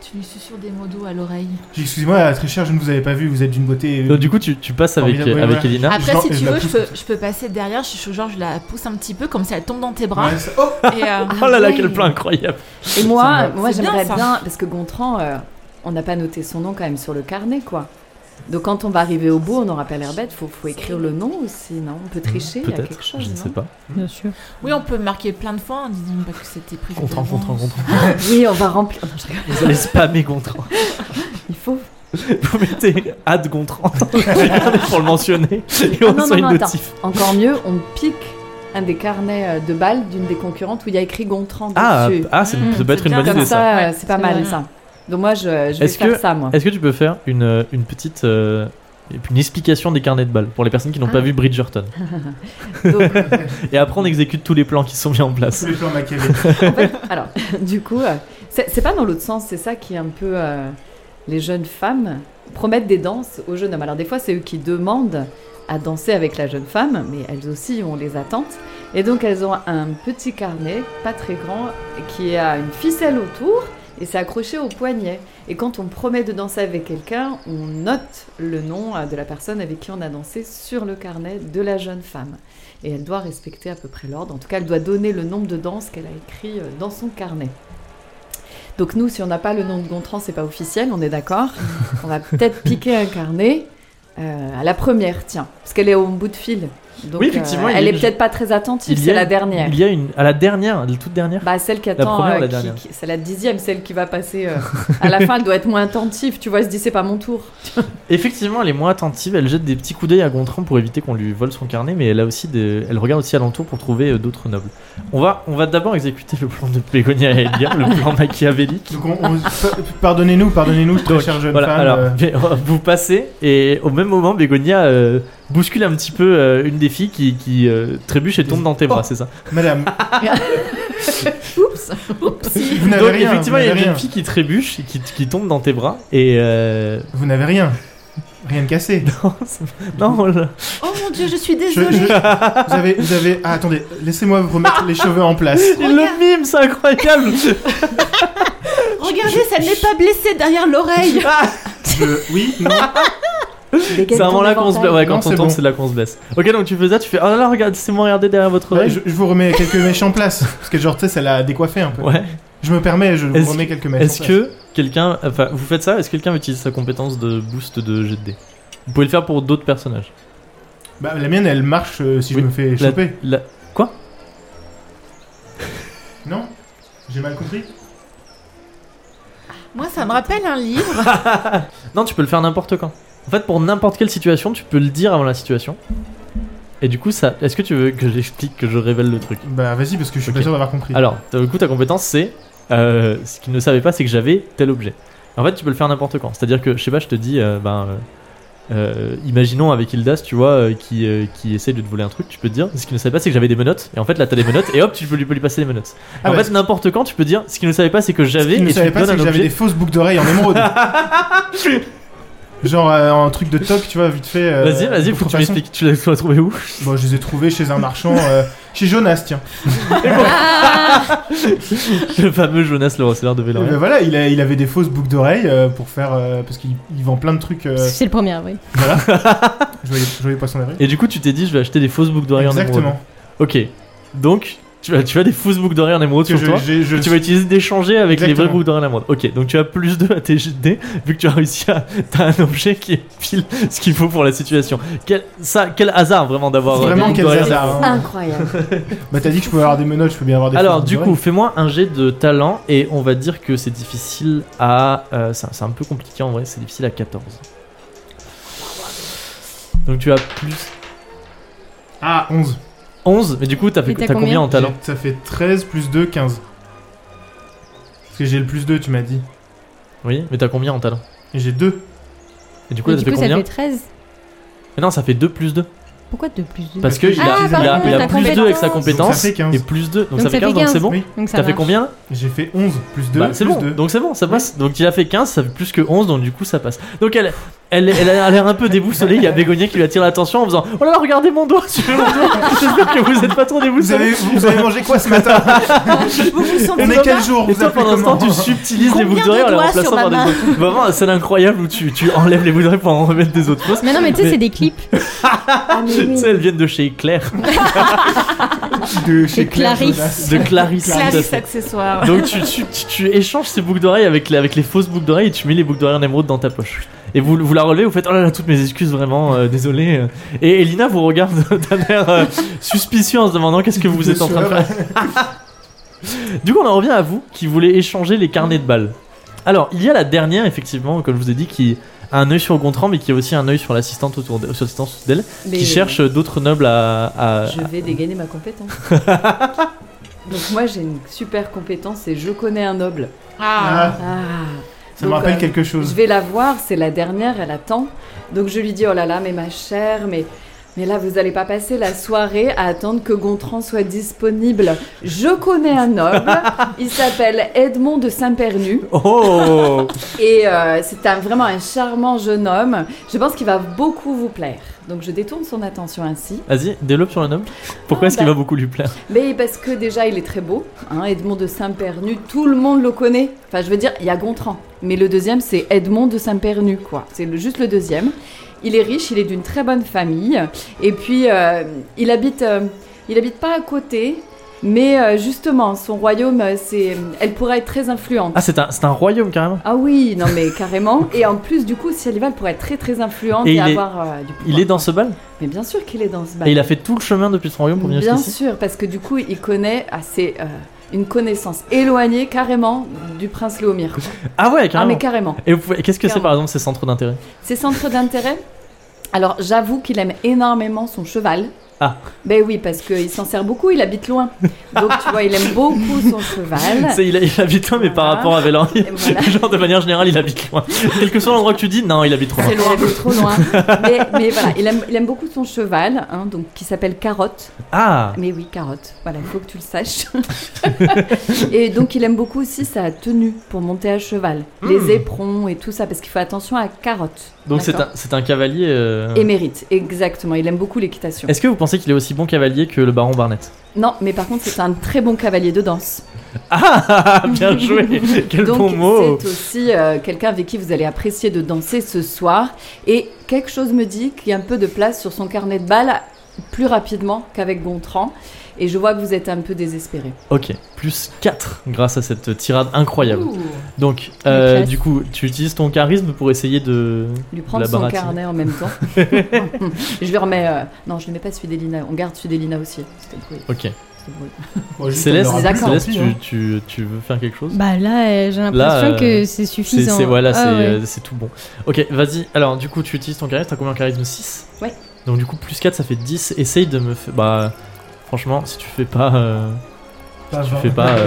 S5: Tu lui susurres des mots doux à l'oreille.
S2: Excusez-moi, très cher, je ne vous avais pas vu, vous êtes d'une beauté. euh,
S1: Donc, Euh, du coup, tu, tu passes avec, euh,
S2: Formidable, ouais,
S1: avec
S2: voilà.
S4: Ah,
S1: Elina.
S5: Après,
S2: Ah, je
S5: si
S2: la-
S5: tu
S2: je la
S5: veux, je
S2: pousse
S5: peux,
S2: comme
S5: je peux passer derrière. Je, je- genre, je la pousse un petit peu, comme ça elle tombe dans tes bras.
S2: Ouais, ça- oh
S1: oh
S5: Et, euh,
S1: là là,
S4: ah ouais.
S3: Ah
S1: quel plan incroyable.
S4: Et
S2: Ça
S4: moi,
S2: me va.
S4: moi
S5: C'est bien,
S4: j'aimerais bien,
S5: ça.
S4: parce que Gontran, euh, on n'a pas noté son nom quand même sur le carnet, quoi. Donc quand on va arriver au bout, on n'aura pas l'air bête. Faut, faut écrire le nom aussi, non On peut tricher, il y a quelque
S1: Hmm, Peut-être,
S4: chose,
S1: je ne
S4: non
S1: sais pas.
S3: Bien sûr.
S5: Oui, on peut marquer plein de fois en disant pas que c'était prévu.
S1: Contrant,
S5: d'avance.
S1: contrant, contrant.
S4: Oui, on va remplir. Non, je rigole.
S1: Vous allez spammer contrant.
S4: Il faut.
S1: Vous mettez ad contrant pour le mentionner et on
S4: Ah, non,
S1: reçoit
S4: non,
S1: une
S4: non,
S1: notif.
S4: Encore mieux, on pique un des carnets euh, de balles d'une des concurrentes où il y a écrit Gontran
S1: Ah,
S4: dessus.
S1: ah c'est-
S5: Mm,
S1: ça peut être
S5: c'est
S1: une
S5: bien
S1: bonne
S5: comme
S1: idée
S4: Comme
S1: ça.
S4: ça,
S5: ça.
S4: euh, c'est pas
S5: C'est
S4: mal
S5: vrai.
S4: ça. Donc moi, je, je vais
S1: Est-ce
S4: faire
S1: que-
S4: ça, moi.
S1: Est-ce que tu peux faire une, euh, une petite euh, une explication des carnets de balles pour les personnes qui n'ont
S4: Ah.
S1: pas vu Bridgerton
S4: Donc, euh,
S1: Et après, on exécute tous les plans qui sont mis en place.
S2: Tous les plans machiavéliques.
S4: en fait, alors, du coup, euh, c'est c'est pas dans l'autre sens, c'est ça qui est un peu. euh, les jeunes femmes promettent des danses aux jeunes hommes. Alors, des fois, c'est eux qui demandent à danser avec la jeune femme, mais elles aussi ont les attentes. Et donc, elles ont un petit carnet, pas très grand, qui a une ficelle autour et c'est accroché au poignet. Et quand on promet de danser avec quelqu'un, on note le nom euh, de la personne avec qui on a dansé sur le carnet de la jeune femme. Et elle doit respecter à peu près l'ordre. En tout cas, elle doit donner le nombre de danses qu'elle a écrit euh, dans son carnet. Donc nous, si on n'a pas le nom de Gontran, c'est pas officiel, on est d'accord. on va peut-être piquer un carnet euh, à la première, tiens, parce qu'elle est au bout de fil. Donc, euh,
S1: Oui, effectivement, il y a
S4: elle est
S1: une-
S4: peut-être pas très attentive,
S1: il y
S4: c'est
S1: a-
S4: la dernière.
S1: Il y a une. À la dernière, la toute dernière
S4: Bah, celle qui attend,
S1: première ou la
S4: qui-
S1: dernière
S4: qui- c'est la dixième, celle qui va passer euh, à la fin, elle doit être moins attentive, tu vois, elle se dit c'est pas mon tour.
S1: Effectivement, elle est moins attentive, elle jette des petits coups d'œil à Gontran pour éviter qu'on lui vole son carnet, mais elle, a aussi des... elle regarde aussi alentour pour trouver euh, d'autres nobles. On va, on va d'abord exécuter le plan de Pégonia et Edgar, le plan machiavélique.
S2: Donc, on, on- pe- pardonnez-nous, pardonnez-nous, très
S1: Donc,
S2: chère jeune
S1: voilà,
S2: femme.
S1: alors,
S2: euh,
S1: mais, euh, vous passez, et au même moment, Bégonia euh, bouscule un petit peu euh, une des filles qui, qui, euh, trébuche et tombe dans tes
S2: Oh,
S1: bras, c'est ça
S2: madame,
S5: Oups.
S2: vous n'avez
S1: Donc,
S2: rien. Vous
S1: effectivement, il y
S2: n'avez
S1: a une
S2: rien.
S1: jeune fille qui trébuche et qui, qui tombe dans tes bras, et. euh,
S2: Vous n'avez rien. Rien de cassé.
S1: non, c'est- non, là-
S5: Oh mon dieu, je suis
S2: Je-
S5: désolée.
S2: je- vous avez, vous avez. Ah, attendez, laissez-moi vous remettre les cheveux en place.
S1: il le mime, c'est incroyable
S5: Regardez, ça ne l'est pas blessée derrière l'oreille.
S2: Je- Oui, non.
S1: C'est vraiment là qu'on se blesse. Ouais, quand
S2: Non,
S1: on
S2: c'est
S1: tombe,
S2: bon.
S1: c'est là qu'on se blesse. Ok, donc tu fais ça, tu fais oh là là, regarde, c'est moi, regardez derrière votre
S2: Ouais,
S1: oreille.
S2: je, je vous remets quelques mèches en place. Parce que, genre, tu sais, ça l'a décoiffé un peu.
S1: Ouais.
S2: Je me permets, je
S1: Est-ce
S2: vous remets quelques mèches
S1: Est-ce
S2: en place.
S1: que quelqu'un. Enfin, vous faites ça, est-ce que quelqu'un utilise sa compétence de boost de jet de dés Vous pouvez le faire pour d'autres personnages.
S2: Bah, la mienne, elle marche euh, si
S1: Oui,
S2: je me fais
S1: la-
S2: choper.
S1: la- quoi
S2: Non J'ai mal compris
S5: Moi, ça me rappelle un livre.
S1: Non, tu peux le faire n'importe quand. En fait, pour n'importe quelle situation, tu peux le dire avant la situation. Et du coup, ça. Est-ce que tu veux que j'explique, que je révèle le truc
S2: Bah, vas-y, parce que je suis
S1: Ok.
S2: pas sûr d'avoir compris.
S1: Alors, du coup, ta compétence, c'est. euh, ce qu'ils ne savaient pas, c'est que j'avais tel objet. En fait, tu peux le faire n'importe quand. C'est-à-dire que, je sais pas, je te dis, euh, ben. euh, euh, imaginons avec Hildas, tu vois, euh, qui, euh, qui essaie de te voler un truc, tu peux te dire, ce qu'il ne savait pas, c'est que j'avais des menottes. Et en fait, là, t'as des menottes, et hop, tu peux lui, peux lui passer les menottes. Et
S2: Ah
S1: en
S2: bah,
S1: fait, n'importe quand, tu peux dire, ce qu'il ne savait pas, c'est que j'avais,
S2: Ce
S1: et
S2: qu'il
S1: tu
S2: ne
S1: lui
S2: savait pas,
S1: donnes
S2: c'est
S1: un
S2: que j'avais
S1: objet.
S2: des fausses boucles d'oreilles en émeraude. Genre euh, un truc de toc, tu vois, vite fait. euh,
S1: Vas-y, vas-y,
S2: de
S1: faut que tu
S2: contrefaçon.
S1: m'expliques, tu l'as tu l'as trouvé où
S2: Bon, je les ai trouvés chez un marchand, euh, chez Jonas, tiens.
S3: Ah,
S1: Le fameux Jonas le receleur de
S2: Et ben
S1: Vélorien.
S2: voilà, il, a- il avait des fausses boucles d'oreilles euh, pour faire. euh, parce qu'il il vend plein de trucs. euh,
S3: C'est le premier avril.
S2: voilà. joyeux, joyeux poisson d'avril.
S1: Et du coup, tu t'es dit, je vais acheter des fausses boucles d'oreilles en émeraude.
S2: Exactement.
S1: Ok, donc, tu as, tu as des fausses boucles d'oreilles en émeraude
S2: Que
S1: sur
S2: je-
S1: toi
S2: j'ai- je-
S1: Tu vas utiliser d'échanger avec les
S2: Exactement.
S1: vrais boucles d'oreilles à la moindre. Ok, donc tu as plus 2 à tes jets de dés, vu que tu as réussi à. T'as un objet qui est pile ce qu'il faut pour la situation. Quel, ça, quel hasard vraiment d'avoir. euh,
S2: Vraiment
S1: des
S2: quel
S1: boucles d'oreilles.
S2: hasard. hein.
S4: Incroyable.
S2: Bah, t'as dit que je pouvais avoir des menottes, je peux bien avoir des
S1: Alors,
S2: fausses
S1: du
S2: boucles
S1: coup, fais-moi un jet de talent et on va dire que c'est difficile à. euh, c'est un- c'est un peu compliqué en vrai, c'est difficile à 14. Donc tu as plus
S2: d'oreilles. Ah, 11.
S1: 11, mais du coup, t'as fait-
S3: Et t'as
S1: t'as combien
S3: combien
S1: en talent
S2: Ça fait 13 plus 2, 15. Parce que j'ai le plus 2, tu m'as dit.
S1: Oui, mais t'as combien en talent
S2: Et j'ai 2.
S1: Et du coup,
S3: Mais
S1: là,
S3: du
S1: t'as fait
S3: coup, ça
S1: combien
S3: fait 13.
S1: Mais Non, ça fait 2 plus 2.
S3: Pourquoi 2 plus 2
S1: Parce qu'il
S2: Ah,
S1: a,
S2: pardon,
S1: il a, il a
S2: ta
S1: plus 2 avec sa
S2: Donc,
S5: compétence.
S2: ça
S1: compétence
S2: fait 15.
S1: et plus 2. Donc,
S3: Donc
S1: ça fait 15, donc c'est bon.
S2: Oui,
S3: Donc ça
S1: T'as fait
S3: marche.
S1: combien là
S2: j'ai fait 11 plus 2.
S1: Bah, C'est
S2: plus
S1: bon,
S2: 2.
S1: donc c'est bon, ça passe. Donc il a fait 15, ça fait plus que 11, donc du coup ça passe. Donc elle, elle, elle a l'air un peu déboussolée, il y a Bégonia qui lui attire l'attention en faisant Oh là là, regardez mon doigt, suivez mon doigt, j'espère que vous n'êtes pas trop
S2: Vous
S1: déboussolé.
S2: avez, vous avez mangé quoi ce matin
S5: Vous vous sentez
S2: On est
S5: pas
S2: quel jour
S1: Et
S2: Vous
S1: toi
S2: appelez
S1: pendant ce temps,
S2: comment
S1: tu subtilises les
S5: Combien
S1: boucles
S5: de
S1: d'oreilles en les
S5: doigts
S1: remplaçant
S5: sur ma
S1: par des
S5: main
S1: autres. Vraiment, un scène incroyable où tu, tu enlèves les boucles d'oreilles pour en remettre des autres fausses.
S3: Mais non, mais tu sais,
S1: Mais-
S3: c'est des clips.
S4: Ah, mais
S1: Tu
S4: oui.
S1: sais, elles viennent de chez Claire.
S2: de chez Claire
S3: Clarisse.
S2: Jonas.
S1: de Clarisse. tout à
S5: Clarisse
S1: fait.
S5: accessoire.
S1: Donc tu, tu, tu- tu échanges ces boucles d'oreilles avec les, avec les fausses boucles d'oreilles et tu mets les boucles d'oreilles en émeraude dans ta poche. Et vous, vous la relevez, vous faites oh là là, toutes mes excuses, vraiment, euh, désolé. euh. Et Elina vous regarde d'un air euh, suspicieux en se demandant qu'est-ce que vous êtes en train de faire. Du coup, on en revient à vous qui voulez échanger les carnets de balles. Alors, il y a la dernière, effectivement, comme je vous ai dit, qui a un œil sur Gontran, mais qui a aussi un œil sur l'assistante autour d'elle- sur l'assistante autour d'elle,
S4: Mais
S1: qui cherche d'autres nobles à. à-
S4: Je vais dégainer ma compétence. Donc moi j'ai une super compétence et je connais un noble.
S5: Ah.
S4: Ah.
S2: Ça me
S4: Donc,
S2: rappelle
S4: euh,
S2: quelque
S4: Je
S2: chose.
S4: vais la voir, c'est la dernière, elle attend. Donc je lui dis oh là là, mais ma chère, mais mais là vous allez pas passer la soirée à attendre que Gontran soit disponible. Je connais un noble, il s'appelle Edmond de Saint-Pernu
S1: Oh
S4: et euh, c'est un, vraiment un charmant jeune homme. Je pense qu'il va beaucoup vous plaire. Donc je détourne son attention ainsi.
S1: Vas-y, développe sur le noble. Pourquoi
S4: Ah,
S1: est-ce qu'il
S4: bah.
S1: va beaucoup lui plaire
S4: Mais parce que déjà, il est très beau. hein, Edmond de Saint-Pernu, tout le monde le connaît. Enfin, je veux dire, il y a Gontran. Mais le deuxième, c'est Edmond de Saint-Pernu, quoi. C'est le- juste le deuxième. Il est riche, il est d'une très bonne famille. Et puis, euh, il habite... euh, il habite pas à côté, mais euh, justement, son royaume, euh, c'est, elle pourrait être très influente.
S1: Ah, c'est un, c'est un royaume carrément.
S4: Ah oui, non mais carrément. Et en plus, du coup, si elle y va, elle pourrait être très très influente
S1: Et
S4: et,
S1: il est-
S4: avoir euh, du pouvoir.
S1: Il est dans ce bal
S4: Mais bien sûr qu'il est dans ce bal.
S1: et il a fait tout le chemin depuis son royaume pour venir
S4: Bah. Bien
S1: jusqu'ici.
S4: sûr, parce que du coup, il connaît assez euh, une connaissance éloignée carrément du prince Léomir. quoi.
S1: Ah ouais,
S4: Ah
S1: carrément.
S4: mais carrément.
S1: Et vous pouvez- qu'est-ce que c'est
S4: Carrément.
S1: par exemple ces centres d'intérêt
S4: Ses centres d'intérêt Alors, j'avoue qu'il aime énormément son cheval.
S1: Ah.
S4: Ben oui, parce qu'il s'en sert beaucoup, il habite loin. Donc, tu vois, il aime beaucoup son cheval.
S1: C'est- il, a- il habite loin, mais par
S4: Voilà.
S1: rapport à Vélan, il-
S4: Ah, Et voilà.
S1: genre de manière générale, il habite loin. Quel que soit l'endroit que tu dis, non, il habite trop loin.
S4: C'est loin, il est trop loin. mais, mais voilà, il aime, il aime beaucoup son cheval, hein, donc qui s'appelle Carotte.
S1: Ah
S4: Mais oui, carotte. Voilà, il faut que tu le saches. et donc, il aime beaucoup aussi sa tenue pour monter à cheval.
S1: Mm.
S4: Les éperons et tout ça, parce qu'il faut attention à carotte.
S1: Donc c'est
S4: D'accord.
S1: un, c'est un cavalier. euh,
S4: Et mérite, exactement. Il aime beaucoup l'équitation.
S1: Est-ce que vous pensez qu'il est aussi bon cavalier que le baron Barnett
S4: Non, mais par contre, c'est un très bon cavalier de danse.
S1: Ah Bien joué Quel
S4: donc,
S1: bon mot
S4: c'est aussi euh, quelqu'un avec qui vous allez apprécier de danser ce soir. Et quelque chose me dit qu'il y a un peu de place sur son carnet de balles plus rapidement qu'avec Gontran. Et je vois que vous êtes un peu désespéré.
S1: Ok, plus 4 grâce à cette tirade incroyable.
S5: Ouh.
S1: Donc, euh,
S4: classe.
S1: du coup, tu utilises ton charisme pour essayer de.
S4: lui prendre
S1: La
S4: son
S1: baratine.
S4: carnet en même temps. je lui remets. euh, Non, je ne mets pas celui d'Elina. On garde celui d'Elina aussi. C'était le bruit.
S1: Ok.
S4: c'était le bruit.
S2: Moi, juste,
S1: Céleste,
S2: on aura plus
S4: d'accord.
S1: Céleste,
S2: tant pis,
S1: tu,
S2: hein.
S1: tu- tu veux faire quelque chose
S3: Bah là, euh, j'ai l'impression
S1: Là, euh,
S3: que
S1: C'est
S3: c'est suffisant.
S1: c'est- voilà,
S3: Ah
S1: c'est
S3: ouais.
S1: euh, c'est tout bon. Ok, vas-y. Alors, du coup, tu utilises ton charisme. T'as combien en charisme 6
S4: Ouais.
S1: Donc, du coup, plus 4, ça fait 10. Essaye de me faire. Bah, franchement, si tu fais pas. euh,
S2: Pas
S1: tu
S2: vingt.
S1: fais pas. euh,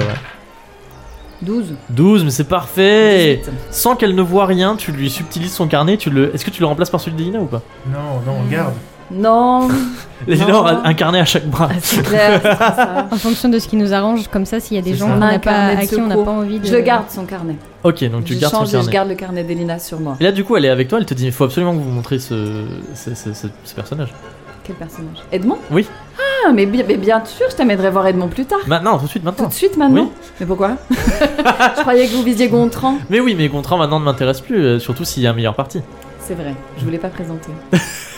S4: 12.
S1: 12, mais c'est parfait
S4: 18.
S1: Sans qu'elle ne voit rien, tu lui subtilises son carnet. Tu le. Est-ce que tu le remplaces par celui d'Elina ou pas
S2: Non,
S4: Eh
S2: non, regarde.
S4: Non,
S1: Elina
S4: Non. Euh,
S1: aura un carnet à chaque bras.
S4: c'est clair. c'est ça.
S3: En fonction de ce qui nous arrange, comme ça, s'il y a des
S2: C'est
S3: gens
S2: ça.
S3: qu'on n'a
S4: Un
S3: pas,
S4: carnet de
S3: à qui on n'a
S4: secours.
S3: pas envie de.
S4: Je garde son carnet.
S1: Ok, donc tu
S4: je
S1: gardes son
S4: change et
S1: carnet.
S4: je garde le carnet d'Elina sur moi.
S1: Et là, du coup, elle est avec toi. Elle te dit il faut absolument que vous montrez ce, ce- ce- ce- ce personnage.
S4: Quel personnage Edmond
S1: Oui.
S4: Ah, mais, bi- mais bien sûr, je t'amènerai voir Edmond plus tard.
S1: Maintenant, tout de suite,
S4: Tout
S1: maintenant.
S4: de suite maintenant
S1: Oui.
S4: Mais pourquoi Je croyais que vous visiez Gontran.
S1: Mais oui, mais Gontran maintenant ne m'intéresse plus, euh, surtout s'il y a un meilleur parti.
S4: C'est vrai, je voulais pas présenter.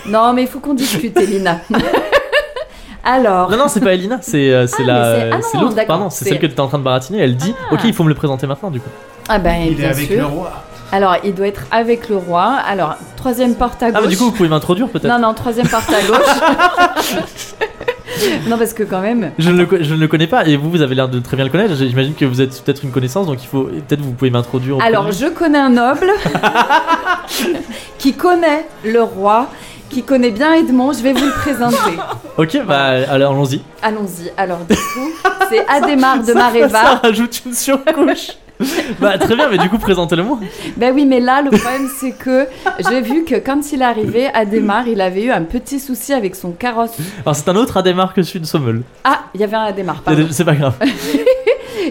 S4: non, mais il faut qu'on discute, Elina. Alors,
S1: Non, non, c'est pas Elina, c'est euh, c'est
S4: Oh. Ah,
S1: la.
S4: mais c'est- ah
S1: euh,
S4: non,
S1: c'est l'autre,
S4: d'accord,
S1: pardon, c'est
S4: c'est-
S1: celle que t'es en train de baratiner. Elle dit
S4: Ah.
S1: Ok, il faut me le présenter maintenant, du coup.
S4: ah ben,
S2: Il est
S4: bien
S2: avec
S4: sûr.
S2: le roi.
S4: Alors, il doit être avec le roi. Alors, troisième porte à
S1: Ah,
S4: gauche.
S1: mais du coup, vous pouvez m'introduire peut-être
S4: non, non, troisième porte à gauche. non, parce que quand même.
S1: je, ne le co- je ne le connais pas, et vous, vous avez l'air de très bien le connaître. J'imagine que vous êtes peut-être une connaissance, donc il faut. et Peut-être vous pouvez m'introduire. auprès de
S4: Alors,
S1: lui.
S4: je connais un noble qui connaît le roi, qui connaît bien Edmond. Je vais vous le présenter.
S1: Ok, bah, alors allons-y.
S4: Allons-y. Alors, du coup, c'est Adhémar de
S1: Ça
S4: Mareva.
S1: rajoute une surcouche. bah, très bien, mais du coup, présentez-le-moi.
S4: Ben oui, mais là, le problème, c'est que j'ai vu que quand il est arrivé, Adhémar, il avait eu un petit souci avec son carrosse.
S1: Alors, c'est un autre Adémar que celui de Sommel.
S4: Ah, il y avait un Adhémar, pardon.
S1: C'est pas grave.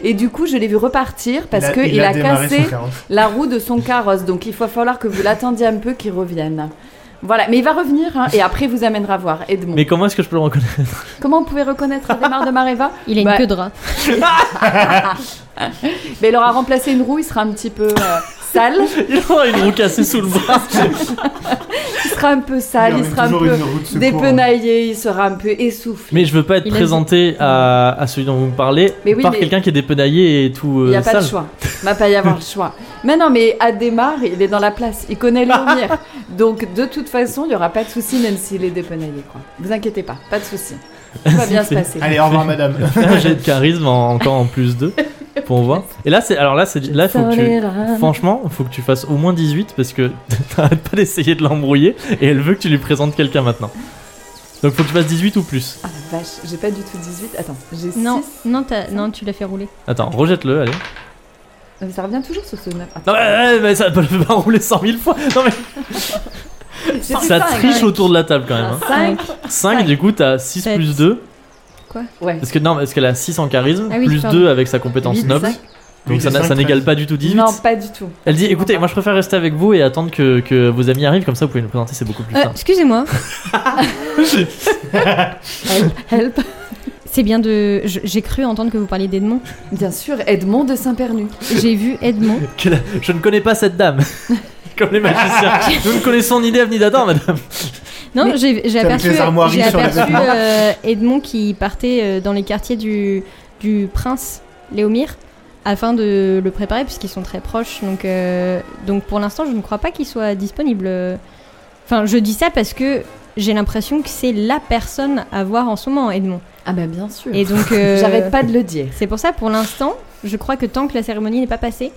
S4: Et du coup, je l'ai vu repartir parce
S2: Il a-
S4: que
S2: il
S4: il a,
S2: démarré hein.
S4: cassé
S2: son carrosse.
S4: la roue de son carrosse. Donc, il va falloir que vous l'attendiez un peu qu'il revienne. Voilà, mais il va revenir hein, et après vous amènera voir Edmond.
S1: Mais comment est-ce que je peux le reconnaître
S4: Comment vous pouvez reconnaître Adhémar de Mareva
S3: Il a une
S4: Bah,
S3: queue de rat.
S4: Mais il aura remplacé une roue, il sera un petit peu euh, sale.
S1: Il aura une roue cassée sous le bras.
S4: Il sera un peu sale, il
S2: ramène
S4: sera un
S2: toujours
S4: peu
S2: une roue de secours, hein.
S4: dépenaillé, il sera un peu essoufflé.
S1: Mais je veux pas être
S3: Il a dit-
S1: présenté à, à celui dont vous me parlez
S4: Mais oui,
S1: par
S4: mais-
S1: quelqu'un qui est dépenaillé et tout
S4: Il n'y a
S1: euh,
S4: pas de
S1: sale.
S4: choix. Il va pas y avoir le choix. Mais non, mais Adémar, il est dans la place. Il connaît l'Ormire. Donc, de toute façon, il n'y aura pas de souci, même s'il est dépenaillé. Quoi. Vous inquiétez pas, pas de souci. Tout va bien se passer.
S2: hein. Allez, au revoir, madame.
S1: J'ai de charisme en- encore en plus 2 pour voir. Et là, c'est alors là, c'est là, faut que tu. Franchement, faut que tu fasses au moins 18 parce que t'arrêtes pas d'essayer de l'embrouiller et elle veut que tu lui présentes quelqu'un maintenant. Donc faut que tu fasses 18 ou plus.
S4: Ah la vache, j'ai pas du tout 18. Attends, j'ai 6.
S3: Non, non, t'as- non, tu l'as fait rouler.
S1: Attends, rejette-le, allez.
S4: Euh, Ça revient toujours sur ce Ah. 9. Attends.
S1: Non mais, ouais, mais ça peut pas rouler 100 000 fois. Non mais
S4: J'ai
S1: ça
S4: cinq.
S1: triche autour de la table quand même.
S4: Ah, cinq.
S3: Euh,
S1: 5
S4: Cinq.
S1: du coup t'as 6
S3: Sept.
S1: plus 2.
S4: Ouais.
S1: Parce que non, parce qu'elle a 6 en charisme,
S3: Ah oui,
S1: plus
S3: pardon.
S1: 2 avec sa compétence
S4: Huit,
S1: noble.
S4: cinq.
S1: Donc
S2: Huit
S1: ça,
S2: et
S1: n'a- ça
S2: cinq,
S1: n'égale
S2: treize.
S1: pas du tout 18.
S4: Non, pas du tout.
S1: Elle dit écoutez, moi je préfère rester avec vous et attendre que, que vos amis arrivent, comme ça vous pouvez nous présenter, c'est beaucoup plus
S3: Euh,
S1: simple.
S3: Excusez-moi,
S4: Help.
S3: c'est bien de. je- J'ai cru entendre que vous parliez d'Edmond.
S4: Bien sûr, Edmond de Saint-Pernu.
S3: J'ai vu Edmond.
S1: Que la- Je ne connais pas cette dame. Comme les magiciens. Nous ne connaissons ni d'Ève ni d'Adam, madame.
S3: Non,
S4: Mais-
S3: j'ai j'ai
S2: Avec
S3: aperçu,
S2: les armoiries
S3: j'ai
S2: sur les
S3: aperçu
S2: vêtements.
S3: euh, Edmond qui partait euh, dans les quartiers du, du prince Léomir afin de le préparer puisqu'ils sont très proches. Donc, euh, donc pour l'instant, je ne crois pas qu'il soit disponible. Enfin, je dis ça parce que j'ai l'impression que c'est la personne à voir en ce moment, Edmond.
S4: Ah, bah bien sûr.
S3: Et donc, euh,
S4: J'arrête pas de le dire.
S3: C'est pour ça, pour l'instant, je crois que tant que la cérémonie n'est pas passée,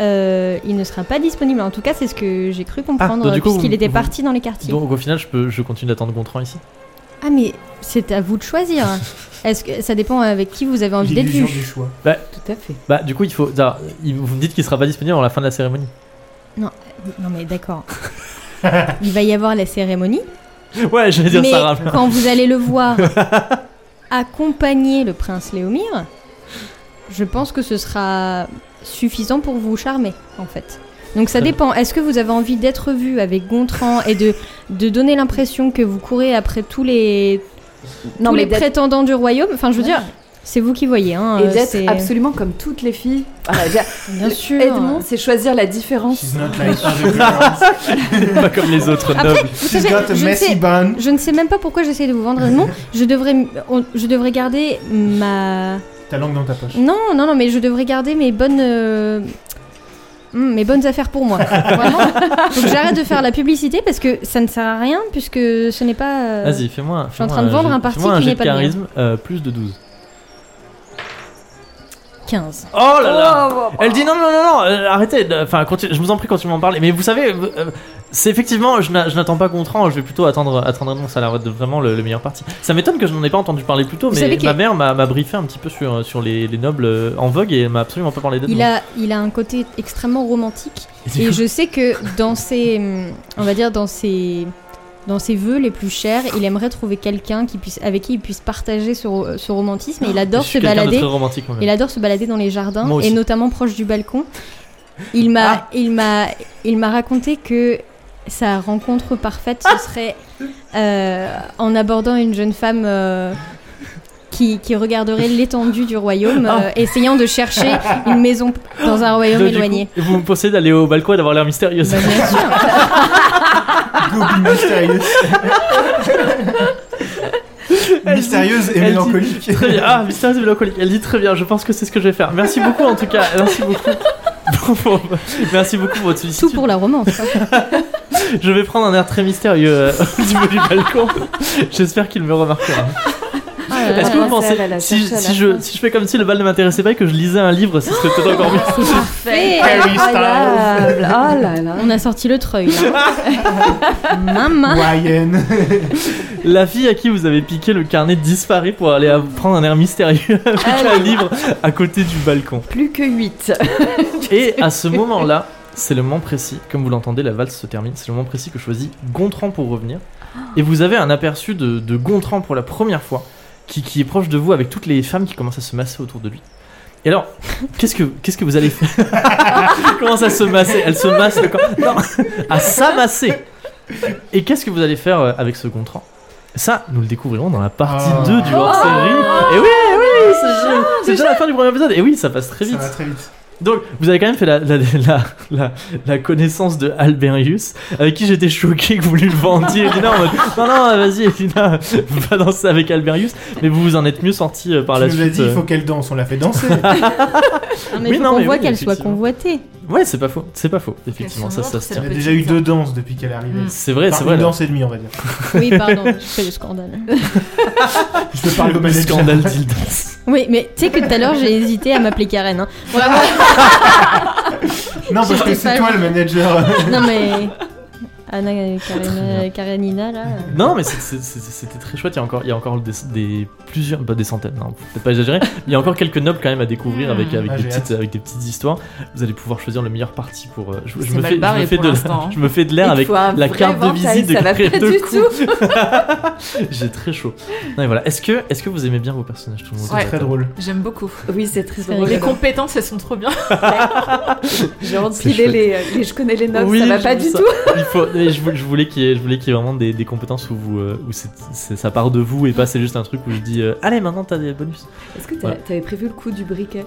S3: euh, il ne sera pas disponible. En tout cas, c'est ce que j'ai cru comprendre
S1: donc du coup,
S3: puisqu'il
S1: vous-
S3: était
S1: vous-
S3: parti dans les quartiers.
S1: Donc au final, je, peux, je continue d'attendre Gontran ici.
S3: Ah mais c'est à vous de choisir. Est-ce que ça dépend avec qui vous avez envie d'être
S2: L'illusion
S3: vu
S2: du choix.
S4: Tout à fait.
S1: Bah, du coup, il faut. alors, il- vous me dites qu'il sera pas disponible avant la fin de la cérémonie.
S3: Non mais d'accord. Il va y avoir la cérémonie,
S1: Ouais, j'allais dire
S3: mais
S1: ça Sarah.
S3: quand vous allez le voir accompagner le prince Léomir, je pense que ce sera suffisant pour vous charmer en fait. Donc ça
S1: Très bien.
S3: dépend. Est-ce que vous avez envie d'être vu avec Gontran et de, de donner l'impression que vous courez après tous les,
S4: Non,
S3: tous
S4: mais
S3: les
S4: d'être-
S3: prétendants du royaume Enfin, je veux dire, c'est vous qui voyez. Hein,
S4: Et
S3: euh,
S4: d'être
S3: c'est-
S4: absolument comme toutes les filles. Voilà, je veux dire,
S3: Bien sûr.
S4: Edmond, c'est choisir la différence.
S2: She's not like other girls.
S1: Pas comme les autres
S3: Après,
S1: nobles.
S3: Vous
S2: She's
S3: savez,
S2: got a
S3: je ne
S2: messy
S3: sais,
S2: bun.
S3: je ne sais même pas pourquoi j'essaie de vous vendre Edmond. Je devrais, on- je devrais garder ma.
S2: Ta langue dans ta poche.
S3: Non, non, non, mais je devrais garder mes bonnes. euh, hmm, mes bonnes affaires pour moi. Vraiment. Faut que j'arrête de faire la publicité parce que ça ne sert à rien puisque ce n'est pas. euh,
S1: Vas-y, fais-moi.
S3: suis en train de vendre un parti qui n'est
S1: jet de
S3: pas le mien.
S1: charisme, euh, plus de 12.
S3: 15.
S1: Oh là là
S4: Oh, oh, oh.
S1: Elle dit non, non, non, non, euh, arrêtez, euh, enfin, continue- je vous en prie, continuez à m'en parler. Mais vous savez, euh, euh, c'est effectivement, je n'a- je n'attends pas Gontran, je vais plutôt attendre, attendre mon salaire de vraiment le, le meilleur parti. Ça m'étonne que je n'en ai pas entendu parler plus tôt,
S3: Vous
S1: mais
S3: savez que-
S1: ma mère m'a m'a briefé un petit peu sur, sur les, les nobles euh, en vogue et elle m'a absolument pas parlé d'eux.
S3: Il a, il a un côté extrêmement romantique Et je sais que dans ses, hum, on va dire dans ses, dans ses vœux les plus chers, il aimerait trouver quelqu'un qui puisse, avec qui il puisse partager ce, ro- ce romantisme. Et il adore se balader.
S1: très romantique, moi-même.
S3: Il adore se balader dans les jardins
S1: Moi aussi. Ah.
S3: et notamment proche du balcon. Il m'a, il m'a, il m'a raconté que sa rencontre parfaite
S1: Ah.
S3: ce serait euh, en abordant une jeune femme. euh, qui, qui regarderait l'étendue du royaume, euh, essayant de chercher une maison dans un royaume
S1: Donc, Ah. Bah, du
S3: éloigné.
S1: coup, vous me pensez d'aller au balcon et d'avoir l'air mystérieuse.
S3: Bah, bien sûr.
S2: Gobi mystérieuse. mystérieuse et
S1: elle dit-
S2: mélancolique.
S1: Très bien. Ah, mystérieuse et mélancolique. Elle dit très bien, je pense que c'est ce que je vais faire. Merci beaucoup en tout cas. Merci beaucoup. pour- pour- Merci beaucoup pour votre
S3: Tout
S1: sollicitude.
S3: pour la romance. hein.
S1: Je vais prendre un air très mystérieux euh, au niveau du balcon. J'espère qu'il me remarquera. Ah, Est-ce que vous
S4: la
S1: pensez,
S4: salle, la
S1: si,
S4: salle,
S1: si
S4: la
S1: je,
S4: salle.
S1: si je fais comme si le bal ne m'intéressait pas et que je lisais un livre, ce serait peut-être encore mieux.
S3: Parfait.
S2: Harry Styles.
S4: Incroyable. Oh Ah, là là.
S3: On a sorti le treuil. là. Maman.
S2: Ryan.
S1: La fille à qui vous avez piqué le carnet disparaît pour aller à- prendre un air mystérieux avec un livre à côté du balcon.
S4: Plus que 8.
S1: Et à ce moment-là, c'est le moment précis, comme vous l'entendez, la valse se termine, c'est le moment précis que choisit Gontran pour revenir. Et vous avez un aperçu de, de Gontran pour la première fois, qui, qui est proche de vous avec toutes les femmes qui commencent à se masser autour de lui. Et alors, qu'est-ce que, qu'est-ce que vous allez faire Elle commence à se masser, elle se masse le corps. Non, à s'amasser Et qu'est-ce que vous allez faire euh, avec ce Gontran ça, nous le découvrirons dans la partie
S2: Ah.
S1: 2 du hors-série. Et oui, oui, c'est- c'est déjà la fin du premier épisode. Et oui, ça passe très
S2: Ça
S1: vite.
S2: va très vite.
S1: Donc, vous avez quand même fait la, la- la- la- la connaissance de Alberius, avec qui j'étais choqué que vous lui le vendiez. Elina, en mode, non, non, vas-y, Elina, va danser avec Alberius. Mais vous vous en êtes mieux sorti euh, par
S2: tu
S1: la
S2: nous
S1: suite.
S2: as dit, il
S1: euh.
S2: faut qu'elle danse, on l'a fait danser.
S3: Non, mais
S1: Oui,
S3: faut
S1: non,
S3: qu'on
S1: mais
S3: voit
S1: oui,
S3: qu'elle soit
S1: effectivement.
S3: convoitée.
S1: euh. Ouais, c'est pas faux, c'est pas faux, effectivement,
S5: se
S1: ça, ça
S5: montre,
S1: se
S5: c'est
S1: tient.
S2: On a
S5: Petite
S2: déjà eu
S5: femme.
S2: deux danses depuis qu'elle est arrivée.
S5: Mm.
S1: C'est vrai,
S2: Enfin,
S1: c'est
S2: une
S1: vrai. là.
S2: danse et demie, on va dire.
S3: Oui, pardon, je fais le scandale.
S2: Je te parle de
S1: Le
S2: manager.
S1: scandale d'Ildance.
S3: Oui, mais tu sais que tout à l'heure j'ai hésité à m'appeler Karen. hein. Vraiment.
S2: Non, parce que
S3: J'étais
S2: c'est
S3: pas-
S2: toi le manager.
S3: Non mais Anna euh, Karen, euh, Karenina là. euh.
S1: Non, mais c'est- c'est- c'est- c'était très chouette. Il y a encore, il y a encore des, des plusieurs, bah, des centaines, non, faut peut-être pas exagérer. mais Il y a encore quelques nobles quand même à découvrir
S5: Hmm.
S1: avec, avec,
S2: Ah,
S1: des
S2: j'ai
S1: petites, avec des petites histoires. Vous allez pouvoir choisir le meilleur parti pour. euh, je, je
S5: C'est
S1: me
S5: mal
S1: fais, je
S5: barré
S1: me fais
S5: pour
S1: de,
S5: l'instant, hein.
S1: je me fais de
S4: Il
S1: l'air
S4: te
S1: avec
S4: faut un
S1: la
S4: vrai
S1: carte de
S4: mental,
S1: visite de
S4: ça va
S1: Créteil
S4: pas du
S1: Coup.
S4: tout.
S1: J'ai très chaud. Non, mais voilà. Est-ce que, est-ce que vous aimez bien vos personnages tout le monde
S2: C'est très drôle.
S5: J'aime beaucoup.
S4: Oui, c'est très
S3: C'est
S4: drôle.
S5: Les
S3: rigolo.
S5: compétences, elles sont trop bien.
S4: J'ai
S1: C'est
S4: empilé
S1: chouette.
S4: les, les je connais les noms,
S1: Oui,
S4: ça va
S1: j'ai
S4: pas
S1: vu
S4: du
S1: ça.
S4: tout.
S1: Il faut, mais je, vou- je voulais qu'il y ait, je voulais qu'il y ait vraiment des, des compétences où, vous, euh, où c'est, c'est- ça part de vous et pas c'est juste un truc où je dis euh, Allez, maintenant t'as des bonus.
S4: Est-ce que t'as-
S1: Ouais.
S4: t'avais prévu le coup du briquet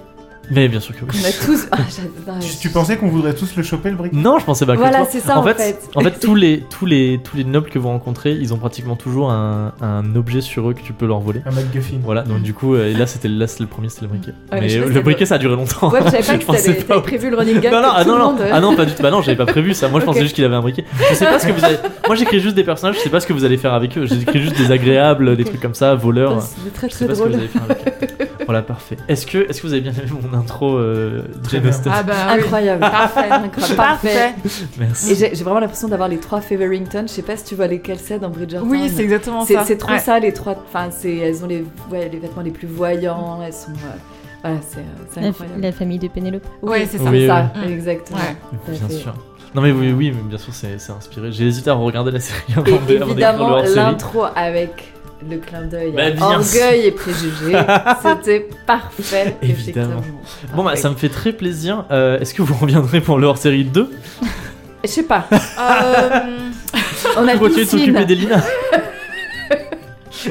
S1: Mais bien sûr que oui.
S4: On a tous. Ah, j'adore.
S2: Tu, tu pensais qu'on voudrait tous le choper, le briquet
S1: Non, je pensais pas que
S4: Voilà,
S1: toi.
S4: c'est ça, en fait.
S1: en fait, tous les tous les tous les nobles que vous rencontrez, ils ont pratiquement toujours un, un objet sur eux que tu peux leur voler.
S2: Un McGuffin.
S1: Voilà, donc du coup, euh, et là c'était là c'était le premier, c'était le briquet.
S4: Ouais,
S1: mais euh,
S4: je sais pas si
S1: le
S4: ça
S1: briquet
S4: doit-
S1: ça a duré longtemps.
S4: Ouais, je savais
S1: Je
S4: pas que
S1: pensais
S4: t'avais
S1: pas.
S4: t'avais prévu le running gag.
S1: Non, non,
S4: que
S1: ah,
S4: tout
S1: non,
S4: le
S1: non,
S4: monde- euh,
S1: ah non, pas du tout. Bah non, j'avais pas prévu ça. Moi, je
S4: Ok.
S1: pensais juste qu'il avait un briquet. Je sais pas ce que vous allez. Moi, j'écris juste des personnages, je sais pas ce que vous allez faire avec eux. J'écris juste des agréables, des
S4: Ok.
S1: trucs comme ça, voleurs.
S4: C'était très
S1: Je sais pas
S4: très
S1: ce que vous
S4: drôle.
S1: allez faire avec eux. Voilà, parfait. Est-ce que, est que vous avez bien aimé mon intro, euh,
S2: Très
S1: Jane
S2: bien.
S1: Austen
S5: Ah bah oui.
S4: Incroyable. Parfait, incroyable.
S5: Parfait.
S1: Merci.
S4: Et Ah, j'ai j'ai vraiment l'impression d'avoir les trois Feverington. Je sais pas si tu vois lesquels c'est dans Bridgerton.
S5: Oui, c'est exactement
S4: C'est
S5: ça.
S4: c'est trop
S5: Ouais.
S4: ça, les trois. Enfin, c'est- elles ont les, ouais, les vêtements les plus voyants. Elles sont. euh, voilà, c'est euh, c'est
S3: La,
S4: incroyable.
S3: la famille de Pénélope.
S4: Oui,
S5: Ouais, c'est ça.
S1: Oui,
S4: ça,
S5: oui.
S4: exactement.
S5: Ouais.
S1: Bien
S4: c'est-
S1: sûr. Non, mais oui, oui, mais bien sûr, c'est c'est inspiré. J'ai hésité à regarder la série avant
S4: Et
S1: de- avant d'écrire le
S4: évidemment,
S1: hors série.
S4: l'intro avec le clin d'œil
S1: Bah,
S4: à
S1: bien
S4: orgueil et préjugés, c'était parfait.
S1: Évidemment.
S4: effectivement.
S1: Bon, bah,
S4: Parfait.
S1: ça me fait très plaisir. Euh, Est-ce que vous reviendrez pour le hors série 2
S4: Je sais pas,
S5: Euh,
S4: on
S1: Pour
S4: a
S1: continuer de
S4: piscine.
S1: s'occuper d'Elina
S5: tu,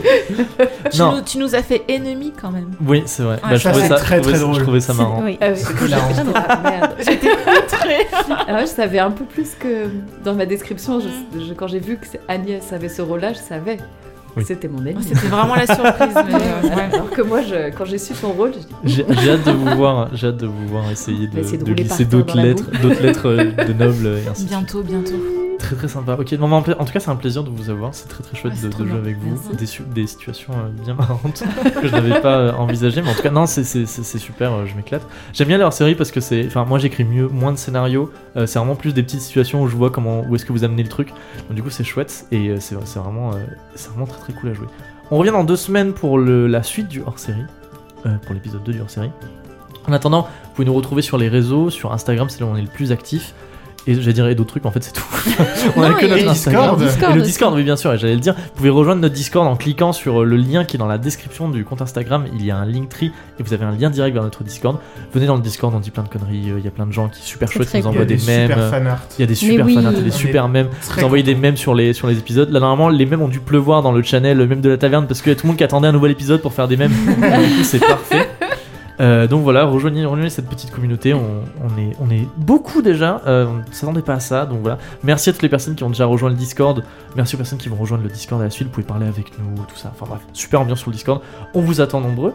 S1: Non.
S5: nous, tu nous as fait ennemi quand même.
S1: Oui, c'est vrai.
S5: Ah,
S1: Bah, je
S5: ça,
S1: trouvais
S2: c'est
S1: ça
S2: très,
S1: je trouvais
S2: très
S1: ça- Je
S2: drôle.
S1: trouvais ça marrant.
S3: Oui.
S4: Ah oui.
S2: hilarant.
S4: Ah, merde.
S5: J'étais outrée.
S4: Ah ouais, je savais un peu plus que dans ma description. je- je- quand j'ai vu que c'est- Agnès avait ce rôle-là, je savais.
S1: Oui.
S4: C'était mon
S5: Moi,
S4: ennemi.
S5: C'était vraiment la surprise. mais, euh, ouais.
S4: Alors que moi, je- quand j'ai su son rôle, j'ai dit
S1: J'ai j'ai hâte de vous voir, j'ai hâte de vous voir essayer
S4: va
S1: de,
S4: essayer de
S1: de
S4: rouler
S1: glisser
S4: par terre
S1: d'autres
S4: dans la
S1: lettres, d'autres lettres euh, de nobles et ainsi de suite.
S5: Bientôt, bientôt.
S1: Très très sympa. Ok, non, mais en pla- en tout cas c'est un plaisir de vous avoir, c'est très très chouette
S5: Ah, c'est
S1: de,
S5: trop
S1: de jouer
S5: bien.
S1: avec vous,
S5: Merci.
S1: des, su- des situations euh, bien marrantes que je n'avais pas euh, envisagées, mais en tout cas non c'est- c'est c'est- c'est super, euh, je m'éclate. J'aime bien les hors-séries parce que c'est, enfin moi j'écris mieux, moins de scénarios, euh, c'est vraiment plus des petites situations où je vois comment, où est-ce que vous amenez le truc, donc du coup c'est chouette et euh, c'est c'est vraiment, euh, c'est vraiment très très cool à jouer. On revient dans deux semaines pour le- la suite du hors-série, euh, pour l'épisode 2 du hors-série. En attendant, vous pouvez nous retrouver sur les réseaux, sur Instagram c'est là où on est le plus actif. Et j'allais dire et d'autres trucs, mais en fait c'est tout. on a
S3: Non,
S1: que
S3: et-
S1: notre
S3: et
S1: Instagram.
S2: Discord.
S1: Et le
S3: aussi.
S1: Discord, oui, bien sûr, et j'allais le dire. Vous pouvez rejoindre notre Discord en cliquant sur euh, le lien qui est dans la description du compte Instagram. Il y a un Linktree et vous avez un lien direct vers notre Discord. Venez dans le Discord, on dit plein de conneries. euh, Il y a plein de gens qui, super
S3: C'est
S1: chouettes,
S3: très
S1: nous
S2: Il y
S1: envoient
S2: a
S1: des,
S2: des
S1: mèmes.
S2: super
S1: euh,
S2: fanarts.
S1: Il y a des super
S3: oui.
S1: fanarts, il y a des
S2: On est
S1: super mèmes.
S2: Très
S1: Vous envoyez des
S2: contents.
S1: mèmes sur les, sur les épisodes. Là, normalement, les mèmes ont dû pleuvoir dans le channel, le mème de la taverne, parce que tout le monde qui attendait un nouvel épisode pour faire des mèmes. Du coup, c'est parfait. Euh, donc voilà, rejoignez, rejoignez cette petite communauté. On, on est, on est beaucoup déjà. euh, on ne s'attendait pas à ça. Donc voilà. Merci à toutes les personnes qui ont déjà rejoint le Discord. Merci aux personnes qui vont rejoindre le Discord à la suite. Vous pouvez parler avec nous, tout ça. Enfin bref, super ambiance sur le Discord. On vous attend nombreux.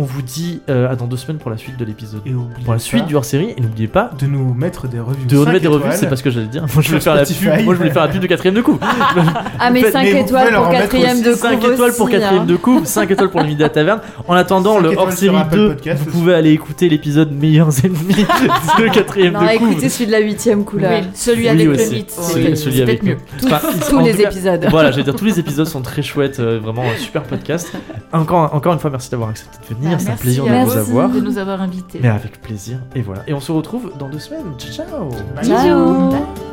S1: On vous dit euh, à dans deux semaines pour la suite de l'épisode.
S2: Et oubliez
S1: Pour la
S2: pas
S1: suite du hors série. Et n'oubliez pas
S2: de nous mettre des revues.
S1: de remettre des
S2: cinq
S1: revues,
S2: étoiles.
S1: c'est parce que j'allais dire. Moi je voulais
S2: Sur
S1: faire la
S2: Spotify.
S1: pub. Moi je voulais faire la pub de quatrième de coupe.
S4: Ah, mais
S1: faites-
S4: 5
S2: mais vous pouvez
S4: étoiles
S2: leur en
S4: pour
S2: mettre
S4: quatrième
S2: aussi
S4: de couve
S1: 5 étoiles pour
S4: aussi, hein.
S1: quatrième de coupe, 5 étoiles pour le midi à taverne. En attendant,
S2: Cinq
S1: le
S2: étoiles
S1: hors série
S2: sur Apple
S1: 2,
S2: Podcast
S1: vous
S2: aussi.
S1: pouvez aller écouter l'épisode Meilleurs ennemis de quatrième
S4: Non,
S1: de coupe.
S4: écoutez celui de la huitième couleur.
S5: Oui, celui
S1: Oui,
S5: avec
S1: aussi.
S5: le mythe.
S1: Celui-
S5: c'est-
S1: celui
S5: c'est
S1: avec
S5: peut-être mieux.
S1: Tous,
S4: Tous les épisodes.
S1: Voilà, j'allais dire, tous les épisodes sont très chouettes, euh, vraiment un super podcast. Encore, encore une fois, merci d'avoir accepté de venir,
S5: Bah,
S1: c'est un
S5: merci
S1: plaisir
S5: à
S1: de vous
S5: vous
S1: avoir.
S5: de nous avoir invités.
S1: Mais avec plaisir, et voilà. Et on se retrouve dans deux semaines. Ciao!
S2: Bye.
S4: Ciao.
S3: Bisous.
S4: Bye.